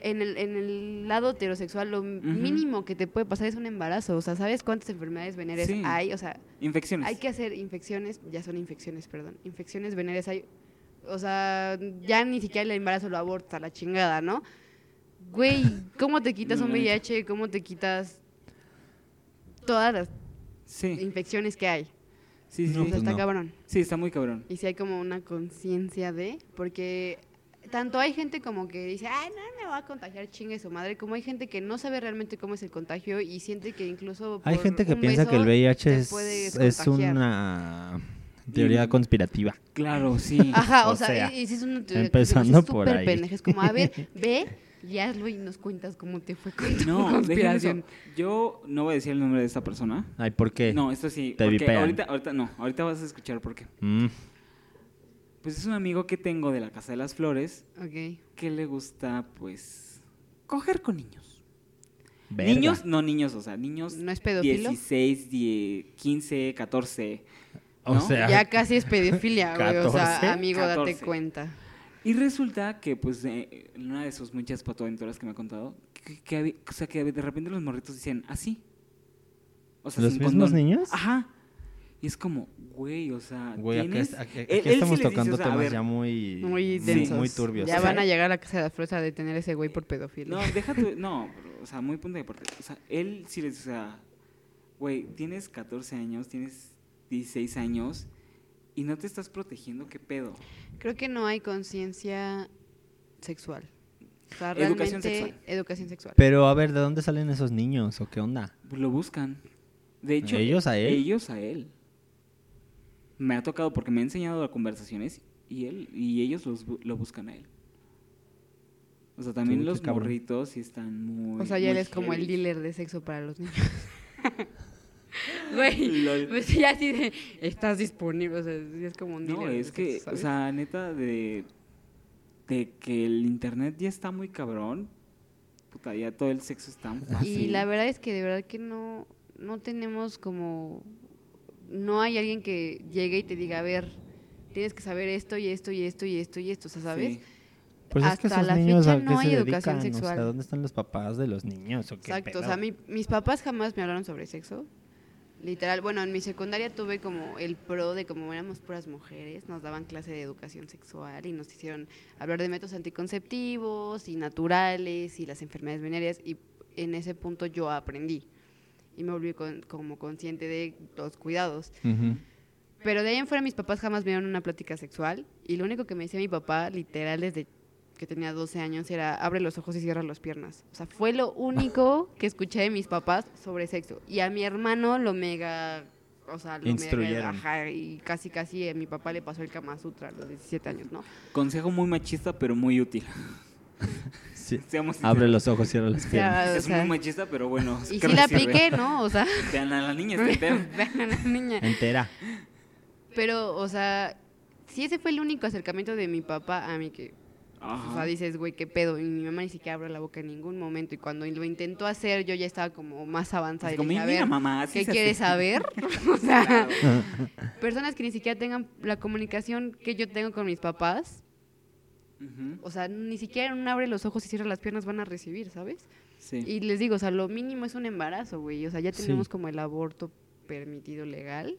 en el, en el lado heterosexual lo mínimo que te puede pasar es un embarazo, o sea, ¿sabes cuántas enfermedades venéreas
Sí.
hay? O sea,
Infecciones.
Hay que hacer infecciones, ya son infecciones, perdón, infecciones venéreas hay, o sea, ya ni siquiera el embarazo lo aborta, la chingada, ¿no? Güey, ¿cómo te quitas
No,
un
la neta.
VIH? ¿Cómo te quitas todas las
Sí.
infecciones que hay?
Sí, sí,
No,
O
sí.
sea, está
Pues no.
cabrón.
Sí, está muy cabrón.
Y si hay como una conciencia de, porque tanto hay gente como que dice, ay, no me va a contagiar, chingue su madre, como hay gente que no sabe realmente cómo es el contagio y siente que incluso...
Hay
por
gente que
un
piensa
beso
que el
te
VIH es,
puedes
es
contagiar.
una teoría
Mm.
conspirativa.
Claro, sí.
Ajá, o,
O
sea,
sea,
y, y si es una teoría
empezando
empezando
por
por
ahí.
pendeja, es como, a ver, ve y hazlo y nos cuentas cómo te fue con tu
no, dejen eso.
conspiración.
Yo no voy a decir el nombre de esta persona.
Ay, ¿por qué?
No, esto sí.
Te
porque
vipean.
ahorita, ahorita no, ahorita vas a escuchar por qué.
Mm.
Pues es un amigo que tengo de la Casa de las Flores
Ok.
que le gusta, pues, coger con niños.
Verga.
Niños, no niños, o sea, niños
¿No es pedófilo?
16, 10, 15, 14.
O
¿no?
sea,
Ya casi es pedofilia, güey. O
¿Catorce?
sea, amigo, date
14.
cuenta.
Y resulta que, pues, eh, en una de sus muchas patoaventuras que me ha contado, que, que había- o sea, que de repente los morritos decían, así. O
¿Los
sin
mismos
condón.
niños?
Ajá. Y es como, güey, o sea,
güey, acá,
tienes-
es- aquí-
Él-
aquí
él sí
estamos
les dice,
tocando
o sea, a
temas
ver,
ya muy,
Muy
muy-
densos.
muy turbios.
Ya
o sea,
van a llegar a la casa de las flores a detener a ese güey por pedofilia.
No, deja tu... No, bro, o sea, muy punto de parte. O sea, él sí les... O sea, güey, tienes 14 años, tienes 16 años y no te estás protegiendo, ¿qué pedo?
Creo que no hay conciencia sexual. O sea,
Educación
realmente,
sexual.
Educación sexual.
Pero a ver, ¿de dónde salen esos niños o qué onda?
Pues Lo buscan. De hecho...
¿Ellos a él?
Ellos a él. Me ha tocado porque me ha enseñado a conversaciones y él y ellos los bu- lo buscan a él. O sea, también
Tú, qué
los
cabrón.
morritos sí están muy...
o sea, ya
muy
eres como el
heavy.
dealer de sexo para los niños. Güey,
Lol.
pues ya así de, estás disponible, o sea, sí es como un dealer.
No,
de
es que,
sexo,
o
¿sabes?
sea, neta, de, de que el internet ya está muy cabrón. Puta, ya todo el sexo está tan fácil.
Y la verdad es que de verdad que no, no tenemos como, no hay alguien que llegue y te diga, a ver, tienes que saber esto y esto y esto y esto y esto, o sea, ¿sabes?
Sí.
Pues es que
Hasta
esos
la
niños
fecha
¿a qué
no hay
se
educación
dedican? O sea,
sexual.
¿dónde están los papás de los niños o qué
Exacto, o
pedo?
sea, mi- mis papás jamás me hablaron sobre sexo. Literal, bueno, en mi secundaria tuve como el pro de como éramos puras mujeres, nos daban clase de educación sexual y nos hicieron hablar de métodos anticonceptivos y naturales y las enfermedades venéreas y en ese punto yo aprendí y me volví con- como consciente de los cuidados.
Ujú.
Pero de ahí en fuera mis papás jamás me dieron una plática sexual y lo único que me decía mi papá, literal, desde que tenía 12 años, era abre los ojos y cierra las piernas. O sea, fue lo único que escuché de mis papás sobre sexo. Y a mi hermano lo mega... O sea, lo mega...
Instruyeron.
Ajá, y casi, casi a mi papá le pasó el Kama Sutra a los 17 años, ¿no?
Consejo muy machista, pero muy útil.
Sí.
Seamos
Abre
sinceros.
los ojos, cierra las
O
piernas.
sea, Ah, o
Es
sea,
muy machista, pero bueno.
y
creo
sí
que
la Pues,
sirve.
apliqué, ¿no? O sea,
Vean a la niña, este está entera.
vean a la niña.
Entera.
Pero, o sea, sí ese fue el único acercamiento de mi papá a mí que O sea,
Ajá.
dices, güey, qué pedo. Y mi mamá ni siquiera abrió la boca en ningún momento. Y cuando lo intentó hacer, yo ya estaba como más avanzada.
Así
Y
Pues como,
le dije, a
mira,
ver,
mamá, así
¿qué
se hace".
quieres saber? o sea,
Claro.
personas que ni siquiera tengan la comunicación que yo tengo con mis papás.
Ujú,
O sea, ni siquiera en un abre los ojos y cierra las piernas van a recibir, ¿sabes?
Sí.
Y les digo, o sea, lo mínimo es un embarazo, güey. O sea, ya
Sí.
tenemos como el aborto permitido legal,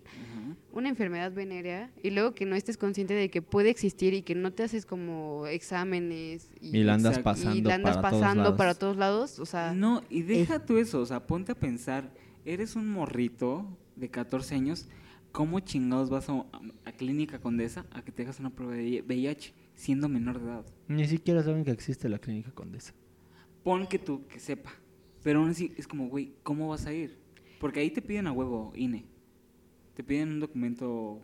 una enfermedad venérea, y luego que no estés consciente de que puede existir y que no te haces como exámenes y,
Y la andas
Exacto.
pasando,
y la andas
para,
pasando
todos
para
lados.
todos lados, o sea,
No, y deja tú eso, o sea, ponte a pensar, eres un morrito de 14 años, ¿cómo chingados vas a, a Clínica Condesa a que te hagas una prueba de VIH siendo menor de edad?
Ni siquiera saben que existe la clínica Condesa.
Pon que tú que sepa, pero aún así es como, güey, ¿cómo vas a ir? Porque ahí te piden a huevo INE, te piden un documento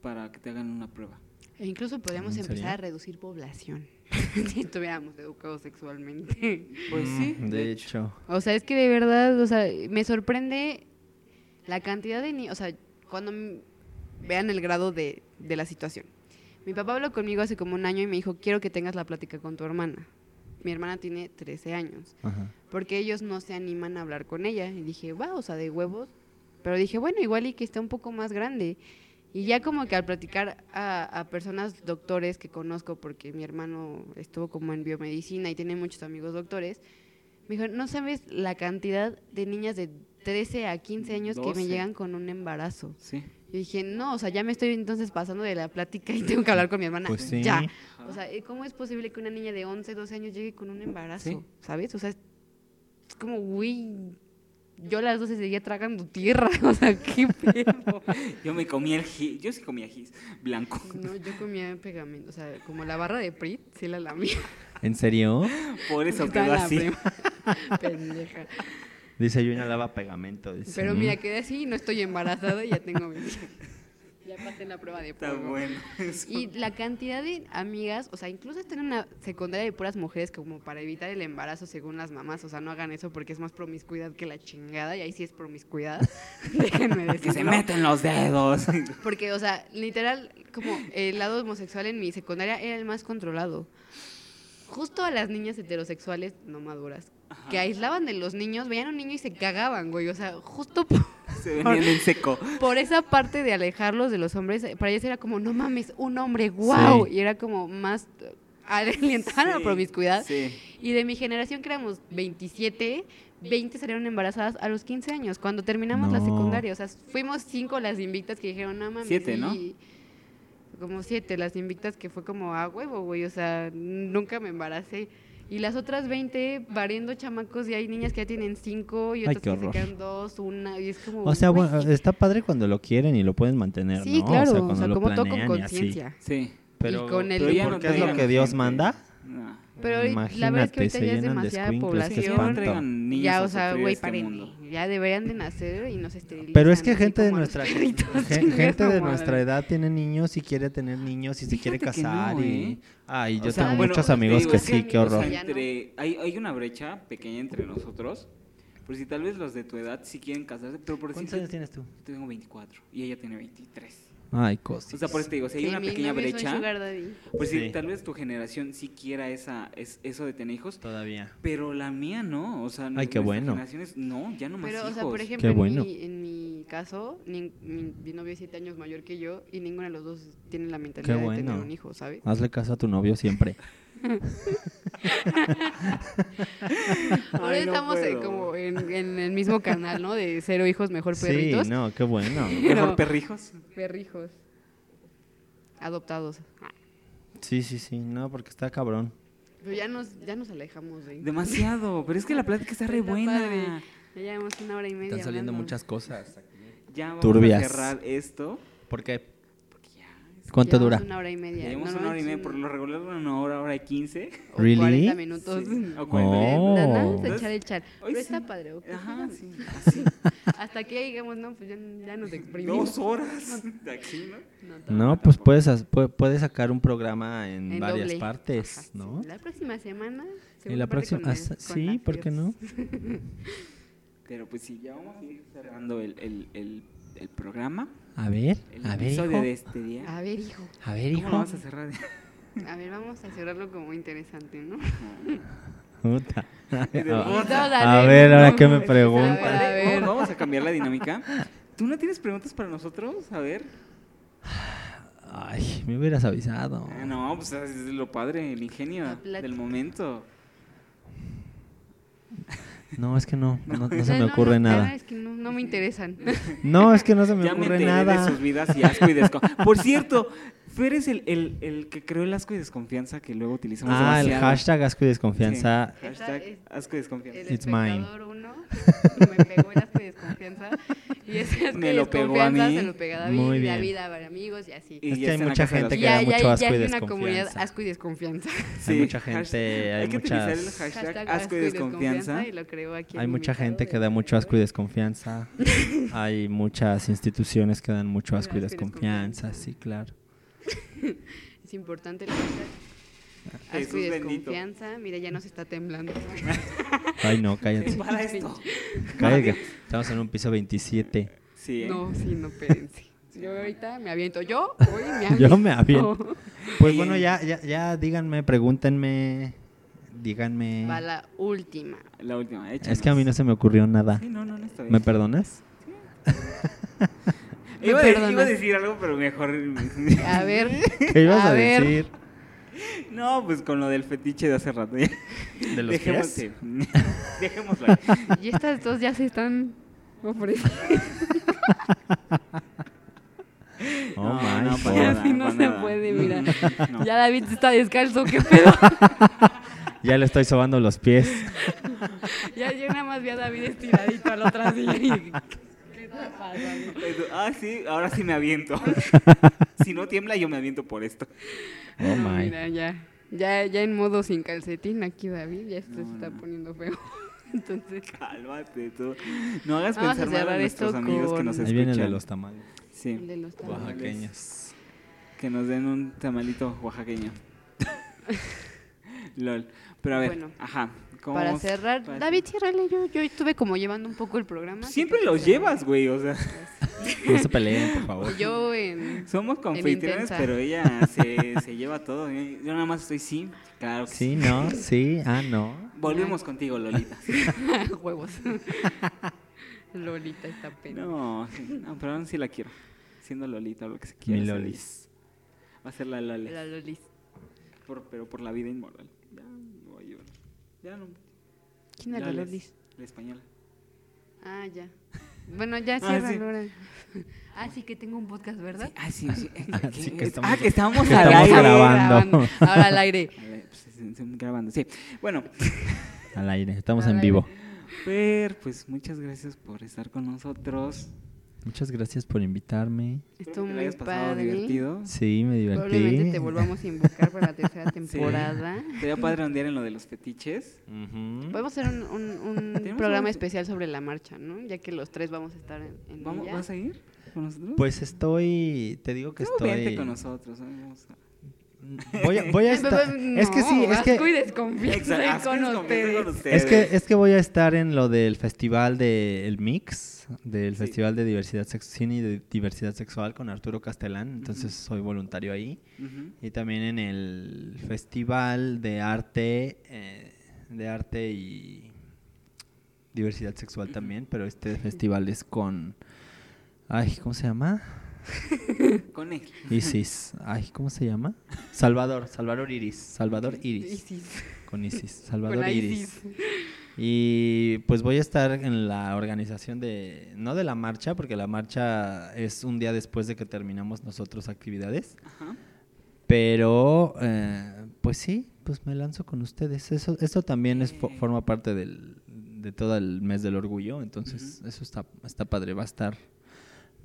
para que te hagan una prueba.
e incluso podríamos
¿En serio?
empezar a reducir población si estuviéramos educados sexualmente.
Pues sí,
Mm, De hecho.
O sea, es que de verdad, o sea, me sorprende la cantidad de niños, o sea, cuando m- vean el grado de, de la situación. Mi papá habló conmigo hace como un año y me dijo, quiero que tengas la plática con tu hermana. Mi hermana tiene 13 años,
Ajá.
porque ellos no se animan a hablar con ella. Y dije, wow, o sea, de huevos. Pero dije, bueno, igual y que está un poco más grande. Y ya como que al platicar a, a personas doctores que conozco, porque mi hermano estuvo como en biomedicina y tiene muchos amigos doctores, me dijo, no sabes la cantidad de niñas de 13 a 15 años que
12.
me llegan con un embarazo.
sí.
Yo dije, no, o sea, ya me estoy entonces pasando de la plática y tengo que hablar con mi hermana.
Pues sí.
Ya.
Ajá.
O sea, eh, ¿cómo es posible que una niña de 11, 12 años llegue con un embarazo?
Sí.
¿Sabes? O sea, es es como, uy, yo a las 12 seguía tragando tierra. O sea, qué pedo.
Yo me comía el gis, yo sí comía gis blanco.
No, yo comía pegamento. O sea, como la barra de Prit, sí la lamía.
¿En serio?
Por eso
Estaba
quedó
en la
así.
prima. Pendeja.
Dice yo lava pegamento. dice.
Pero
Mm.
mira, quedé así y no estoy embarazada y ya tengo mi hija. Ya pasé la prueba de
Está
polvo.
bueno. eso.
Y la cantidad de amigas, o sea, incluso está en una secundaria de puras mujeres como para evitar el embarazo según las mamás, o sea, no hagan eso porque es más promiscuidad que la chingada, y ahí sí es promiscuidad, déjenme decirlo.
que Este, se meten los dedos.
Porque, o sea, literal, como el lado homosexual en mi secundaria era el más controlado. Justo a las niñas heterosexuales no maduras, que aislaban de los niños, veían a un niño y se cagaban, güey, o sea, justo por,
se venían en seco.
por esa parte de alejarlos de los hombres, eh, para ellas era como, no mames, un hombre, wow.
Sí.
Y era como más eh, alientar a la
Sí,
promiscuidad.
Sí.
Y de mi generación, que éramos 27, 20 salieron embarazadas a los 15 años, cuando terminamos la
No.
secundaria. O sea, fuimos cinco las invictas que dijeron, no mames.
Siete, ¿no?
sí". Como siete, las invictas que fue como a huevo, güey. O sea, nunca me embaracé. Y las otras 20 variando chamacos y hay niñas que ya tienen cinco y otras
Ay, qué
que se
horror.
quedan dos, una. Y es como.
O sea,
güey,
bueno, está padre cuando lo quieren y lo pueden mantener,
Sí,
¿no?
claro,
o sea, cuando lo
como todo con
planean y así.
conciencia.
Sí.
Pero,
Y con el- Pero
pero
ya
¿por
no
qué es lo
traigan
que Dios
gente.
manda?
No.
Pero la verdad es
Imagínate,
que ahorita ya
se
es
llenan de
demasiada
escuincles, qué
Sí,
población.
ya no traigan niños
ya,
a
o sea,
sufrir
güey,
este
paren.
mundo.
Ya deberían de nacer y no se esterilizan.
Pero es que
así
gente de
como a los
nuestra
perritos,
gen-
chinga
gente
su madre.
de nuestra edad tiene niños y quiere tener niños y se quiere
Fíjate que no,
casar
¿eh?
y ay, yo
O sea,
tengo
bueno,
muchos
te
amigos
digo,
que
es
sí, qué
amigos
horror.
allá-
Entre, hay, hay una brecha pequeña entre nosotros. Por si tal vez los de tu edad sí quieren casarse, pero por
¿Cuántos
decirte,
años tienes tú?
yo tengo 24 y ella tiene 23.
Ay,
O
cosas.
sea, por eso te digo, si hay
Sí,
una
mi
pequeña
mami es un
brecha,
sugar daddy.
pues si
Sí.
tal vez tu generación sí quiera esa, es, eso de tener hijos,
Todavía.
pero la mía no. O sea,
Ay, qué
nuestras
bueno.
generaciones, no, ya no más
Pero, o
hijos.
sea, por ejemplo,
Qué bueno.
en, mi, en mi caso, nin- mi, mi novio es siete años mayor que yo y ninguno de los dos tiene la mentalidad de tener
bueno.
un hijo, ¿sabes?
Hazle caso a tu novio siempre.
Ahora
Ay, no
estamos eh,
puedo.
como en, en el mismo canal, ¿no? De cero hijos, mejor
Sí,
perritos.
no, qué bueno.
Mejor
pero-
perrijos.
Perrijos. Adoptados.
Sí, sí, sí, no, porque está cabrón.
Pero ya nos, ya nos alejamos de.
Demasiado, pero es que la plática está re
Está
buena.
padre. Ya llevamos una hora y media. hablando.
cosas.
Ya vamos
Turbias.
a cerrar esto.
¿Por qué?
Porque ya,
¿Cuánto
Llevamos
dura?
Una hora y media.
llevamos una hora y media, por lo regular una hora, hora y quince.
o
¿Really?
40 minutos.
Sí, o cuarenta y-
Oh.
Nada, se
Entonces,
echar, echar. Pero
hoy sí.
está padre. ok,
Ajá,
pues,
sí, así.
Hasta que digamos, no, pues ya, ya nos exprimimos.
Dos horas de aquí, ¿no?
No, todo.
No, pues puedes, haz- pu- puedes sacar un programa en,
En
varias
doble.
partes,
Ajá, sí.
¿no?
La próxima semana.
Y
segunda
la
parte
próxima,
con el-
hasta-
con
sí,
las
¿por qué no?
fiestas.
Pero pues sí, ya vamos a ir cerrando el, el, el, el programa.
A ver,
El
a ver, hijo.
episodio de este día.
A ver, hijo.
A ver,
¿Cómo lo
hijo.
vas a cerrar?
A ver, vamos a cerrarlo como interesante, ¿no?
Puta.
Ah.
A ver, ahora que me preguntas.
A ver.
Vamos, vamos a cambiar la dinámica. ¿Tú no tienes preguntas para nosotros? A ver.
Ay, me hubieras avisado.
Ah, no, pues es lo padre, el ingenio
La plática.
del momento.
No, es que no, no, no se
No,
me
no,
ocurre
no,
nada.
Es que no, no me interesan.
No, es que no se me
ya me
ocurre
enteré
nada.
de sus vidas y asco y desconfianza. Por cierto, Fer es el, el, el que creó el asco y desconfianza que luego utilizamos
Ah, el
demasiado.
hashtag asco y desconfianza.
Sí.
Hashtag asco y desconfianza.
El
It's mine.
espectador uno me pegó el asco de desconfianza y ese asco
Me
de
lo pegó a
desconfianza
mí.
se lo pegó a David,
Muy
y
bien.
David a varios amigos y así.
Y
Es
ya
que hay
está en la
mucha
casa de los
gente que
Y
da
hay-
mucho
hay-
asco
ya
y
hay una comunidad
desconfianza.
asco y desconfianza.
Hay mucha gente, hay
hay que
muchas-
utilizar el hashtag, asco y desconfianza.
y lo creo aquí.
Hay mucha gente que da mucho asco y desconfianza. Hay muchas instituciones que dan mucho asco
Asco
y
y
desconfianza,
desconfianza.
sí, claro.
Es importante el hashtag. Asco y
Ah, Jesús bendito.
desconfianza. Mira, ya nos está temblando.
Ay, no, cállate.
Para esto.
cállate. Estamos en un piso 27.
Sí, ¿eh?
No, sí, no, espérense. Yo ahorita me aviento. Yo hoy me aviento.
Yo me aviento. Pues bueno, ya, ya, ya díganme, pregúntenme, díganme.
Va la última.
La última, échanos.
Es que a mí no se me ocurrió nada.
Sí, no, no, no está bien.
¿Me perdonas?
Me
Iba, a de- iba
perdonas.
a decir algo, pero mejor...
A ver.
¿Qué ibas a,
ver.
decir?
no, pues con lo del fetiche de hace rato.
¿De los
Dejemos-
pies?
sí. Dejémoslo ahí.
Y estas dos ya se están ofreciendo.
Oh,
No,
my
no, para
God.
nada,
Así no
para
se
nada.
puede, mira.
No.
Ya David está descalzo, qué pedo.
Ya le estoy sobando los pies.
Ya yo nada más vi a David estiradito al otro así. ¿Qué está pasando?
Ah, sí, ahora sí me aviento. si no tiembla, yo me aviento por esto.
Oh,
No,
my.
mira, ya. Ya, ya en modo sin calcetín aquí, David, ya esto
No,
se está
no.
poniendo feo. Entonces,
Cálmate tú. No hagas
Vamos a
pensar mal a
cerrar
nuestros
esto
amigos que
con-
nos escuchan.
Ahí viene el de los tamales.
el de
Sí,
los
Guau.
tamales.
Oaxaqueños.
que nos den un tamalito oaxaqueño. Lol. Pero a ver,
Bueno,
ajá. ¿cómo
Para
vamos?
cerrar,
Para-
David, ciérrale, yo, yo estuve como llevando un poco el programa.
Siempre
así
los
que-
llevas, güey, o sea.
No se peleen, por favor.
Yo en...
Somos confitriones,
intensa.
pero ella se, se lleva todo. ¿eh? Yo nada más estoy sí, claro que sí.
Sí, no, sí, ah, no.
Volvemos contigo, Lolita.
Huevos. Lolita está pena.
No, sí, no, pero aún sí la quiero. Siendo Lolita, lo que se quiera.
Mi
ser.
lolis.
Va a ser la Loli.
La Lolis.
Por- pero por la vida inmoral. Ya no voy a llorar. Ya no.
¿Quién era
Ya
la
les-
Lolis?
La española.
Ah, ya. Bueno, ya
Ah,
cierra,
sí.
Laura. Ah, sí que tengo un podcast, ¿verdad?
Ah, sí, sí.
Ah,
¿Qué
sí, que
es?
estamos-
ah, que estamos
que
al
estamos
aire.
grabando.
Ahora al aire.
A ver, pues, sí, sí, grabando, sí. Bueno,
Al aire, estamos
Al
en
aire.
vivo.
Fer, pues muchas gracias por estar con nosotros.
Muchas gracias por invitarme.
Estuvo
Espero que te
muy
hayas pasado
padre.
divertido.
Sí, me
Probablemente
divertí.
te volvamos a invocar para la tercera temporada.
Sería padre ondear en lo de los fetiches.
Ujú.
Podemos hacer un, un- un
Tenemos
programa
un-
especial sobre la marcha, ¿no? Ya que los tres vamos a estar en, en
¿Vamos,
ella.
¿Vas a ir con nosotros?
Pues estoy, te digo que
No, vente
estoy.
con nosotros. vamos a-
Voy a, voy a
Eh,
estar.
pero-
Es que
no,
sí, es que
asco y desconfianza
Exacto,
con
así nos convierte
ustedes.
con ustedes.
Es que, es que voy a estar en lo del festival del Mix, del
Sí.
Festival de Diversidad Sex- Cine y de Diversidad Sexual con Arturo Castellán, entonces soy voluntario ahí.
Ujú.
Y también en el Festival de Arte, eh, de Arte y Diversidad Sexual también, pero este festival es con... Ay, ¿cómo se llama?
Con él.
Isis. Ay, ¿cómo se llama? Salvador, Salvador Iris, Salvador Iris.
Isis.
Con Isis,
Con
Salvador
la
Iris.
Isis.
Y pues voy a estar en la organización de, no de la marcha, porque la marcha es un día después de que terminamos nosotros actividades,
Ajá.
pero eh, pues sí, pues me lanzo con ustedes. Eso, eso también es, fo-
Bien.
forma parte del, de todo el mes del orgullo, entonces
Ujú.
eso está, está padre, va a estar,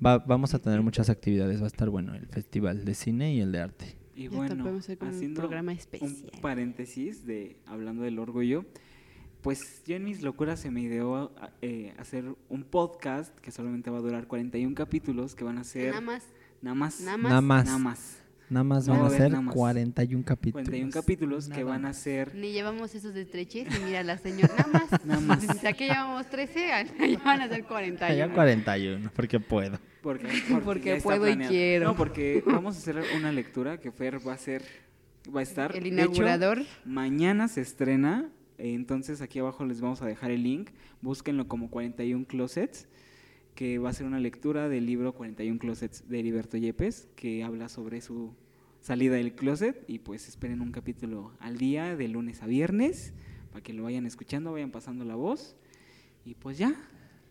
va- vamos a tener muchas actividades, va a estar bueno el festival de cine y el de arte.
Y
Ya hasta
bueno,
podemos hacer como un
haciendo
programa
Un
especial.
paréntesis de hablando del orgullo, pues yo en mis locuras se me ideó a- eh, hacer un podcast que solamente va a durar 41 capítulos, que van a ser
Nada más.
nada más,
nada
Nada más,
nada más,
nada más
No
van
va
a
a haber
ser
nada más.
41 capítulos.
41 capítulos que
Nada
van a
más.
ser
Ni llevamos esos de estreches y mira la señora, nada más.
Nada más.
O sea, que llevamos 13, ya van a ser 40.
Ya 41, porque puedo.
porque,
Porque
ya está
puedo y
planeado.
quiero.
No, porque vamos a hacer una lectura que Fer va a hacer va a estar
El
De hecho,
inaugurador.
Mañana se estrena, eh, entonces aquí abajo les vamos a dejar el link. Búsquenlo como 41 Closets, que va a ser una lectura del libro 41 Closets de Heriberto Yepes, que habla sobre su salida del closet. Y pues esperen un capítulo al día, de lunes a viernes, para que lo vayan escuchando, vayan pasando la voz. Y pues ya,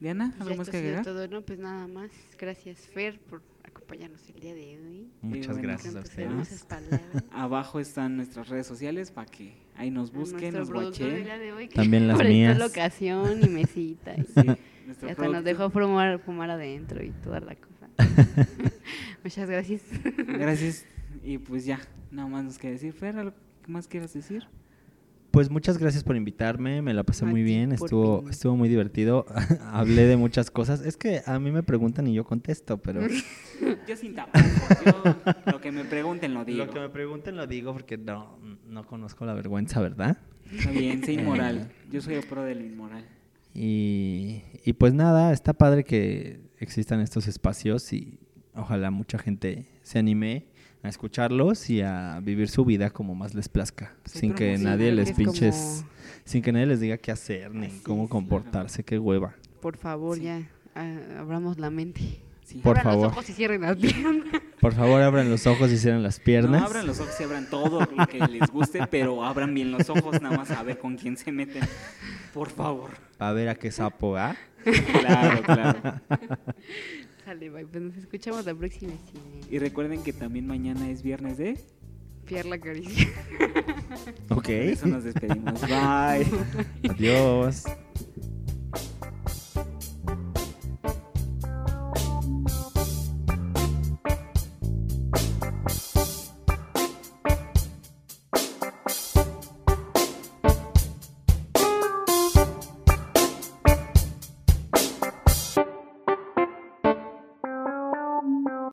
Diana,
Pues
¿algo
ya
más
esto
que
ha sido
agregar?
todo, ¿no? Pues nada más. Gracias, Fer, por acompañarnos el día de hoy.
Muchas
bueno,
gracias a
Con tus
ustedes.
hermosas palabras.
Abajo están nuestras redes sociales para que ahí nos
A
busquen,
nuestro
nos
productor del
guachen.
día de hoy que
También las
prestó
mías.
locación y mesita. y-
Sí, nuestro
y hasta nos
productor.
dejó fumar, fumar adentro y toda la cosa. Muchas gracias.
Gracias. Y pues ya, nada más nos queda decir. Fer, ¿algo que más quieras decir?
Pues muchas gracias por invitarme, me la pasé
A
muy
ti
bien,
por
estuvo,
venir.
estuvo muy divertido, hablé de muchas cosas. Es que a mí me preguntan y yo contesto, pero
Yo sin tapujos, yo lo que me pregunten lo digo.
lo que me pregunten lo digo porque no, no conozco la vergüenza, ¿verdad?
Está bien, sé inmoral.
Eh.
Yo soy el pro del inmoral.
Y, y pues nada, está padre que existan estos espacios y ojalá mucha gente se anime a escucharlos y a vivir su vida como más les plazca,
Sí,
sin que
promocionar,
nadie
que
les
es como-
pinches, sin que nadie les diga qué hacer ni
Así
cómo
es, claro.
comportarse, qué hueva.
Por favor,
Sí.
ya ah, abramos la mente.
Sí.
Por
Abran
favor.
los ojos y cierren las piernas.
Por favor, abran los ojos y cierren las piernas.
No abran los ojos y abran todo lo que les guste, pero abran bien los ojos nada más a ver con quién se meten. Por favor.
A ver a qué sapo ¿ah? va.
Claro, claro.
Sale, bye. Pues nos escuchamos la próxima. Sí.
Y recuerden que también mañana es viernes de...
Pierre la caricia.
Ok.
Por eso nos despedimos. Bye.
Adiós.